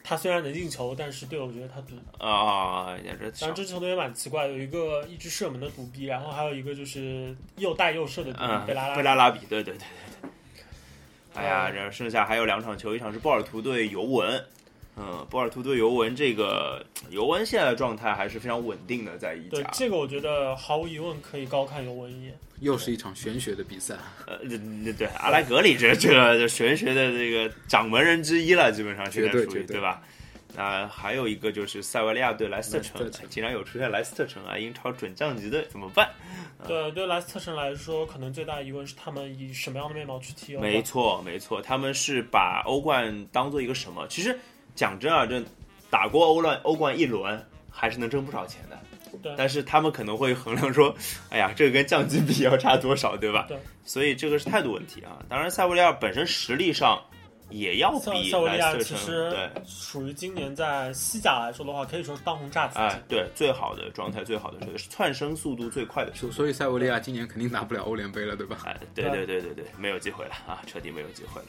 S2: 他虽然能进球，但是队友觉得他毒。
S1: 啊，也是
S2: 当
S1: 小
S2: 然，这支球队也蛮奇怪，有一个一直射门的毒逼，然后还有一个就是又带又射的毒
S1: 嗯
S2: 逼被拉拉。哦
S1: 贝拉拉比，对对对对对。哎呀，这剩下还有两场球，一场是波尔图对尤文，嗯，波尔图对尤文这个尤文现在的状态还是非常稳定的，在意
S2: 对
S1: 甲。
S2: 这个，我觉得毫无疑问可以高看尤文一眼。
S4: 又是一场玄学的比赛。
S1: 呃，对对对，阿莱格里这这个玄学的这个掌门人之一了，基本上现在
S4: 绝对
S1: 属于
S4: 绝对
S1: 对吧？那还有一个就是塞维利亚对莱斯特城哎
S4: 莱斯特，城
S1: 竟然有出现莱斯特城啊，英超准降级队怎么办？
S2: 对，对莱斯特城来说，可能最大的疑问是他们以什么样的面貌去踢欧哦
S1: 没
S2: 冠。
S1: 错，没错，他们是把欧冠当做一个什么？其实讲真啊，这打过欧冠欧冠一轮还是能挣不少钱的。
S2: 对
S1: 但是他们可能会衡量说，哎呀，这个跟降级比要差多少，对吧？
S2: 对。
S1: 所以这个是态度问题啊。当然，塞维利亚本身实力上也要
S2: 塞
S1: 比
S2: 塞维利亚
S1: 莱斯
S2: 其
S1: 特城
S2: 实
S1: 对。
S2: 属于今年在西甲来说的话，可以说是当红炸子鸡。
S1: 哎，对，最好的状态，最好的球队，是窜升速度最快的球队。
S4: 就所以塞维利亚今年肯定拿不了欧联杯了，对吧？
S1: 哎，对对对对对，没有机会了啊，彻底没有机会了。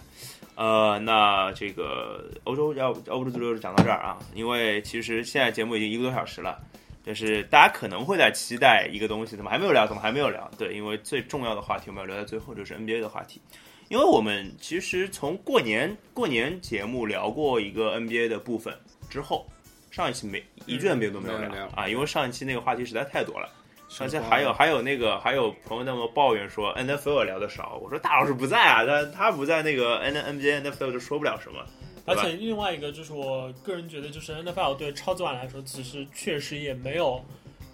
S1: 呃，那这个欧洲要欧洲足球就讲到这儿啊，因为其实现在节目已经一个多小时了，但是大家可能会在期待一个东西，怎么还没有聊？怎么还没有聊？对，因为最重要的话题我们要留在最后，就是 NBA 的话题。因为我们其实从过年过年节目聊过一个 NBA 的部分之后，上一期没一句 NBA 都没有
S4: 嗯
S1: 聊
S4: 没有聊
S1: 啊，因为上一期那个话题实在太多了。上期还有还有那个还有朋友那么抱怨说 NFL 聊的少，我说大老师不在啊，他他不在那个 N NBA NFL 就说不了什么，对
S2: 而
S1: 吧
S2: 且另外一个就是，我个人觉得，就是 NFL 对超级碗来说，其实确实也没有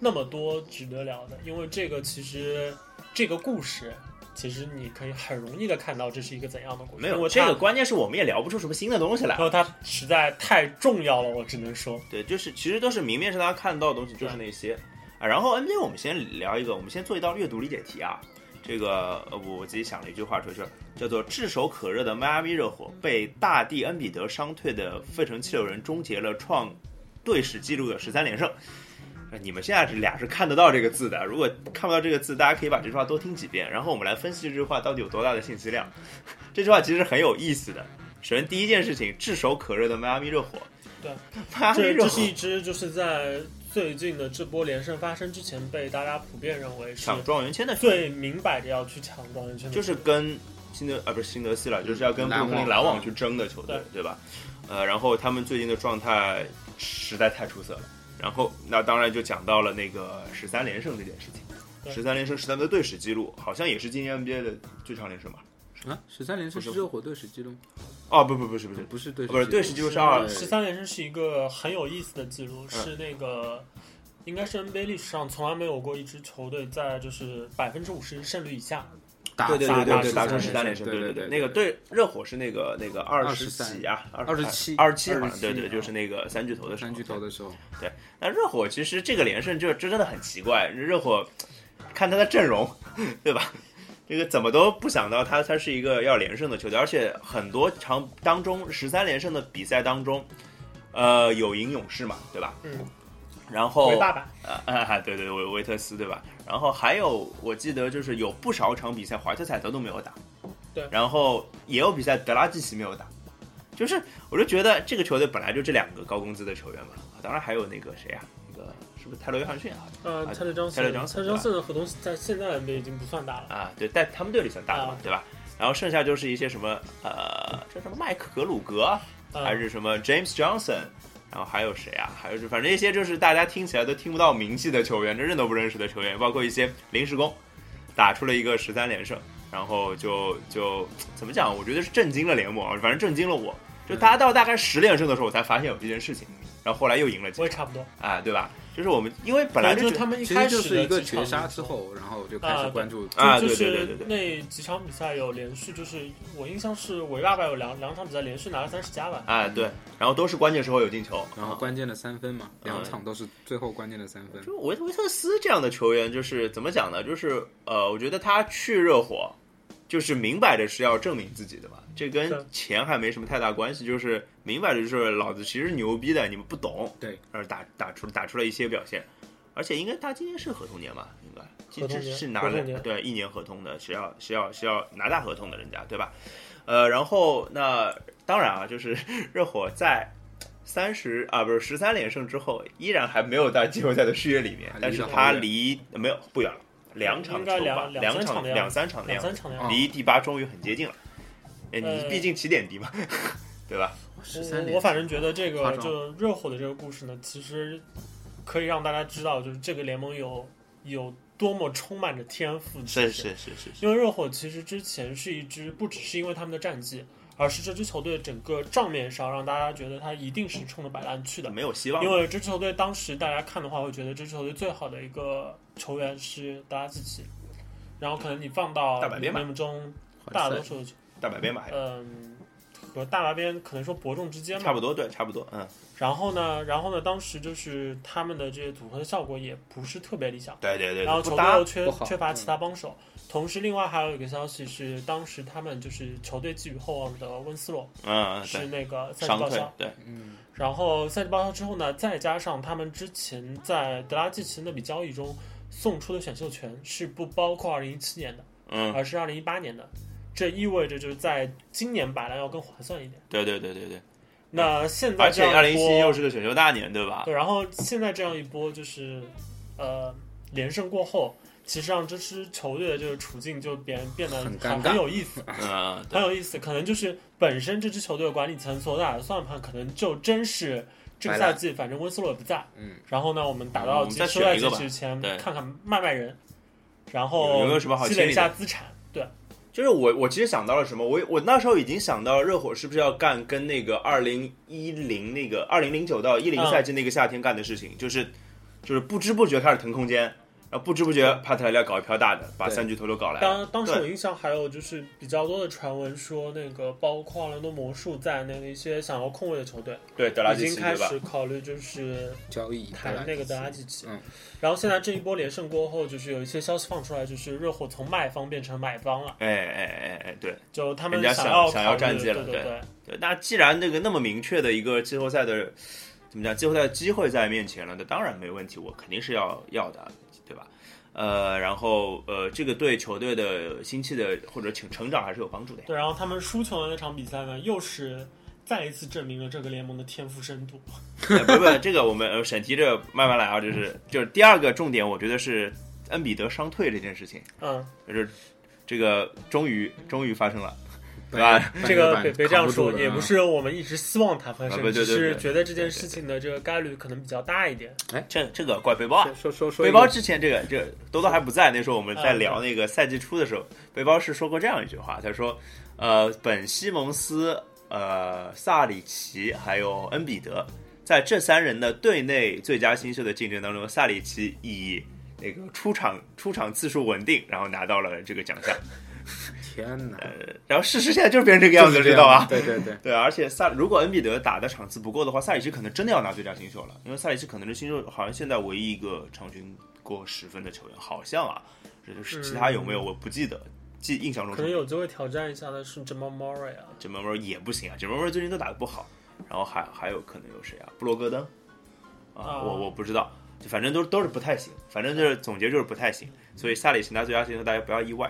S2: 那么多值得聊的，因为这个其实这个故事，其实你可以很容易的看到这是一个怎样的故事。
S1: 没
S2: 因
S1: 有
S2: 为
S1: 这
S2: 它
S1: 个，关键是我们也聊不出什么新的东西来
S2: 因。为它实在太重要了，我只能说，
S1: 对，就是其实都是明面上大家看到的东西，就是那些啊。然后 NBA 我们先聊一个，我们先做一道阅读理解题啊。这个呃我我自己想了一句话说，就是叫做炙手可热的迈阿密热火被大帝恩比德伤退的费城七六人终结了创队史纪录的十三连胜。呃你们现在是俩是看得到这个字的，如果看不到这个字，大家可以把这句话多听几遍，然后我们来分析这句话到底有多大的信息量。 (laughs) 这句话其实很有意思的。首先第一件事情，炙手可热的迈阿密热火，
S2: 对，
S1: 迈阿密
S2: 这
S1: 热
S2: 这
S1: 火
S2: 是一支就是在最近的这波连胜发生之前，被大家普遍认为是
S1: 抢状元签的事，
S2: 最明摆着要去抢状元签的，
S1: 就是跟新德啊不是新德西了，就是要跟布
S4: 篮
S1: 鲁
S4: 网
S1: 克林篮网去争的球队，对吧？呃，然后他们最近的状态实在太出色了。然后那当然就讲到了那个十三连胜这件事情，
S2: 对
S1: 十三连胜十三的队史纪录，好像也是今年 NBA 的最长连胜吧？
S4: 啊，十三连胜是热火队史记录，
S1: 哦，不不不是不是，
S4: 不是对
S1: 不是对是就是二嗯
S2: 十三连胜是一个很有意思的记录，是那个应该是 NBA 历史上从来没有过一支球队在就是百分之五十胜率以下。
S4: 打
S1: 对对对
S2: 打
S1: 对
S2: 打
S1: 对，打成
S2: 13
S1: 十三连胜，
S4: 对
S1: 对
S4: 对，
S1: 那个对热火是那个那个二十
S4: 23
S1: 几啊，
S4: 二十七
S1: 二十七好像，
S4: 27
S1: 对对，
S4: 啊
S1: 就是那个三巨头的时候
S4: 三巨头的时候，
S1: 那热火其实这个连胜就这真的很奇怪，热火看他的阵容，对吧？这个怎么都不想到他他是一个要连胜的球队，而且很多场当中十三连胜的比赛当中，呃，有赢勇士嘛，对吧？
S2: 嗯，
S1: 然后
S2: 回爸爸
S1: 啊啊， (laughs) 对对对，维维特斯对吧？然后还有，我记得就是有不少场比赛，怀特彩德都没有打，
S2: 对
S1: 然后也有比赛德拉季奇没有打，就是我就觉得这个球队本来就这两个高工资的球员嘛，当然还有那个谁啊，那个是不是泰勒约翰逊啊？
S2: 呃，
S1: 啊
S2: 泰勒张森，
S1: 泰勒张森
S2: 泰勒张森的合同在现在 NBA 已经不算大了。
S1: 啊，对，在他们队里算大的嘛
S2: 啊，
S1: 对吧？然后剩下就是一些什么呃，叫什么麦克格鲁格，啊
S2: 呃
S1: 还是什么 James Johnson，然后还有谁啊？还有就反正一些就是大家听起来都听不到名气的球员，这认都不认识的球员，包括一些临时工，打出了一个十三连胜，然后就就怎么讲？我觉得是震惊了联盟，啊反正震惊了我。就大家
S2: 嗯
S1: 到大概十连胜的时候，我才发现有这件事情，然后后来又赢了几
S2: 我也
S1: 场
S2: 差不多。
S1: 啊，对吧？就是我们因为本来
S2: 反
S1: 就
S2: 正就是
S1: 觉
S2: 他们一
S4: 其
S2: 开
S4: 实
S2: 始
S4: 就是一个
S2: 的几场
S4: 绝杀
S2: 比赛
S4: 之，后，然后就开
S2: 啊
S4: 始
S2: 对
S4: 关注
S1: 啊
S2: 就
S1: 对
S2: 就
S1: 对对对
S2: 是
S1: 对
S2: 那几场比赛有连续，就是我印象是韦爸爸有两两场比赛连续拿了三十加吧。
S1: 啊对，然后都是关键时候有进球，
S4: 然后关键的三分嘛，两
S2: 啊
S1: 嗯
S4: 场都是最后关键的三分。
S1: 就维维特斯这样的球员，就是怎么讲呢？就是呃，我觉得他去热火，就是明摆着是要证明自己的嘛。这
S2: 是
S1: 跟钱还没什么太大关系，就是明摆着就是老子其实牛逼的，你们不懂。
S4: 对，
S1: 而打打出打出了一些表现，而且应该他今年是合同年吧？应该
S2: 合
S1: 这
S2: 同
S1: 这
S2: 年
S1: 是拿
S2: 合同
S1: 了
S2: 年
S1: 对一年合同的，是要是要是要拿大合同的人家对吧？呃，然后那当然啊，就是 (laughs) 热火在三十啊不是十三连胜之后，依然还没有到季后赛的视野里面
S4: 还，离
S1: 但
S4: 得
S1: 是
S4: 好
S1: 他
S4: 远
S1: 离没有不远了，两场
S2: 应
S1: 球
S2: 该
S1: 吧，
S2: 两两三
S1: 场
S2: 场的样子
S1: 两三场的
S2: 两
S1: 样子
S2: 三，场的样
S4: 啊
S2: 子，
S1: 离第八终于很接近了。哎，你
S2: 呃
S1: 毕竟起点低嘛，对吧？
S4: 十三
S2: 我
S4: 连，
S2: 我反正觉得这
S4: 夸
S2: 个
S4: 张
S2: 就热火的这个故事呢，其实可以让大家知道，就是这个联盟有有多么充满着天赋。
S1: 是是是是是，
S2: 因为热火其实之前是一支不只是因为他们的战绩，而是这支球队整个账面上让大家觉得他一定是冲着摆烂去的。
S1: 没有希望了。
S2: 因为这支球队当时大家看的话，会觉得这支球队最好的一个球员是达拉季奇，然后可能你放到
S1: 大白边吧
S2: 联盟中
S4: 好
S2: 大
S4: 赛
S2: 多数的球，
S1: 大百倍嘛，还
S2: 嗯，和大麻边可能说伯仲之间
S1: 差
S2: 嘛。
S1: 不多，对，差不多，嗯。
S2: 然后呢，然后呢，当时就是他们的这些组合的效果也不是特别理想。
S1: 对对对，
S2: 然后
S1: 不嗯
S2: 球队
S1: 搭
S2: 又缺
S4: 不好
S2: 缺乏其他帮手。同时，另外还有一个消息是，当时他们就是球队寄予厚望的温斯洛
S1: 嗯，
S2: 是
S1: 对，
S2: 那个赛季
S1: 伤
S2: 报
S1: 退
S2: 销，，
S1: 对，
S4: 嗯，
S2: 然后赛季报销之后呢，再加上他们之前在德拉季奇那笔交易中送出的选秀权是不包括2017年的，
S1: 嗯，
S2: 而是2018年的，这意味着就是在今年摆烂要更划算一点。
S1: 对对对对对，
S2: 那现在
S1: 嗯而且
S2: 这样
S1: 二零
S2: 一
S1: 一
S2: 波
S1: 七又是个选秀大年，对吧？
S2: 对，然后现在这样一波就是，呃，连胜过后，其实让这支球队的这个处境就变变得
S4: 很
S2: 很
S4: 尴尬
S2: 很有
S1: (laughs)
S2: 意思，
S1: 嗯，
S2: 很
S1: 对，
S2: 有意思。可能就是本身这支球队的管理层所打的算盘，可能就真是这个
S4: 摆烂
S2: 赛季反正温斯洛也不在，
S4: 嗯，
S2: 然后呢，我们
S1: 嗯
S2: 打
S1: 我
S2: 到
S1: 们
S2: 结
S1: 再
S2: 束
S1: 选
S2: 赛
S1: 一
S2: 季
S1: 个吧
S2: 之前
S1: 对，
S2: 看看卖卖人，然
S1: 有
S2: 后
S1: 有没有什么好
S2: 积
S1: 清
S2: 累
S1: 理
S2: 一下
S1: 的哎
S2: 资产，对。
S1: 就是我我其实想到了什么，我我那时候已经想到热火是不是要干跟那个二零一零那个二零零九到一零
S2: 嗯
S1: 赛季那个夏天干的事情，就是就是不知不觉开始腾空间，然后不知不觉帕特莱利要搞一票大的，把
S4: 对
S1: 三巨头都搞来了，
S2: 当当时
S1: 对
S2: 我印象还有就是比较多的传闻说，那个包括奥兰多魔术在那个一些想要空位的球队，
S1: 对，德拉
S2: 已
S1: 季
S2: 经
S1: 奇
S2: 开
S1: 对吧？
S2: 始考虑就是
S4: 交易带
S2: 谈
S4: 来
S2: 那个德拉
S4: 的
S2: 季奇。
S4: 嗯
S2: 然后现在这一波连胜过后，就是有一些消息放出来，就是热火从卖方变成买方了，
S1: 哎哎哎哎，对。
S2: 就他们
S1: 人家想
S2: 要
S1: 想
S2: 想
S1: 要战绩了
S2: 对对。
S1: 对，那既然这个那么明确的一个季后赛的怎么讲，季后赛的机会在面前了，那当然没问题，我肯定是要要的，对吧？呃，然后呃，这个对球队的心气的或者成成长还是有帮助的呀。
S2: 对，然后他们输球的那场比赛呢，又是再一次证明了这个联盟的天赋深度。
S1: 呃 (laughs) 不不，这个我们呃审题这慢慢来啊，就是就是第二个重点，我觉得是恩比德伤退这件事情，
S2: 嗯，
S1: 就是这个终于终于发生了。
S4: 对
S1: 吧
S2: 这个别别这样说，
S4: 啊
S2: 也不。是我们一直希望它发
S1: 啊
S2: 生，
S1: 不对对
S2: 只是
S1: 对
S2: 觉得这件事情的这个概率可能比较大一点。
S1: 这这个怪背包啊，
S4: 说说说
S1: 背
S4: 一
S1: 包
S4: 个，
S1: 之前这个这个多多还不在，那时候我们在
S2: 啊
S1: 聊那个赛季初的时候，背包是说过这样一句话，他说，呃，本西蒙斯呃萨里奇还有恩比德，在这三人的队内最佳新秀的竞争当中，萨里奇以那个出场出场次数稳定，然后拿到了这个奖项。
S4: 天
S1: (laughs)
S4: 哪，
S1: 呃，然后事实现在就是变成这个样子，
S4: 就是这
S1: 知道啊吧？
S4: 对对对，
S1: 对，而且萨如果恩比德打的场次不够的话，萨里奇可能真的要拿最佳新秀了，因为萨里奇可能是新秀好像现在唯一一个场均过十分的球员，好像啊，这就是其他有没有我不记得，记印象中
S2: 嗯可能有机会挑战一下的是 Jamal Murray 啊，
S1: 这门门也不行啊，这门门最近都打得不好，然后还还有可能有谁啊，布罗格登啊，
S2: 啊
S1: 我我不知道，就反正都都是不太行，反正就是总结就是不太行，所以萨里奇拿最佳新秀大家不要意外。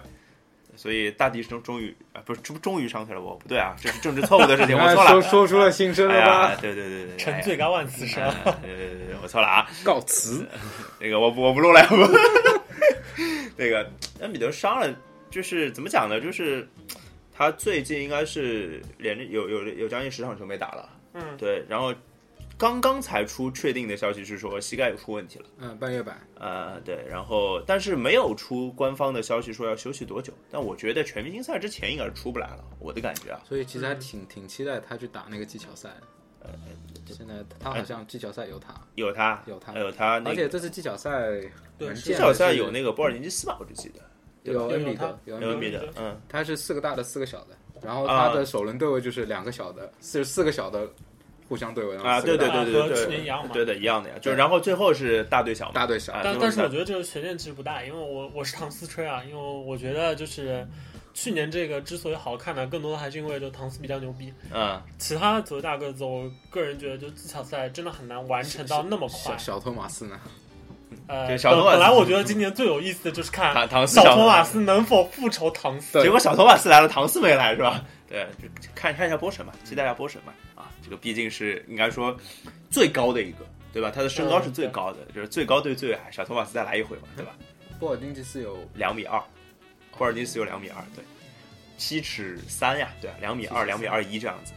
S1: 所以大帝终终于啊，不是终终于上去了，我不对啊，这是政治错误的事
S4: (laughs)
S1: 情， (laughs) 我错了
S4: 啊说，说出了心声
S1: 哎
S4: 了
S1: 呀，
S4: 吧？
S1: 对对对对，
S2: 沉醉感万啊次
S1: 是
S2: 生。
S1: 吧？对对对对，我错了啊， (laughs)
S4: 告辞。
S1: 那个我不我不录了， (laughs) 我那个恩比德伤了，就是怎么讲呢？就是他最近应该是连着有有有将近十场球没打了，
S2: 嗯，
S1: 对，然后刚刚才出确定的消息是说膝盖出问题了。
S4: 嗯，半月板，
S1: 呃，对，然后但是没有出官方的消息说要休息多久，但我觉得全明星赛之前应该是出不来了，我的感觉啊，
S4: 所以其实还
S2: 嗯
S4: 挺挺期待他去打那个技巧赛。
S2: 呃
S4: 现在他好像技巧赛有他，
S1: 有他
S4: 有他
S1: 有他那
S4: 而且
S1: 个
S4: 这次技巧赛
S2: 对
S4: 蛮
S2: 是
S1: 至
S4: 贱的
S1: 少赛
S4: 是
S1: 有那个波尔津吉斯吧，我就记得
S4: 有
S2: 有
S4: 恩比
S2: 他
S4: 德，有
S1: 有
S4: 恩
S1: 恩
S4: 比
S1: 比
S4: 德，
S1: 德，嗯。
S4: 他是四个大的，四个小的，然后
S1: 啊
S4: 他的首轮对位就是两个小的，四四个小的互相对位然后
S1: 啊，
S4: 四个
S1: 对对
S4: 大
S1: 对
S4: 的
S1: 对
S2: 和
S1: 对
S2: 去年一样
S1: 对，
S2: 嘛
S1: 对的，一样的呀。就然后最后是大对小嘛，
S4: 大对小
S1: 啊，
S2: 但
S1: 都
S2: 但是
S1: 大
S2: 我觉得这个悬念其实不大，因为我我是唐斯吹啊，因为我觉得就是去年这个之所以好看呢，更多的还是因为就唐斯比较牛逼，
S1: 嗯，
S2: 其他左大个子，我个人觉得就技巧赛真的很难完成到那么快
S4: 小。小托马斯呢？
S2: 呃，
S1: 对小托马
S2: 本
S1: 斯
S2: 本来我觉得今年最有意思的就是
S1: 唐
S2: 看
S1: 唐斯
S2: 小托马
S1: 马，
S2: 斯能否复仇唐斯。
S4: 对
S1: 结果小托马斯来了，唐斯没来是吧？对，就看看一下波神吧，期待一下波神吧。啊，这个毕竟是应该说最高的一个，对吧？他的身高是最高的，就是最高对最矮，小托马斯再来一回嘛，对吧？
S4: 波尔津吉斯有
S1: 两米二，波尔津斯有两米二，对，七尺三呀，对，两米二，两米二一这样子。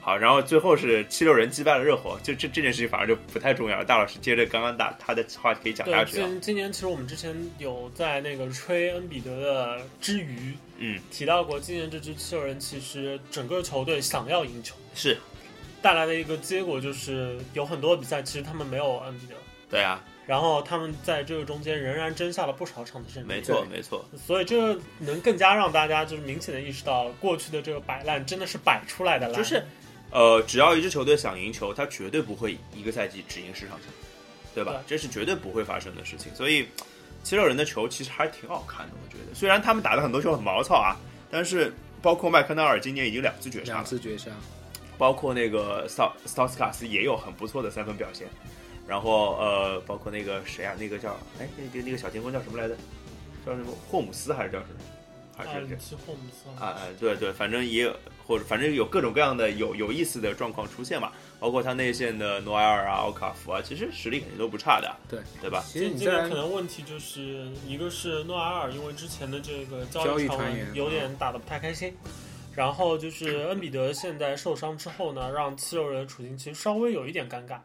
S1: 好，然后最后是七六人击败了热火，就这这件事情反而就不太重要了。大老师接着刚刚打他的话可以讲下
S2: 对，
S1: 去啊，
S2: 今今年其实我们之前有在那个吹恩比德的之余
S1: 嗯，
S2: 提到过，今年这支七六人其实整个球队想要赢球，
S1: 是
S2: 带来的一个结果就是有很多比赛其实他们没有恩比德，
S1: 对啊，
S2: 然后他们在这个中间仍然争下了不少场的胜利。
S1: 没错没错，
S2: 所以这能更加让大家就是明显的意识到，过去的这个摆烂真的是摆出来的烂，
S1: 就是呃，只要一支球队想赢球，他绝对不会一个赛季只赢十场球，对吧？这是绝对不会发生的事情。所以七六人的球其实还挺好看的，我觉得，虽然他们打的很多球很毛糙啊，但是包括麦克纳尔今年已经两次绝杀
S4: 两
S1: 了，
S4: 次绝杀，
S1: 包括那个斯斯托斯卡斯也有很不错的三分表现。然后呃，包括那个谁啊，那个叫哎，那个那个小前锋叫什么来着？叫什么霍姆斯还是叫什么？还
S2: 啊
S1: 是谁？，
S2: 是霍姆斯啊
S1: 啊，对对，反正也有，或者反正有各种各样的有有意思的状况出现嘛，包括他内线的诺埃尔啊、奥卡福啊，其实实力肯定都不差的，
S4: 对
S1: 对吧？
S4: 其
S2: 这
S4: 实你
S2: 这
S4: 在
S2: 边可能问题就是一个是诺埃尔，因为之前的这个
S4: 交
S2: 交
S4: 易
S2: 传
S4: 传
S2: 闻
S4: 言啊
S2: 有点打得不太开心，然后就是恩比德现在受伤之后呢，让七六人的处境其实稍微有一点尴尬，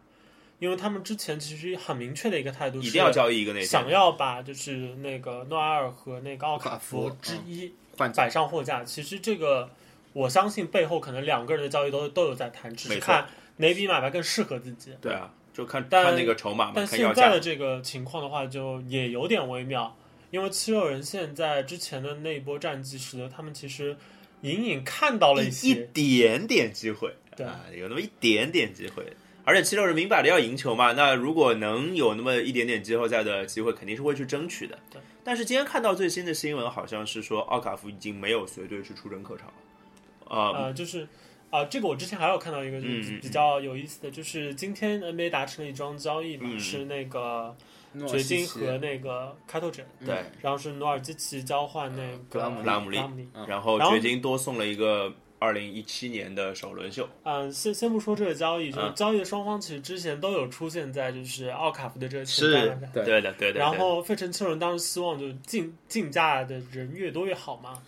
S2: 因为他们之前其实很明确的一个态度是
S1: 一定要交易一个内线
S2: 想，要把就是那个诺埃尔和那个奥卡
S4: 奥
S2: 福
S4: 卡福
S2: 之
S1: 嗯
S2: 一
S4: 换
S2: 摆上货架。其实这个我相信背后可能两个人的交易都都有在谈，只
S1: 没
S2: 是
S1: 错
S2: 看哪笔买卖更适合自己。
S1: 对啊，就看
S2: 但
S1: 看那个筹码嘛，
S2: 但
S1: 看要
S2: 现在
S1: 价
S2: 的。这个情况的话，就也有点微妙，因为七六人现在之前的那一波战绩，使得他们其实隐隐看到了一
S1: 一一
S2: 些。
S1: 点点机会，
S2: 对
S1: 啊，有那么一点点机会。而且七六人明摆着要赢球嘛，那如果能有那么一点点季后赛的机会，肯定是会去争取的
S2: 对。
S1: 但是今天看到最新的新闻，好像是说奥卡福已经没有随队去出征客场了，啊、
S2: 呃，就是啊、这个我之前还有看到一个就是
S1: 嗯嗯
S2: 比
S1: 嗯
S2: 比较有意思的，就是今天 NBA 达成了一桩交易嘛，
S1: 嗯嗯
S2: 是那个
S4: 诺
S2: 掘
S4: 西
S2: 金
S4: 奇啊
S2: 和那个开拓者，
S1: 对，
S2: 然后是努尔基奇交换那
S4: 格
S2: 个
S4: 拉姆利
S1: 拉姆利
S2: 拉姆利。
S1: 然后
S2: 嗯然后
S1: 掘金多送了一个二零一七年的首轮秀，
S2: 嗯，先先不说这个交易，就是
S1: 嗯
S2: 交易的双方其实之前都有出现在就是奥卡福的这个
S1: 是
S2: 清单上。
S4: 对
S1: 对的，对的。
S2: 然后费城七六人当时希望就竞竞价的人越多越好嘛，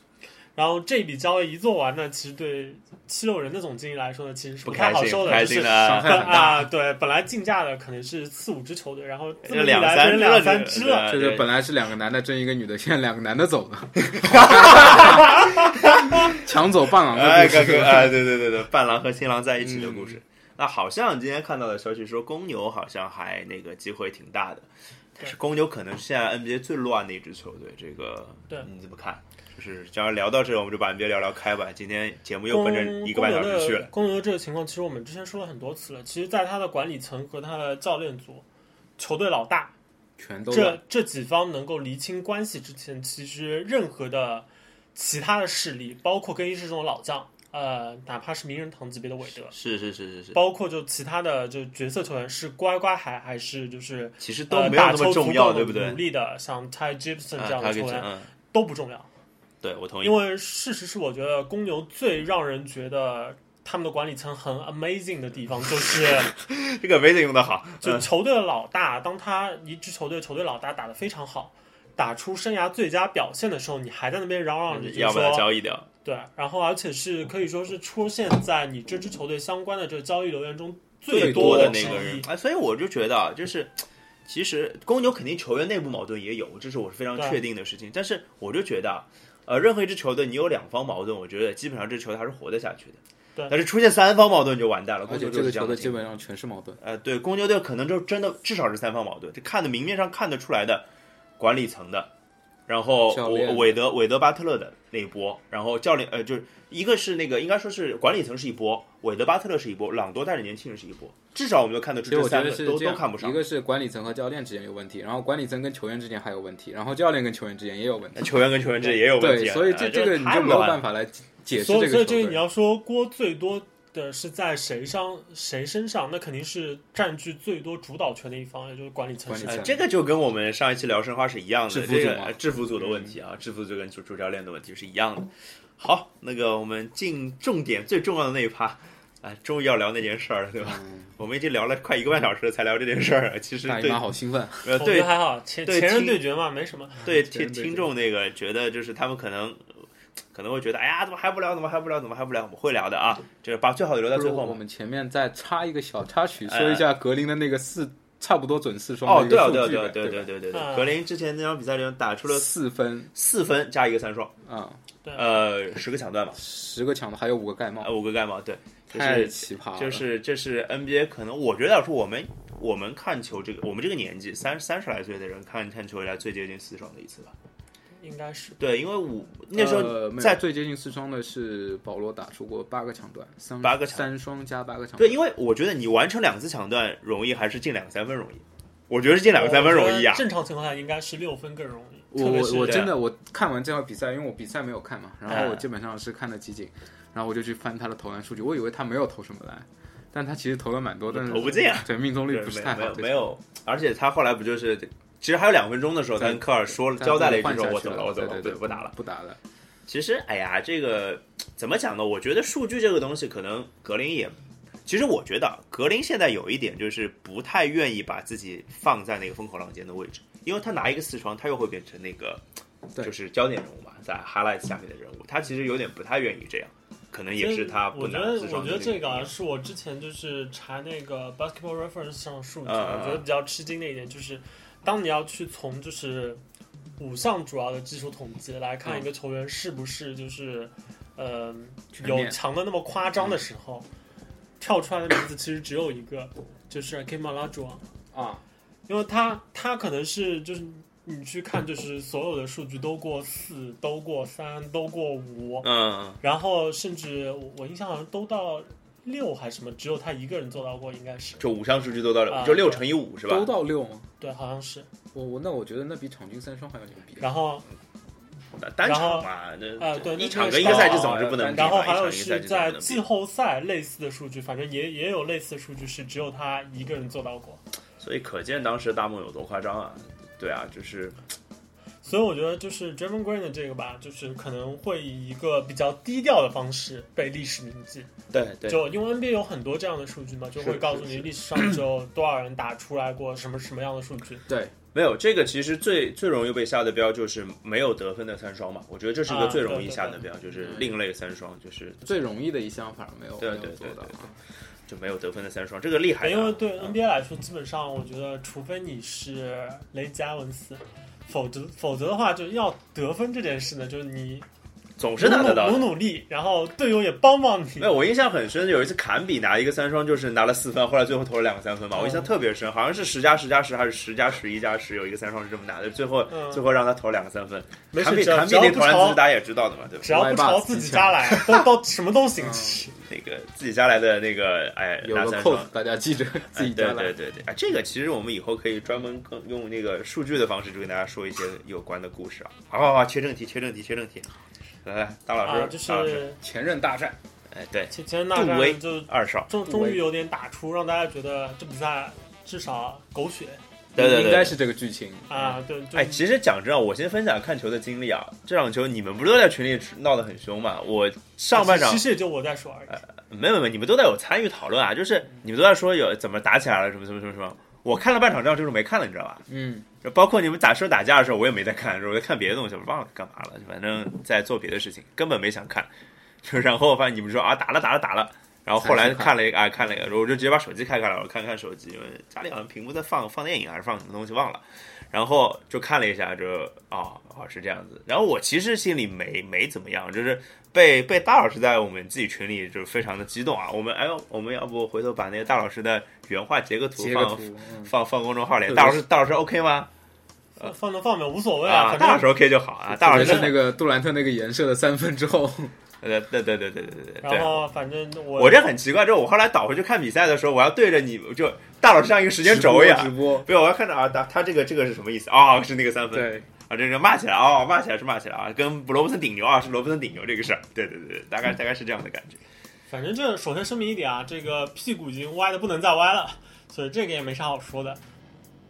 S2: 然后这笔交易一做完呢，其实对七六人的总经理来说呢，其实是
S1: 不
S2: 太
S1: 开
S2: 好
S1: 心，
S2: 受
S1: 不
S2: 的，
S1: 开
S2: 就是 (laughs)
S1: 心
S4: 伤
S1: 的，
S4: 害
S2: 本
S4: 很大
S2: 啊，对，本来竞价的可能是四五支球队，然后这么一
S1: 两
S2: 来
S1: 三
S2: 变成
S1: 支
S2: 两三支了，
S1: 了，
S4: 就是本
S1: 来
S4: 来是两个男的争一个女的，现在两个男的
S1: (laughs)
S4: 走了，抢走伴郎的
S1: 哎，
S4: 故
S1: 哥
S4: 事
S2: (laughs)
S1: 哥，。哎，对对对对，伴郎和新郎在一起的故
S2: 嗯
S1: 事。那好像今天看到的消息说，公牛好像还那个机会挺大的，但是公牛可能是现在 NBA 最乱的一支球队，这个
S2: 对
S1: 你怎么看？就是只要聊到这，我们就把 NBA 聊聊开吧。今天节目又
S2: 公
S1: 奔着一个半小时去了，
S2: 公牛的这个情况，其实我们之前说了很多次了。其实，在他的管理层和他的教练组、球队老大
S4: 全都
S2: 这这几方能够厘清关系之前，其实任何的其他的势力，包括更衣室这种老将，呃，哪怕是名人堂级别的韦德，
S1: 是是是是是，
S2: 包括就其他的就角色球员，是乖乖还还是就是
S1: 其实都
S2: 呃
S1: 没有
S2: 打
S1: 那
S2: 抽
S1: 么
S2: 足
S1: 重要，
S2: 够
S1: 对不对
S2: 努？力的，像 Ty Gibson
S1: 啊
S2: 这样的
S1: 他给
S2: 球员、
S1: 嗯，
S2: 都不重要。
S1: 对我同意
S2: 因。为事实是，我觉得公牛最让人觉得他们的管理层很 amazing 的地方，就是
S1: (laughs) 这个维得用的好，
S2: 就
S1: 嗯
S2: 球队的老大，当他一支球队球队老大打得非常好，打出生涯最佳表现的时候，你还在那边嚷嚷着就
S1: 嗯要
S2: 是
S1: 把它
S2: 说
S1: 交易掉。
S2: 对，然后而且是可以说是出现在你这支球队相关的这个交易留言中
S1: 最
S2: 多
S1: 多
S2: 的
S1: 的那个
S2: 之
S1: 人
S2: 一。
S1: 哎，所以我就觉得啊，就是其实公牛肯定球员内部矛盾也有，这是我非常
S2: 对
S1: 确定的事情。但是我就觉得啊，呃，任何一支球队你有两方矛盾，我觉得基本上这球队还是活得下去的。
S2: 对
S1: 但是出现三方矛盾就完蛋了，
S4: 而
S1: 公
S4: 且
S1: 牛
S4: 这
S1: 就
S4: 个
S1: 是这
S4: 球
S1: 样的
S4: 队
S1: 情
S4: 基
S1: 况。
S4: 本上全是矛盾。
S1: 呃，对，公牛队可能就真的至少是三方矛盾，这看的明面上看得出来的，管理层的，然后
S4: 教练
S1: 韦
S4: 的
S1: 韦德韦德巴特勒的那一波，然后教练呃，就是一个是那个应该说是管理层是一波，韦德巴特勒是一波，朗多带着年轻人是一波，至少我们都看得出
S4: 其
S1: 这
S4: 实我觉
S1: 三
S4: 得
S1: 个
S4: 是
S1: 都
S4: 这
S1: 都
S4: 样，
S1: 看不上
S4: 一。个是管理层和教练之间有问题，然后管理层跟球员之间还有问题，然后教练跟球员之间也有问题。
S1: 球员跟球员之间也有问题
S4: 对，
S1: 啊，
S4: 所以这
S1: 啊
S4: 这个你
S1: 太
S4: 就没有
S1: 乱了
S4: 办法来解释
S2: 所以，
S4: 这
S2: 所
S4: 个
S2: 以
S4: 球
S2: 这个你
S4: 队。
S2: 要说锅最多的是在谁上谁身上，那肯定是占据最多主导权的一方，也就是管理层
S4: 管理
S2: 身
S4: 层
S2: 上
S1: 呃，。这个就跟我们上一期聊申花是一样的，
S4: 制服
S1: 这
S4: 组
S1: 个
S4: 嘛嗯
S1: 呃制服组的问题啊，制服组跟主主教练的问题是一样的。好，那个我们进重点最重要的那一趴，啊、终于要聊那件事儿了，对吧？
S4: 嗯
S1: 我们已经聊了快一个半小时了才聊这件事儿，
S4: (laughs)
S1: 其实
S4: 大姨
S1: 对
S4: 妈好兴奋，
S1: 呃
S2: 我觉
S1: 对
S2: 得还好，前
S1: 对
S2: 前任
S1: 听
S2: 对决嘛，没什么。
S4: (laughs)
S1: 对
S4: 前
S1: 听
S4: 辈
S1: 听众那个觉得就是他们可能可能会觉得，哎呀，怎么还不聊？怎么还不聊？怎么还不聊？我们会聊的啊，就是把最好的留到
S4: 不
S1: 最
S4: 如
S1: 后
S4: 我
S1: 嘛。
S4: 们前面再插一个小插曲，
S1: 哎
S4: 说一下格林的那个四差不多准四双
S1: 哦，
S4: 的一
S1: 对
S4: 个
S1: 啊，
S4: 数
S1: 对啊，
S4: 据
S1: 对啊
S4: 呗，
S1: 对啊对啊对啊
S4: 吧
S1: 啊对啊对啊，
S2: 嗯
S1: 格林之前那场比赛里面打出了
S4: 四分
S1: 四分加一个三双，
S4: 啊，
S1: 呃，十个抢断嘛。
S4: 十个抢的还有五个盖帽
S1: 啊，，五个盖帽，对，就
S4: 太
S1: 是
S4: 奇葩了。
S1: 就是这是 NBA 可能我觉得说我们我们看球这个我们这个年纪三三十来岁的人看看球以来最接近四双的一次吧。
S2: 应该是
S1: 对，因为我那时候
S4: 呃没有
S1: 在、
S4: 最接近四双的是保罗打出过八个抢断，三
S1: 八个抢
S4: 三双加八个抢
S1: 对，
S4: 断，
S1: 因为我觉得你完成两次抢断容易还是进两个三分容易，我觉得是进两个三分容易啊
S2: 我觉得。正常情况下应该是六分更容易，
S4: 我
S2: 特别
S4: 我
S2: 是
S4: 我
S1: 对
S4: 真的我看完这场比赛，因为我比赛没有看嘛，然后我
S1: 嗯
S4: 基本上是看了集锦，然后我就去翻他的投篮数据，我以为他没有投什么篮，但他其实投了蛮多，但是
S1: 投不进啊，
S4: 对命中率
S1: 对
S4: 不是
S1: 没
S4: 太
S1: 有没
S4: 好，
S1: 有没有，而且他后来不就是，其实还有两分钟的时候，他跟科尔说了
S4: 这场
S1: 交代了一句
S4: 换
S1: 说
S4: 下：“
S1: 我
S4: 去
S1: 走
S4: 了，
S1: 了，我走了，
S4: 对
S1: 对
S4: 对，
S1: 不打了。”
S4: 不打了。
S1: 其实，哎呀，这个怎么讲呢？我觉得数据这个东西，可能格林也，其实我觉得啊格林现在有一点就是不太愿意把自己放在那个风口浪尖的位置，因为他拿一个四双，他又会变成那个
S4: 对
S1: 就是焦点人物嘛，在 highlight 下面的人物，他其实有点不太愿意这样，可能也是他不
S2: 我觉
S1: 拿
S2: 得
S1: 四
S2: 我
S1: 双
S2: 觉
S1: 的
S2: 得这
S1: 那
S2: 个啊
S1: 个
S2: 是我之前就是查那个 Basketball Reference 上的数据，
S1: 嗯嗯嗯
S2: 我觉得比较吃惊的一点就是，当你要去从就是五项主要的技术统计来看
S1: 嗯
S2: 一个球员是不是就是呃
S4: 全面
S2: 有强的那么夸张的时候，
S1: 嗯
S2: 跳出来的名字其实只有一个，就是 k i m a l a j u a
S4: 啊，
S2: 因为他他可能是就是你去看就是所有的数据都过四，都过三，都过五，
S1: 嗯，
S2: 然后甚至我我印象好像都到六还是什么，只有他一个人做到过，应该是
S1: 就五项数据都到了，
S2: 啊
S1: 就六乘以五是吧
S4: 都？到六吗？
S2: 对，好像是。
S4: 我我那我觉得那比场均三双还要牛逼。
S2: 然后
S1: 单
S2: 然后
S1: 场嘛，那
S2: 啊对那
S1: 一场
S2: 那
S1: 跟一
S2: 是
S1: 个赛
S2: 单
S1: 季
S2: 场
S1: 总是不能比嘛，
S2: 然后
S1: 一
S2: 还
S1: 场
S2: 有
S1: 一个赛
S2: 是
S1: 季总
S2: 在
S1: 不能比
S2: 季后赛类似的数据，反正也也有类似的数据是只有他一个人做到过。
S1: 所以可见当时大梦有多夸张啊！对啊，就是
S2: 所以我觉得就是 d r a m o n Green 的这个吧，就是可能会以一个比较低调的方式被历史铭记。
S1: 对对，
S2: 就因为 NBA 有很多这样的数据嘛，就会
S1: 是
S2: 告诉
S1: 是
S2: 你
S1: 是
S2: 历史上就有多少人打出来过什么什么样的数据。
S4: 对，
S1: 没有这个其实最最容易被下的标就是没有得分的三双嘛，我觉得这是一
S2: 啊
S1: 个最容易下的标，就是另类三双，就是
S4: 最容易的一项反而没有
S1: 对
S4: 没
S1: 对
S4: 有做
S1: 对
S4: 到
S1: 对。就没有得分的三双，这个厉害啊。
S2: 因为对 NBA 来说，基本上我觉得，除非你是雷吉阿文斯，否则否则的话，就要得分这件事呢，就是你
S1: 总是
S2: 努
S1: 拿得
S2: 努
S1: 到
S2: 努
S1: 的。
S2: 努力，然后队友也帮帮你
S1: 没。有，我印象很深，有一次坎比拿一个三双，就是拿了四分，后来最后投了两个三分嘛，我
S2: 哦
S1: 印象特别深，好像是十加十加十还是十加十一加十，有一个三双是这么拿的，最后
S2: 嗯
S1: 最后让他投两个三分。
S2: 没
S1: 坎
S2: 事，
S1: 比
S2: 只要
S1: 坎
S2: 只
S1: 比
S2: 要
S1: 那
S2: 不
S1: 投篮姿势
S2: 朝
S1: 大家也知道的嘛，对吧？
S2: 只要不朝自己家来，都 (laughs) 都什么都行。
S4: 嗯
S2: 其实
S1: 那个自己家来的那个，哎，
S4: 有
S1: 拿
S4: 个
S1: 三
S4: quote
S1: 双。
S4: 大家 (laughs) 记着自己
S1: 对
S4: 家来。
S1: 对对对，啊，这个其实我们以后可以专门更用那个数据的方式，就跟大家说一些有关的故事啊。好好好，切正题，切正题，切正题。来来，大老师，
S2: 啊，就
S1: 大老师，
S2: 是
S4: 前任大战，
S1: 哎，对，
S2: 前前那
S1: 杜威
S2: 战就
S1: 二少，
S2: 终终于有点打出让大家觉得这比赛至少狗血
S1: 对对对，
S4: 应该是这个剧情。
S2: 啊，对，就
S1: 哎，其实讲真啊，我先分享看球的经历啊。这场球你们不是都在群里闹得很凶嘛？我上半
S4: 啊
S1: 场
S2: 啊其实也就我在说而已。
S1: 没有没有，你们都在有参与讨论啊，就是你们都在说有怎么打起来了，什么什么什么什么。我看了半场，这样就是没看了，你知道吧？
S4: 嗯，
S1: 就包括你们打车打架的时候，我也没在看，我在看别的东西，我忘了干嘛了，反正在做别的事情，根本没想看。就然后发现你们说啊打了打了打了，然后后来
S4: 才去看
S1: 看了一个啊看了一个，我就直接把手机开开了，我看看手机，因嗯为家里好像屏幕在放放电影还是放什么东西忘了，然后就看了一下，就哦哦是这样子。然后我其实心里没没怎么样，就是被被大老师在我们自己群里就是非常的激动啊。我们哎呦，我们要不回头把那个大老师的原话截个图
S4: 截个
S1: 放
S4: 图，嗯
S1: 放放公众号里，
S4: 对
S1: 大老师大老师 OK 吗？
S2: 放放能放没有无所
S1: (laughs)
S2: 谓
S1: 啊，
S2: 反
S1: 大老
S2: 正
S1: 师 OK 就好啊，大
S4: 特
S1: 老
S4: 别
S1: 师
S4: 是那个杜兰特那个颜色的三分之后，
S1: 呃，对对对对对对对
S2: 然
S1: 对。
S2: 后反正我
S1: 我这很奇怪，就是我后来倒回去看比赛的时候，我要对着你，我就大老师像一个时间
S4: 直
S1: 轴
S4: 播
S1: 一
S4: 直
S1: 样， (laughs)
S4: 播，
S1: 对，我要看着啊，他他这个这个是什么意思？哦，是那个三分，
S4: 对，
S1: 啊，这个骂起来哦，骂起来是骂起来啊，跟罗伯森顶牛啊，是罗伯森顶牛这个事儿，对对对，对大概大概是这样的感觉。
S2: 反正这首先声明一点啊，这个屁股已经歪的不能再歪了，所以这个也没啥好说的。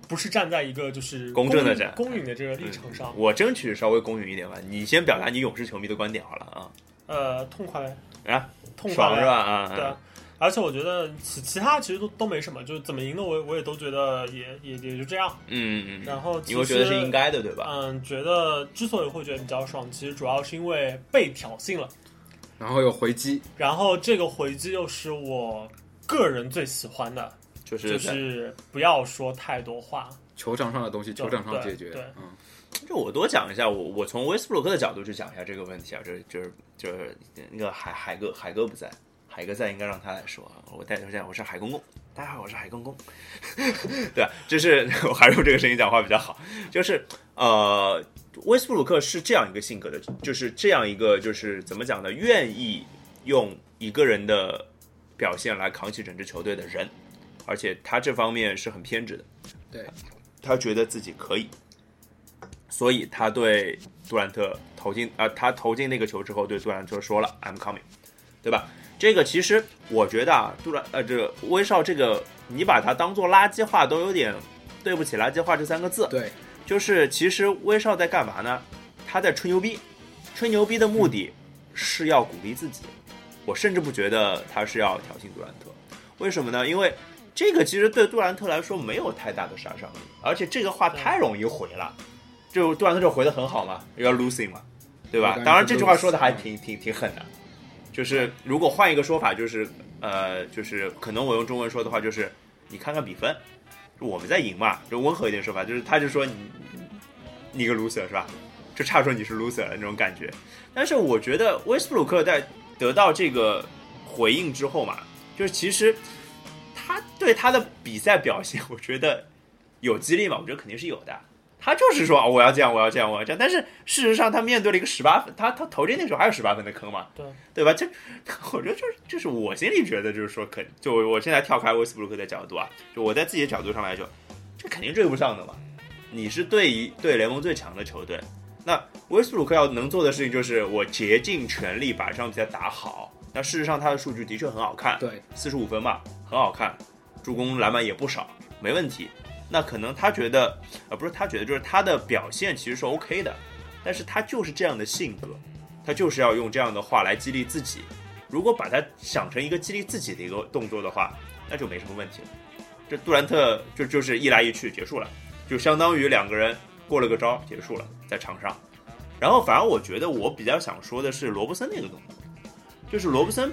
S2: 不是站在一个就是
S1: 公正的站嗯
S2: 公允的这个立场上，
S1: 我争取稍微公允一点吧，你先表达你勇士球迷的观点好了啊，
S2: 呃，痛快呗，
S1: 啊，
S2: 痛快
S1: 爽
S2: 呗
S1: 是吧？？啊，
S2: 对啊，而且我觉得其其他其实都都没什么，就是怎么赢的我也我也都觉得也也也就这样。
S1: 嗯嗯嗯，
S2: 然后
S1: 你
S2: 其
S1: 会
S2: 实
S1: 觉得是应该的对吧？
S2: 嗯，觉得之所以会觉得比较爽，其实主要是因为被挑衅了，
S4: 然后有回击，
S2: 然后这个回击又是我个人最喜欢的，
S1: 就
S2: 就是是不要说太多话，
S4: 球场上的东西，球场上
S2: 对
S4: 解决
S2: 对。
S4: 嗯，
S1: 这我多讲一下，我我从威斯布鲁克的角度去讲一下这个问题啊，就是就是就是那个海海哥海哥不在，海哥在应该让他来说啊，我代表一下，我是海公公，大家好，我是海公 (laughs) 公，对吧，就是 (laughs) 我还是用这个声音讲话比较好，就是呃，威斯布鲁克是这样一个性格的，就是这样一个就是怎么讲呢，愿意用一个人的表现来扛起整支球队的人，而且他这方面是很偏执的，
S4: 对，
S1: 他觉得自己可以。所以他对杜兰特投进啊、他投进那个球之后，对杜兰特说了 “I'm coming”，对吧？这个其实我觉得啊，杜兰呃，这个威少这个，你把它当做垃圾话都有点对不起“垃圾话”这三个字。
S4: 对，
S1: 就是其实威少在干嘛呢？他在吹牛逼，吹牛逼的目的是要鼓励自己。我甚至不觉得他是要挑衅杜兰特，为什么呢？因为这个其实对杜兰特来说没有太大的杀伤力，而且这个话太容易回了。就杜兰特就回的很好嘛，要 losing 嘛，对吧？
S4: 对
S1: 当然这句话
S4: losing
S1: 说的还挺挺挺狠的，就是如果换一个说法，就是呃，就是可能我用中文说的话，就是你看看比分，我们在赢嘛，就温和一点说法，就是他就说你你个 loser 是吧？就差说你是 loser 了那种感觉。但是我觉得威斯布鲁克在得到这个回应之后嘛，就是其实他对他的比赛表现，我觉得有激励嘛，我觉得肯定是有的。他就是说、哦我要这样，我要这样，我要这样。但是事实上，他面对了一个十八分，他他投进那时候还有十八分的坑嘛，
S2: 对
S1: 对吧？这 (laughs) 我觉得就是就是我心里觉得就是说肯就我我现在跳开威斯布鲁克的角度啊，就我在自己的角度上来说，这肯定追不上的嘛。你是对一对联盟最强的球队，那威斯布鲁克要能做的事情就是我竭尽全力把这场比赛打好。那事实上，他的数据的确很好看，
S4: 对，
S1: 四十五分嘛，很好看，助攻篮板也不少，没问题。那可能他觉得，呃，不是他觉得，就是他的表现其实是 OK 的，但是他就是这样的性格，他就是要用这样的话来激励自己。如果把它想成一个激励自己的一个动作的话，那就没什么问题了。这杜兰特就就是一来一去结束了，就相当于两个人过了个招结束了，在场上。然后反而我觉得我比较想说的是罗布森那个动作，就是罗布森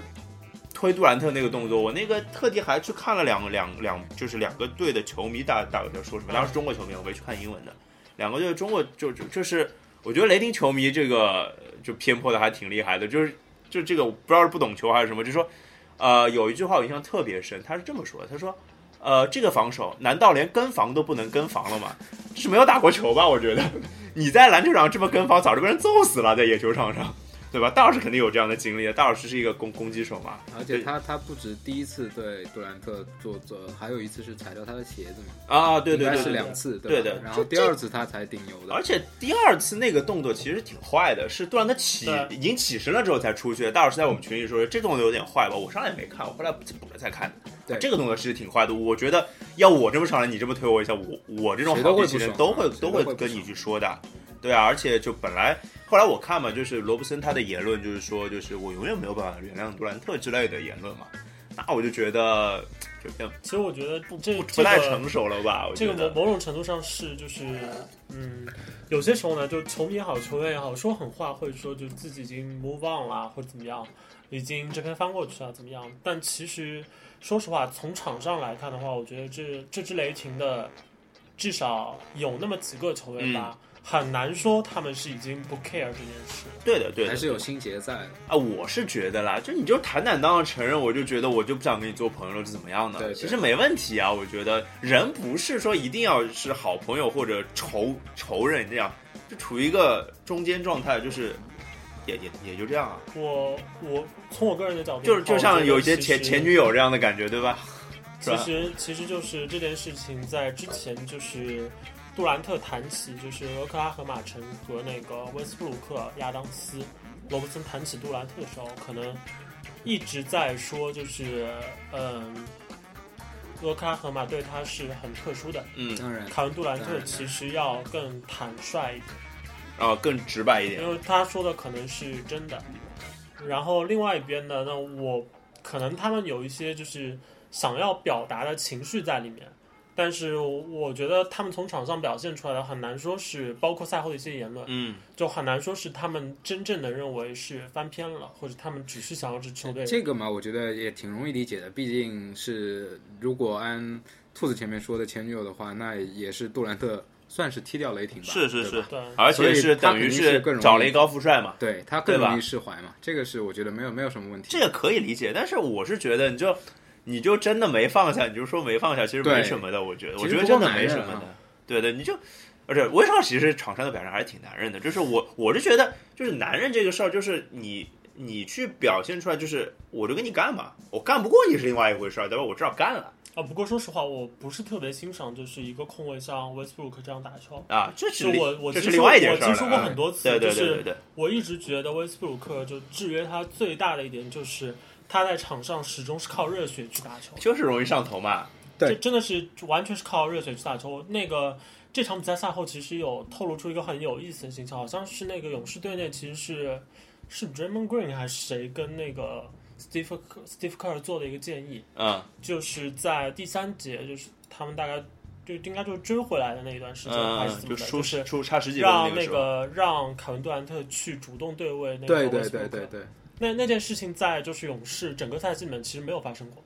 S1: 推杜兰特那个动作，我那个特地还去看了两两两，就是两个队的球迷大大概在说什么。当时中国球迷，我没去看英文的。两个队的中国就就就是，我觉得雷霆球迷这个呃就偏颇的还挺厉害的，就是就这个我不知道是不懂球还是什么，就说呃有一句话我印象特别深，他是这么说的，他说呃这个防守难道连跟防都不能跟防了吗？这是没有打过球吧？我觉得你在篮球场这么跟防，早就被人揍死了，在野球场上。对吧？大老师肯定有这样的经历的。大老师是一个攻攻击手嘛，
S4: 而且他他不止第一次对杜兰特做做，还有一次是踩到他的鞋子嘛，
S1: 啊，对对对
S4: 应该
S1: 对
S4: 是
S1: 对
S4: 两次，
S1: 对
S4: 吧
S1: 的
S4: 然后第二次他才顶油的，
S1: 而且第二次那个动作其实挺坏的，是杜兰特起
S2: 对
S1: 已经起身了之后才出去的。大老师在我们群里说这动作有点坏吧，我上来没看，我后来补了才看的。
S4: 对
S1: 这个动作其实挺坏的。我觉得要我这么上来，你这么推我一下，我我这种
S4: 谁
S1: 好
S4: 都会
S1: 脾气
S4: 不
S1: 人
S4: 爽
S1: 都
S4: 啊
S1: 会
S4: 谁
S1: 都
S4: 都
S1: 会
S4: 会不
S1: 跟你
S4: 爽
S1: 去说的，对啊。而且就本来后来我看嘛，就是罗布森他的言论就是说，就是我永远没有办法原谅杜兰特之类的言论嘛。那我就觉得就变
S2: 其实我觉得这
S1: 不
S2: 这
S1: 不太
S2: 个
S1: 成熟了吧？我
S2: 这
S1: 觉
S2: 个
S1: 得
S2: 某某种程度上是就是，嗯，有些时候呢，就球迷也好，球员也好，说狠话会说就自己已经 move on 啦，或者怎么样，已经这篇翻过去了，怎么样？但其实说实话，从场上来看的话，我觉得这这支雷霆的至少有那么几个球员吧，
S1: 嗯
S2: 很难说他们是已经不 care 这件事。
S1: 对的对的，
S4: 还是有心结在的。
S1: 啊，我是觉得啦，就你就坦坦荡荡承认，我就觉得我就不想跟你做朋友了，是怎么样的？
S4: 对对
S1: 其实没问题啊，我觉得人不是说一定要是好朋友或者仇仇人这样，就处于一个中间状态，就是也也也就这样啊，
S2: 我我从我个人的角度，
S1: 就是就像有一些前前女
S2: 友。
S1: 友这样的感觉，对吧？是
S2: 其
S1: 吧？
S2: 实其实就是这件事情在之前就是杜兰特谈起，就是俄克拉荷马城和那个威斯布鲁克、亚当斯、罗伯森谈起杜兰特的时候，可能一直在说就是嗯，俄克拉荷马对他是很特殊的，
S1: 嗯，
S4: 当然，
S2: 凯文杜兰特其实要更坦率一点。
S1: 啊，更直白一点
S2: 因，为他说的可能是真的。然后另外一边呢，那我可能他们有一些就是想要表达的情绪在里面，但是我觉得他们从场上表现出来的很难说是，包括赛后的一些言论，
S1: 嗯，
S2: 就很难说是他们真正的认为是翻篇了，或者他们只是想要这支球队。
S4: 这个嘛，我觉得也挺容易理解的，毕竟是如果按兔子前面说的前女友的话，那也是杜兰特算是踢掉雷霆吧，
S1: 是是
S4: 对
S1: 是
S4: 吧，
S2: 对，
S1: 而
S4: 所
S1: 且
S4: 以
S1: 是
S4: 他
S1: 等于
S4: 肯定
S1: 是
S4: 是更容易
S1: 找了一高富帅嘛，
S4: 对他更
S1: 对吧
S4: 容易释怀嘛，这个是我觉得没有没有什么问题。
S1: 这个可以理解，但是我是觉得你就。你就真的没放下，你就说没放下，其实没
S4: 对
S1: 什么的。我觉得，
S4: 其
S1: 我
S4: 实
S1: 觉得
S4: 不
S1: 真
S4: 过
S1: 的
S4: 男
S1: 没
S4: 人
S1: 什么
S4: 啊
S1: 的。对对，你就，而且威少其实场上的表现还是挺男人的。就是我，我是觉得，就是男人这个事儿，就是你你去表现出来，就是我就跟你干嘛，我干不过你是另外一回事儿，对吧？我至少干了
S2: 啊，不过说实话，我不是特别欣赏就是一个控卫像威斯布鲁克这样打球。
S1: 啊，这是
S2: 就
S1: 另
S2: 我我
S1: 这
S2: 听
S1: 是
S2: 说
S1: 另外一件事
S2: 我
S1: 儿
S2: 听说过
S1: 了。啊哎
S2: 很多次，
S1: 对对
S2: 就是
S1: 对对对，
S2: 我一直觉得威斯布鲁克就制约他最大的一点就是他在场上始终是靠热血去打球，
S1: 就是容易上头嘛。
S4: 对
S2: 这真的是完全是靠热血去打球。那个这场比赛赛后其实有透露出一个很有意思的现象，好像是那个勇士队内其实是是 Draymond Green 还是谁跟那个 Steve Kerr- Steve Kerr 做的一个建议，
S1: 嗯
S2: 就是在第三节就是他们大概就应该就是追回来的那一段时间、还是
S1: 嗯，
S2: 怎
S1: 就
S2: 么的，
S1: 输
S2: 就是
S1: 输差十几分
S2: 让
S1: 个
S2: 那
S1: 时候，
S2: 个让凯文杜兰特去主动对位那个
S4: 对
S2: 威
S4: 对
S2: 斯布鲁
S4: 对
S2: 克
S4: 对对，
S2: 那那件事情在就是勇士整个赛季里面其实没有发生过，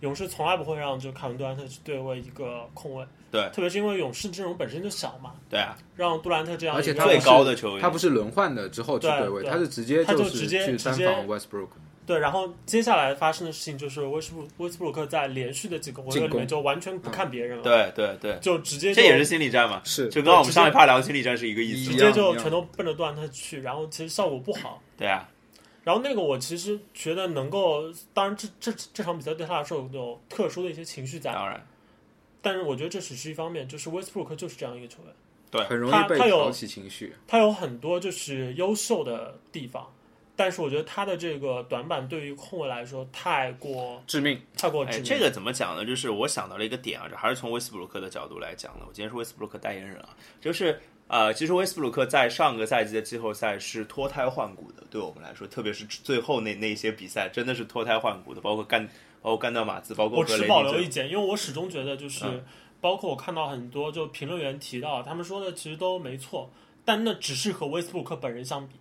S2: 勇士从来不会让就凯文杜兰特去对位一个控卫，
S1: 对
S2: 特别是因为勇士阵容本身就小嘛，
S1: 对啊，
S2: 让杜兰特这样一个
S4: 而且他
S1: 最
S4: 不是
S1: 高的球员，
S4: 他不是轮换的之后去
S1: 啊
S2: 对
S4: 对位，
S2: 对
S4: 他是直接
S2: 他就是直接
S4: 去
S2: 直
S4: 单
S2: 接
S4: 防 Westbrook，
S2: 对，然后接下来发生的事情就是威斯布威斯布鲁克在连续的几个回合
S4: 进
S2: 里
S4: 攻嗯
S2: 面就完全不看别人了，，
S1: 对对对，
S2: 就直接就
S1: 这也是心理战嘛，
S4: 是
S1: 就跟我们上一趴聊心理战是一个意
S4: 一
S1: 思
S2: 直
S1: 嘛。
S2: 接
S4: 一样
S2: 就
S4: 一样
S2: 全都奔着杜兰特去，然后其实效果不好。
S1: 对啊，
S2: 然后那个我其实觉得能够，当然这这这场比赛对他来说有有特殊的一些情绪在，
S1: 当然，
S2: 但是我觉得这只是一方面，就是威斯布鲁克就是这样一个球员，
S1: 对
S4: 很容
S2: 他
S4: 易被
S2: 他有
S4: 挑起情绪。
S2: 他有很多就是优秀的地方，但是我觉得他的这个短板对于控卫来说太过
S4: 致命。
S2: 太过致
S1: 哎，
S2: 命。
S1: 这个怎么讲呢？就是我想到了一个点啊，这还是从威斯布鲁克的角度来讲的。我今天是威斯布鲁克代言人啊，就是呃，其实威斯布鲁克在上个赛季的季后赛是脱胎换骨的，对我们来说，特别是最后那那一些比赛，真的是脱胎换骨的，包括干，包括干掉马刺，包括
S2: 我
S1: 和
S2: 持
S1: 雷
S2: 保
S1: 霆
S2: 留
S1: 队
S2: 意见，因为我始终觉得就是，
S1: 嗯
S2: 包括我看到很多就评论员提到，他们说的其实都没错，但那只是和威斯布鲁克本人相比。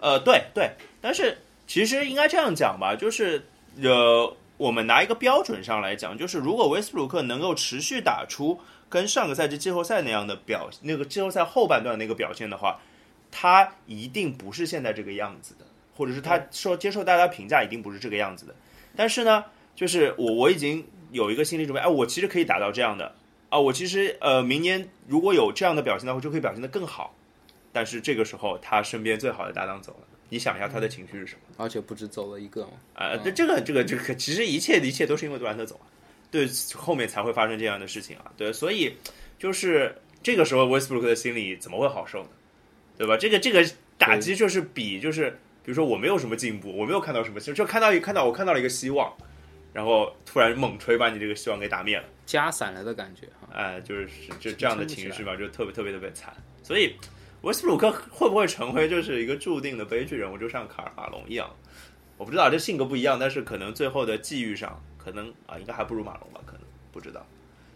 S1: 呃，对对，但是其实应该这样讲吧，就是呃，我们拿一个标准上来讲，就是如果威斯布鲁克能够持续打出跟上个赛季季后赛那样的表，那个季后赛后半段那个表现的话，他一定不是现在这个样子的，或者是他说接受大家评价一定不是这个样子的。但是呢，就是我我已经有一个心理准备，哎，我其实可以打到这样的啊，我其实呃，明年如果有这样的表现的话，就可以表现得更好。但是这个时候，他身边最好的搭档走了，你想一下他的情绪是什么？
S4: 而且不止走了一个嘛，
S1: 啊、这这个这个这个，其实一切一切都是因为杜兰特走啊，对，后面才会发生这样的事情啊，对，所以就是这个时候，威斯布鲁克的心里怎么会好受呢？对吧？这个这个打击就是比就是，比如说我没有什么进步，我没有看到什么，就就看到一看到我看到了一个希望，然后突然猛吹把你这个希望给打灭了。
S4: 加散了的感觉哈。
S1: 呃，就是就这样的情绪
S4: 撑
S1: 吧，就特别特别特别惨。所以，威斯布鲁克会不会成为就是一个注定的悲剧人物，就像卡尔马龙一样？我不知道，这性格不一样，但是可能最后的际遇上，可能啊，应该还不如马龙吧，可能不知道。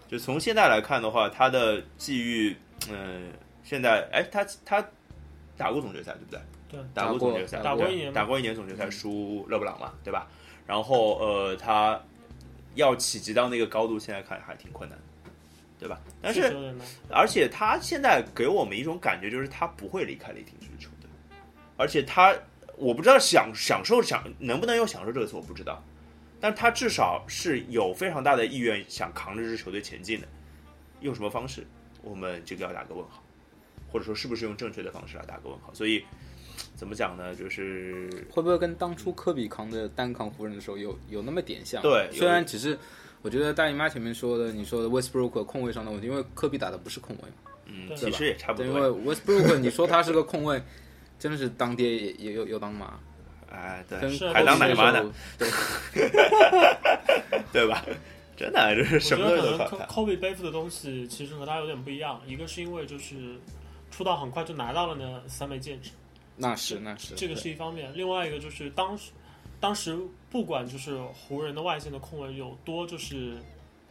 S1: 就从现在来看的话，他的际遇，嗯、现在哎，他他打过总决赛对不对？
S2: 对，
S1: 打过总决赛，
S4: 打
S2: 过
S1: 对
S2: 一年嘛嗯
S1: 打过一年总决赛输勒布朗嘛，对吧？然后呃，他要企及到那个高度，现在看还挺困难的，对吧？但
S2: 确实
S1: 是
S2: 有点难
S1: 而且他现在给我们一种感觉，就是他不会离开雷霆这支球队，而且他我不知道享享受享能不能有享受这个词，我不知道，但他至少是有非常大的意愿想扛着这支球队前进的，用什么方式，我们这个要打个问号，或者说是不是用正确的方式来打个问号，所以。怎么讲呢？就是
S4: 会不会跟当初科比扛着单扛湖人的时候有有那么点像？啊
S1: 对有
S4: 虽然只是我觉得大姨妈前面说的，你说的 Westbrook 控卫上的问题，因为科比打的不是控卫嘛，
S1: 嗯，
S2: 对
S1: 其实也差不
S4: 对，因
S1: 多。
S4: 为 Westbrook 你说他是个控卫，真的是当爹也也又又当妈，
S1: 哎，
S4: 跟
S1: 对，
S2: 是
S1: 还当奶妈呢，
S4: 呢。对，
S1: 对吧？ (laughs) 真的啊就是
S2: 我觉
S1: 什么
S2: 得
S1: 东西
S2: 可
S1: 都
S2: 能
S1: 反
S2: Kobe
S1: 派。
S2: 背负的东西其实和他有点不一样，一个是因为就是出道很快就拿到了那三枚戒指，
S4: 那是那是
S2: 这个是一方面；另外一个就是当时当时不管就是湖人的外线的控卫有多就是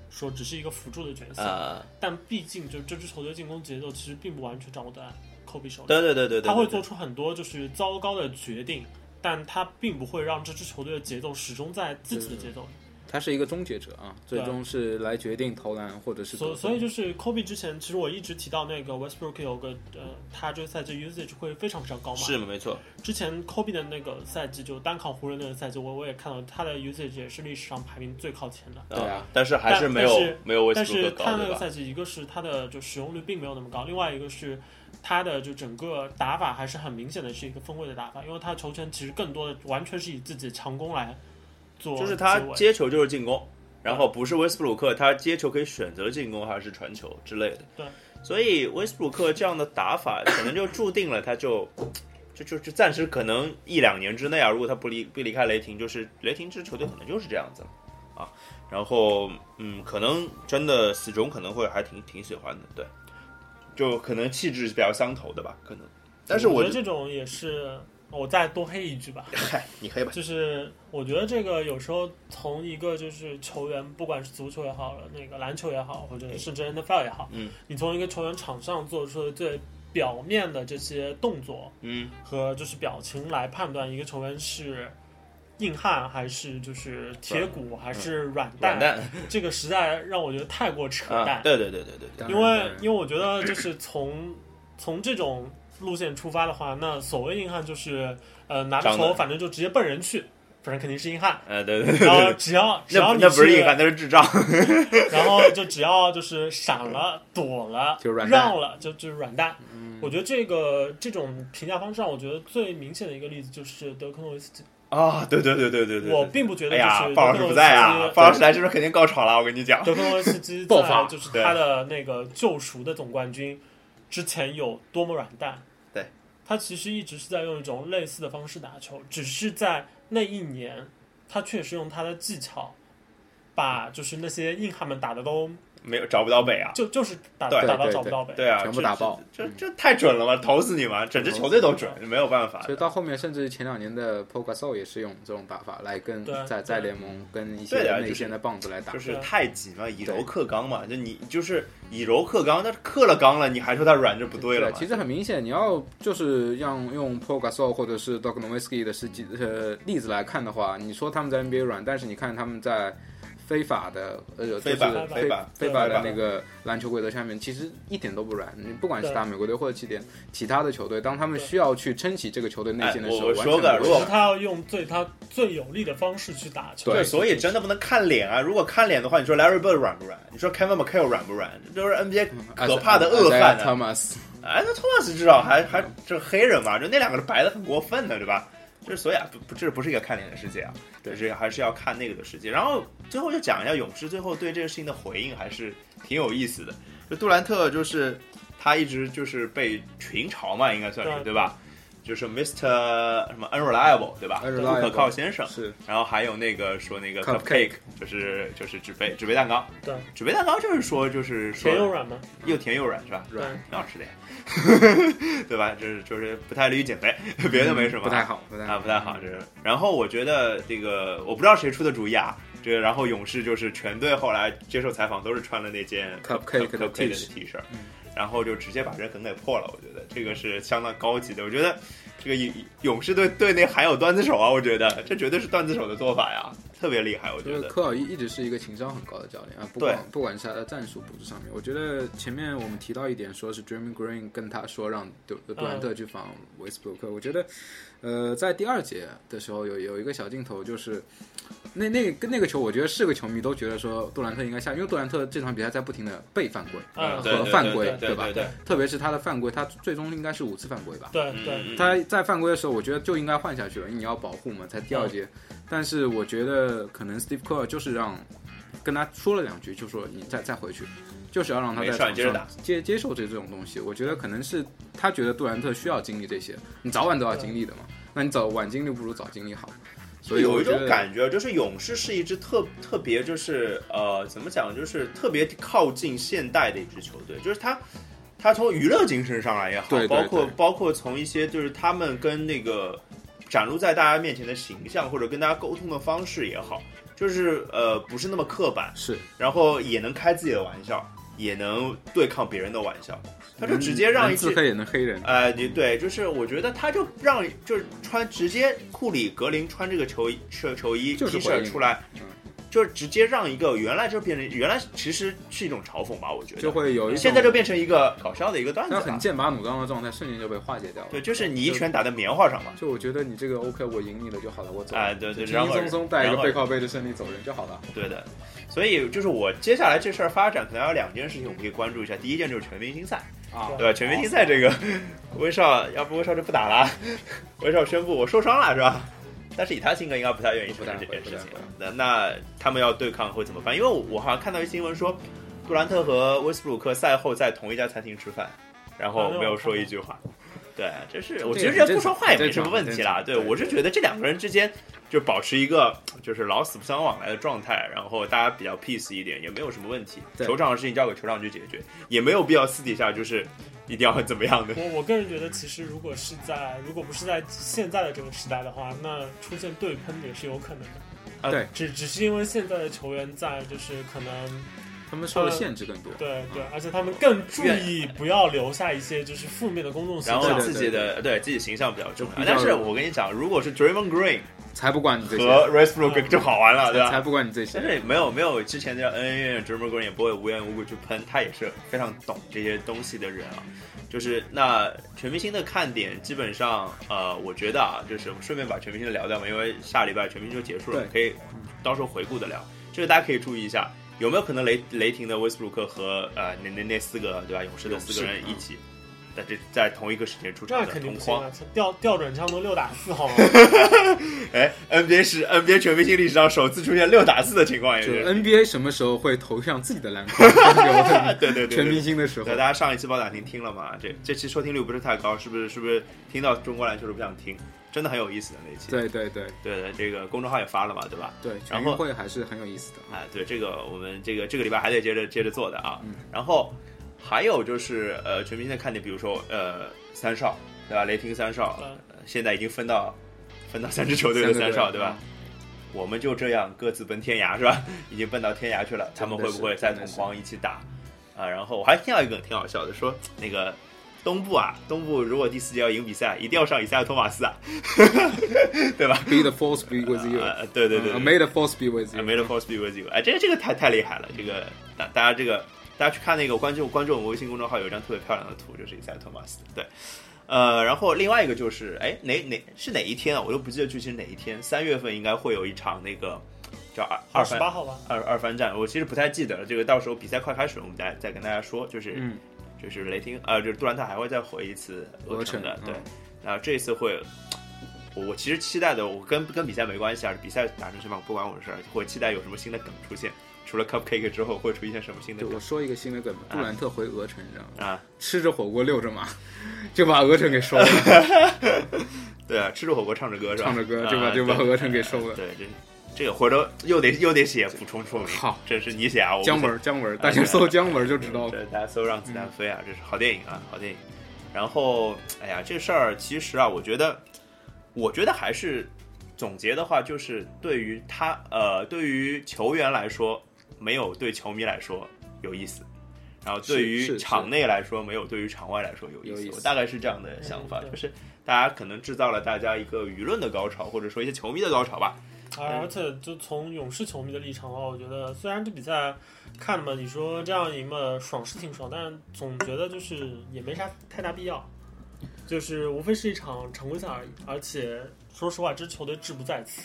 S2: 说只是一个辅助的角色，
S1: 呃，
S2: 但毕竟就这支球队进攻节奏其实并不完全掌握在科比手里，
S1: 对对对对对，
S2: 他会做
S1: 出
S2: 出很多就是糟糕的决定，但他并不会让这支球队的节奏始终在自己的节奏里。
S4: 他是一个终结者啊，最
S2: 对
S4: 终是来决定投篮或者是
S2: 所
S4: 得
S2: 所以
S4: 分
S2: 就是科比之前，其实我一直提到那个 Westbrook 有个呃，他这个赛季 usage 会非常非常高嘛。
S1: 是没错，
S2: 之前 Kobe 的那个赛季，就单扛湖人那个赛季，我我也看到他的 usage 也是历史上排名最靠前的。
S4: 对啊
S1: 呃，但是还是
S2: 但
S1: 没有
S2: 但是
S1: 没有威
S2: 但
S1: 斯布鲁
S2: 是
S1: 克
S2: 他
S1: 高，
S2: 那
S1: 对
S2: 个
S1: 吧？
S2: 赛季，一个是他的就使用率并没有那么高，另外一个是他的就整个打法还是很明显的是一个分位的打法，因为他球权其实更多的完全是以自己强攻来做
S1: 就是他
S2: 结尾
S1: 接球就是进攻，然后不是威斯布鲁克，他接球可以选择进攻还是传球之类的。
S2: 对，
S1: 所以威斯布鲁克这样的打法，可能就注定了他就。就就就暂时可能一两年之内啊，如果他不离不离开雷霆，就是雷霆这支球队可能就是这样子了啊。然后嗯，可能真的死忠可能会还挺挺喜欢的，对，就可能气质比较相投的吧，可能。但是
S2: 我
S1: 我
S2: 觉得这种也是我再多黑一句吧，
S1: 嗨，你黑吧，
S2: 就是我觉得这个有时候从一个就是球员，不管是足球也好，那个篮球也好，或者甚至 NFL 也好，
S1: 嗯，
S2: 你从一个球员场上做出的最表面的这些动作，
S1: 嗯，
S2: 和就是表情来判断一个球员是硬汉还是就是铁骨还是软蛋，
S1: 软蛋
S2: 这个实在让我觉得太过扯淡。
S1: 啊，对对对对对对，
S4: 当然
S2: 因为
S4: 当然
S2: 因为我觉得就是从从这种路线出发的话，那所谓硬汉就是呃拿着
S1: 长
S2: 球
S1: 得
S2: 反正就直接奔人去，反正肯定是硬
S1: (laughs)
S2: 汉。
S1: 呃，对对对
S2: 然后
S1: 对，
S2: 只要只
S1: 那
S2: 要
S1: 不
S2: 你
S1: 那不是硬汉，那是智障。
S2: 然后就只要就是闪了、
S1: (laughs)
S2: 躲了、
S4: 就是软蛋
S2: 让了，就就是软蛋。
S1: 嗯
S2: 我觉得这个这种评价方式，让我觉得最明显的一个例子就是德克诺维斯基。
S1: 啊，对对对对对对，
S2: 我并不觉
S1: 哎
S2: 得
S1: 呀
S2: 就，是
S1: 鲍老
S2: 德克
S1: 师
S2: 诺
S1: 不
S2: 维
S1: 在啊，
S2: 斯基，
S1: 鲍老师来是不是肯定高潮了？我跟你
S4: (laughs)
S1: 讲，
S2: 德克诺维斯基
S4: 爆发
S2: 在就是他的那个救赎的总冠军之前有多么软蛋。
S1: 对，
S2: 他他其实一直是在用一种类似的方式打球，只是在那一年，他确实用他的技巧，把就是那些硬汉们打的都
S1: 没有找不到北啊。
S2: 就就是打
S1: 对
S2: 打到
S4: 对
S2: 找不
S4: 对
S2: 到北。
S1: 对啊，
S4: 全部打爆
S1: 这，这这这太准了吧！投死你嘛，整支球队都准，没有办法的。
S4: 所以到后面，甚至前两年的 p o g a s o 也是用这种打法来跟
S2: 对啊
S4: 在
S2: 对
S4: 在联盟跟一些
S1: 对的啊
S4: 内
S1: 就
S4: 线
S1: 是
S4: 的棒子来打
S1: 就，是
S2: 对
S1: 太紧了，以柔克刚嘛，就你就是以柔克刚，但是克了刚了，你还说他软就不对了嘛？
S4: 其实很明显，你要就是让用 p o g a s o 或者是 d o g n o w i s k y 的实际呃例子来看的话，你说他们在 NBA 软，但是你看他们在非法的呃就是
S1: 非
S4: 非
S1: 法非
S4: 非
S1: 法
S4: 法
S1: 对
S4: 的那个篮球规则下面，其实一点都不软。你不管是
S2: 对
S4: 打美国队或者其点其他的球队，当他们
S2: 对
S4: 需要去撑起这个球队内线的
S1: 哎
S4: 时候，
S1: 我我
S4: 完全
S1: 说个
S4: 不
S1: 如果
S2: 只
S4: 软
S2: 是他要用最他最有利的方式去打球。
S4: 对
S1: 对，所以真的不能看脸啊！如果看脸的话，你说 Larry Bird 软不软？你说 Kevin McHale 软不软？这都是 NBA 可怕的恶汉啊！
S4: Thomas，
S1: 哎，那 Thomas 至少还还这黑人嘛，就那两个白的很过分的，对吧？就是所以啊，不不，这不是一个看脸的世界啊，
S4: 对
S1: 就是还是要看那个的世界。然后最后就讲一下勇士最后对这个事情的回应，还是挺有意思的。就杜兰特就是他一直就是被群嘲嘛，应该算是
S2: 对
S1: 对吧？就是 Mr 什么 unreliable 对吧？不
S4: Unreliable
S1: 可靠先生。
S4: 是
S1: 然后还有那个说那个
S4: Cupcake
S1: cupcake，就是就是纸杯纸杯蛋糕，
S2: 对，
S1: 纸杯蛋糕就是说就是说
S2: 谁又软吗？
S1: 又甜又软是吧？
S4: 软
S2: 对
S1: 挺好吃的呀， (laughs) 对吧？就是就是不太利于减肥，别的没什么，
S4: 嗯不太好，不太嗯
S1: 啊，不太好。这个，然后我觉得这个我不知道谁出的主意啊，这个然后勇士就是全队后来接受采访都是穿了那件
S4: Cupcake 的
S1: Cupcake
S4: T 恤
S1: T 恤
S4: 嗯，
S1: 然后就直接把这梗给破了。我觉得这个是相当高级的，我觉得这个勇勇士队队内还有段子手啊，我觉得这绝对是段子手的做法呀，特别厉害，我
S4: 就
S1: 觉
S4: 是
S1: 得。
S4: 科尔一一直是一个情商很高的教练啊，不管不管是他的战术布置上面，我觉得前面我们提到一点，说是 Dream Green 跟他说让杜呃杜兰
S1: 嗯
S4: 特去防维斯布鲁克，我觉得，呃，在第二节的时候有有一个小镜头，就是那那跟那个球，我觉得是个球迷都觉得说杜兰特应该下，因为杜兰特这场比赛在不停的被犯规
S2: 嗯
S1: 对
S4: 和
S1: 对
S4: 犯
S1: 对
S4: 规，
S1: 对
S4: 吧？
S1: 对，
S4: 特别是他的犯规，他最终应该是五次犯规吧？
S2: 对
S1: 嗯
S2: 对，
S1: 嗯
S4: 他在犯规的时候，我觉得就应该换下去了，因为你要保护嘛，才第二节。
S1: 嗯
S4: 但是我觉得可能 Steve Kerr 就是让跟他说了两句，就说你再再回去，就是要让他
S1: 没
S4: 在
S1: 事
S4: 场
S1: 接着
S4: 上
S1: 打
S4: 接接受这这种东西。我觉得可能是他觉得杜兰特需要经历这些，你早晚都要经历的嘛。那你早晚经历不如早经历好。所以
S1: 有
S4: 我
S1: 一
S4: 觉
S1: 种
S4: 得
S1: 感觉，就是勇士是一支特特别，就是呃，怎么讲，就是特别靠近现代的一支球队，就是他。他从娱乐精神上来也好，
S4: 对对
S1: 包括
S4: 对
S1: 包括从一些就是他们跟那个展露在大家面前的形象，或者跟大家沟通的方式也好，就是呃不是那么刻板，
S4: 是
S1: 然后也能开自己的玩笑，也能对抗别人的玩笑，他就直接让一
S4: 嗯能自
S1: 支
S4: 黑也能黑人，
S1: 呃，你对，就是我觉得他就让就是穿直接库里、格林穿这个球衣球球衣
S4: 就是
S1: T
S4: 回应
S1: 恤出来，
S4: 嗯
S1: 就是直接让一个原来就变成原来其实是一种嘲讽吧，我觉
S4: 就
S1: 得
S4: 会有一种
S1: 现在就变成一个搞笑的一个段子
S4: 他很
S1: 了。
S4: 剑拔弩张的状态，瞬间就被化解掉了
S1: 对，。就是你一拳打在棉花上嘛。
S4: 就我觉得你这个 OK，我赢你了就好了，我走了。
S1: 哎对对
S4: 就轻
S1: 然
S4: 轻
S1: 后
S4: 松松带一
S1: 然
S4: 个
S1: 后
S4: 背靠背的胜利走人就好了。
S1: 对的，所以就是我接下来这事儿发展可能还有两件事情我们可以关注一下。第一件就是全明星赛，
S4: 啊
S1: 对吧？全明星赛这个，威少要不威少就不打了，威少宣布我受伤了是吧？但是以他性格应该不太愿意承认这件事情
S4: 不太会。
S1: 那那他们要对抗会怎么办？因为我我好像看到一新闻说，杜兰特和威斯布鲁克赛后在同一家餐厅吃饭，然后
S4: 啊
S1: 没有说一句话。对，这是我
S4: 这
S1: 其
S4: 也
S1: 实觉得
S4: 很
S1: 不说
S4: 正
S1: 话也
S4: 常
S1: 没什么问题啦。
S4: 很正
S1: 对
S4: 常
S1: 我是觉得这两个人之间就保持一个就是老死不相往来的状态，然后大家比较 peace 一点，也没有什么问题。
S4: 对
S1: 球场的事情交给球场去解决，也没有必要私底下就是一定要怎么样的。
S2: 我我个人觉得，其实如果是在如果不是在现在的这个时代的话，那出现对喷也是有可能的。
S1: 啊
S4: 对
S2: 只只是因为现在的球员在就是可能
S4: 他们受的限制更多。
S2: 对对，而且他们更注意不要留下一些就是负面的公众
S1: 然
S2: 形
S1: 后
S2: 象
S4: 对。
S1: 自己的对自己形象比较重要。
S4: 比较
S1: 但是我跟你讲，如果是 Draymond Green
S4: 才不管你这些，
S1: 和 r e s b r o o k 就好玩了，对
S4: 才
S1: 吧？
S4: 不管你这
S1: 但
S4: 些。
S1: 是没有没有之前的 NBA 的 Draymond Green 也不会无缘无故去喷，他也是非常懂这些东西的人啊。就是那全明星的看点，基本上呃，我觉得啊，就是顺便把全明星的聊掉嘛，因为下礼拜全明星就结束了，
S4: 对
S1: 可以到时候回顾的聊。这个大家可以注意一下，有没有可能雷雷霆的威斯布鲁克和呃那那那四个对吧，勇士的
S4: 勇士
S1: 四个人一起在这在同一个时间出场
S2: 那
S1: 的
S2: 肯定
S1: 同
S2: 不行
S1: 框
S2: 啊。！调调转枪都六打
S1: (laughs)
S2: 四好吗？
S1: 哎，NBA 是 NBA 全明星历史上首次出现六打四的情况，也
S4: 就是 NBA 什么时候会投向自己的篮筐？ (laughs) 就是我问
S1: 啊对对对对
S4: 全明星的时候
S1: 对，大，家上一期报打听听了吗？这这期收听率不是太高，是不是？是不是听到中国篮球都不想听？真的很有意思的那一期。
S4: 对对对
S1: 对对，这个公众号也发了嘛，对吧？
S4: 对，全
S1: 然
S4: 运
S1: 后
S4: 会还是很有意思的啊。
S1: 啊，对这个我们这个这个礼拜还得接着接着做的啊。
S4: 嗯
S1: 然后还有就是呃，全明星的看点，比如说呃三少，对吧？雷霆三少，
S2: 嗯
S1: 呃现在已经分到分到三支球队的三哦少，对吧？？
S4: 嗯
S1: 我们就这样各自奔天涯是吧？ (laughs) 已经奔到天涯去了，他们会不会再同框一起打啊？然后我还听到一个挺好笑的，说那个东部啊，东部如果第四节要赢比赛，一定要上以赛亚托马斯啊，对吧？
S4: Be the force be with you，
S1: 呃，对对对
S4: 嗯
S1: 对
S4: ，May the force be with
S1: 啊
S4: you。
S1: ，Made for Speed with you，哎，这个这个太太厉害了，这个大大家这个大家去看那个观众观众微信公众号有一张特别漂亮的图，就是伊赛托马斯，对，呃，然后另外一个就是，哎，哪哪是哪一天啊？我都不记得具体是哪一天，三月份应该会有一场那个叫二
S2: 二
S1: 二
S2: 十
S1: 番
S2: 八号吧，
S1: 二二番战，我其实不太记得了，这个到时候比赛快开始我们再再跟大家说，就是、
S4: 嗯，
S1: 就是雷霆呃，就是杜兰特还会再回一次俄城的
S4: 俄，城
S1: 对
S4: 嗯，
S1: 然后这一次会。我我其实期待的，我跟跟比赛没关系啊，比赛打成什么样不关我的事儿。我期待有什么新的梗出现，除了 cupcake 之后会出现什么新的
S4: 嗯就
S1: 梗
S4: 我说一个新的梗吧，杜兰特回鹅城，你知道吗？ (laughs)
S1: 啊？
S4: 吃着火锅溜着马，就把鹅城
S1: (laughs)
S4: 给收了，
S1: 对啊，吃着火锅唱着歌是吧？
S4: 唱着歌
S1: 啊
S4: 就把就把
S1: 对
S4: 鹅城给收了。
S1: 对，这这个回头又得又得写补充说明，
S4: 好，
S1: 这是你写啊，我不
S4: 姜
S1: 写
S4: 文，姜文，大家搜姜文就知道了。嗯
S1: 这大家搜“让子弹飞”啊，这是好电影啊，好电影。然后，哎呀，这事儿其实啊，我觉得，我觉得还是总结的话，就是对于他呃，对于球员来说，没有对球迷来说有意思。然后对
S4: 是
S1: 于
S4: 是
S1: 场内来说没有，对于场外来说有
S4: 有
S1: 意
S4: 意
S1: 思。
S4: 思
S1: 我大概是这样的想法，
S2: 嗯对
S1: 就是大家可能制造了大家一个舆论的高潮，或者说一些球迷的高潮吧。
S2: 而而且就从勇士球迷的立场的话，我觉得虽然这比赛看了嘛，你说这样赢嘛，爽是挺爽，但是总觉得就是也没啥太大必要，就是无非是一场常规赛而已。而且说实话，这支球队志不在此，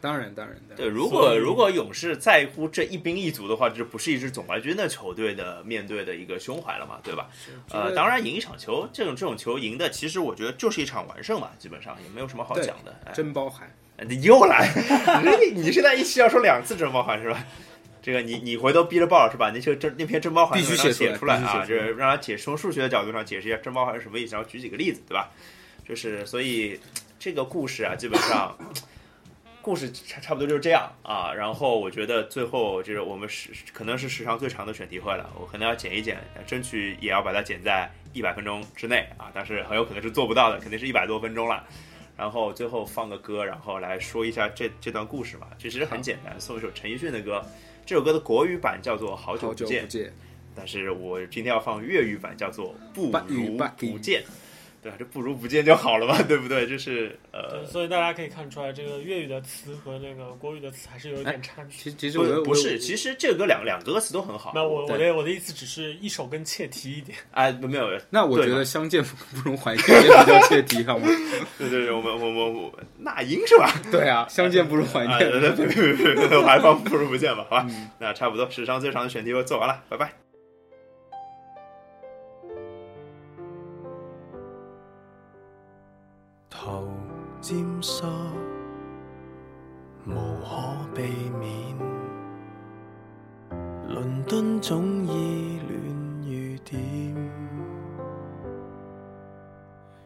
S4: 当然，当然，当然
S1: 对，如
S2: 所
S1: 果
S2: 以
S1: 如果勇士在乎这一兵一卒的话，这不是一支总冠军的球队的面对的一个胸怀了嘛，对吧？呃，当然赢一场球，这种这种球赢的，其实我觉得就是一场完胜嘛，基本上也没有什么好
S4: 对
S1: 讲的。哎，
S4: 真包含。
S1: 你又来， (laughs) 你你现在一期要说两次真包环是吧？这个你你回头逼着鲍老师把那些真那篇真包环
S4: 必须
S1: 文章
S4: 写
S1: 写
S4: 出
S1: 出
S4: 来
S1: 来
S4: 必须
S1: 啊，
S4: 写
S1: 就
S4: 出来
S1: 是让他解释从数学的角度上解释一下真包环是什么意思，然后举几个例子，对吧？就是所以这个故事啊，基本
S4: (laughs)
S1: 上故事差差不多就是这样啊。然后我觉得最后就是我们史可能是史上最长的选题会了，我可能要剪一剪，争取也要把它剪在一百分钟之内啊，但是很有可能是做不到的，肯定是一百多分钟了。然后最后放个歌，然后来说一下这这段故事嘛。其实很简单，送一首陈奕迅的歌。这首歌的国语版叫做《好久
S4: 好
S1: 不
S4: 久
S1: 见
S4: 不》，见，
S1: 但是我今天要放粤语版，叫做《不如不见》。对啊，这不如不见就好了嘛，对不对？就是呃
S2: 对，，所以大家可以看出来，这个粤语的词和那个国语的词还是有一点差距。
S4: 哎其其实
S1: 不
S4: 我
S1: 是
S4: 又
S1: 不是，其实这个歌两两个歌词都很好。
S2: 那我我
S4: 对
S2: 的我的意思只是一首更切题一点，
S1: 哎，没有，
S4: 那我
S1: 对
S4: 觉
S1: 嘛
S4: 得相见不容怀念 (laughs) 比较切题，好吗？
S1: 对对对，我们我们我那英是吧？
S4: 对啊，相见不如怀
S1: 啊，
S4: 念
S1: 对。对对对对，我还放不如不见吧，好吧？那差不多，史上最长的选题我做完了，拜拜。
S5: 头沾湿，無可避免。倫敦總已亂如點，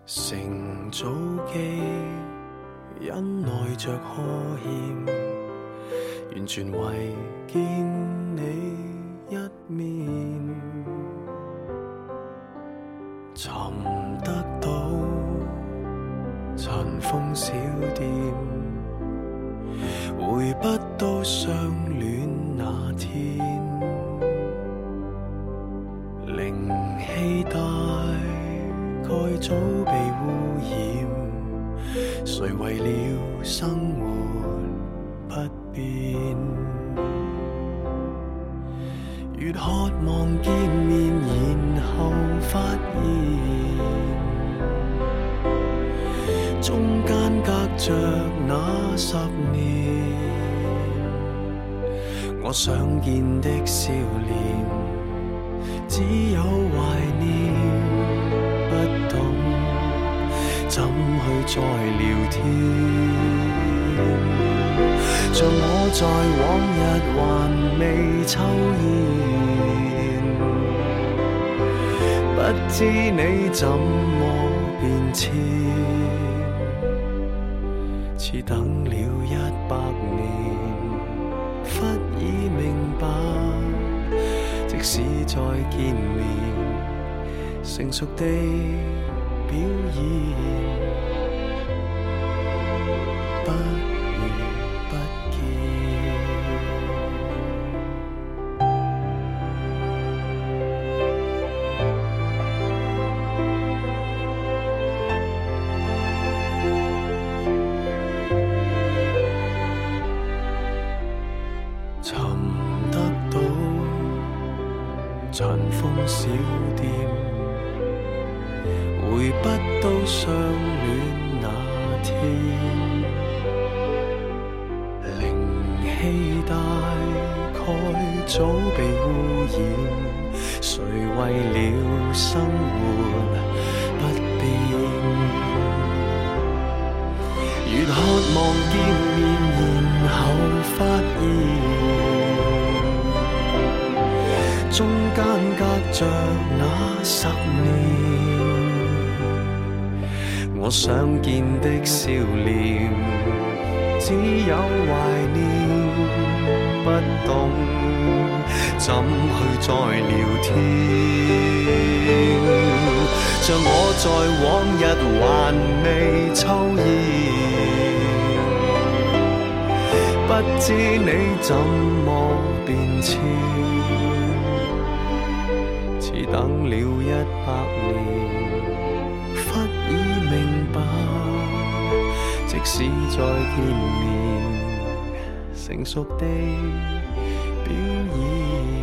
S5: 乘早機忍耐着呵欠，完全為見你一面，尋得到。塵封小店，回不到相戀那天。靈氣大概早被污染，誰為了生活不變？越渴望見面，然後發現。中間隔着那十年，我想見的笑臉，只有懷念，不再聊天，像我在往日還未抽煙。不知你怎麼變遷，似等了一百年，忽已明白，即使再見面，成熟地表演，不如不見。寻得到尘封小店，回不到相戀那天。靈氣大概早被污染，誰為了生活不變？越渴望見面，然後發現中間隔着那十年，我想見的笑臉，只有懷念，不懂怎去再聊天。像我在往日還未抽煙，不知你怎麼變遷，似等了一百年，忽已明白，即使再見面，成熟地表演。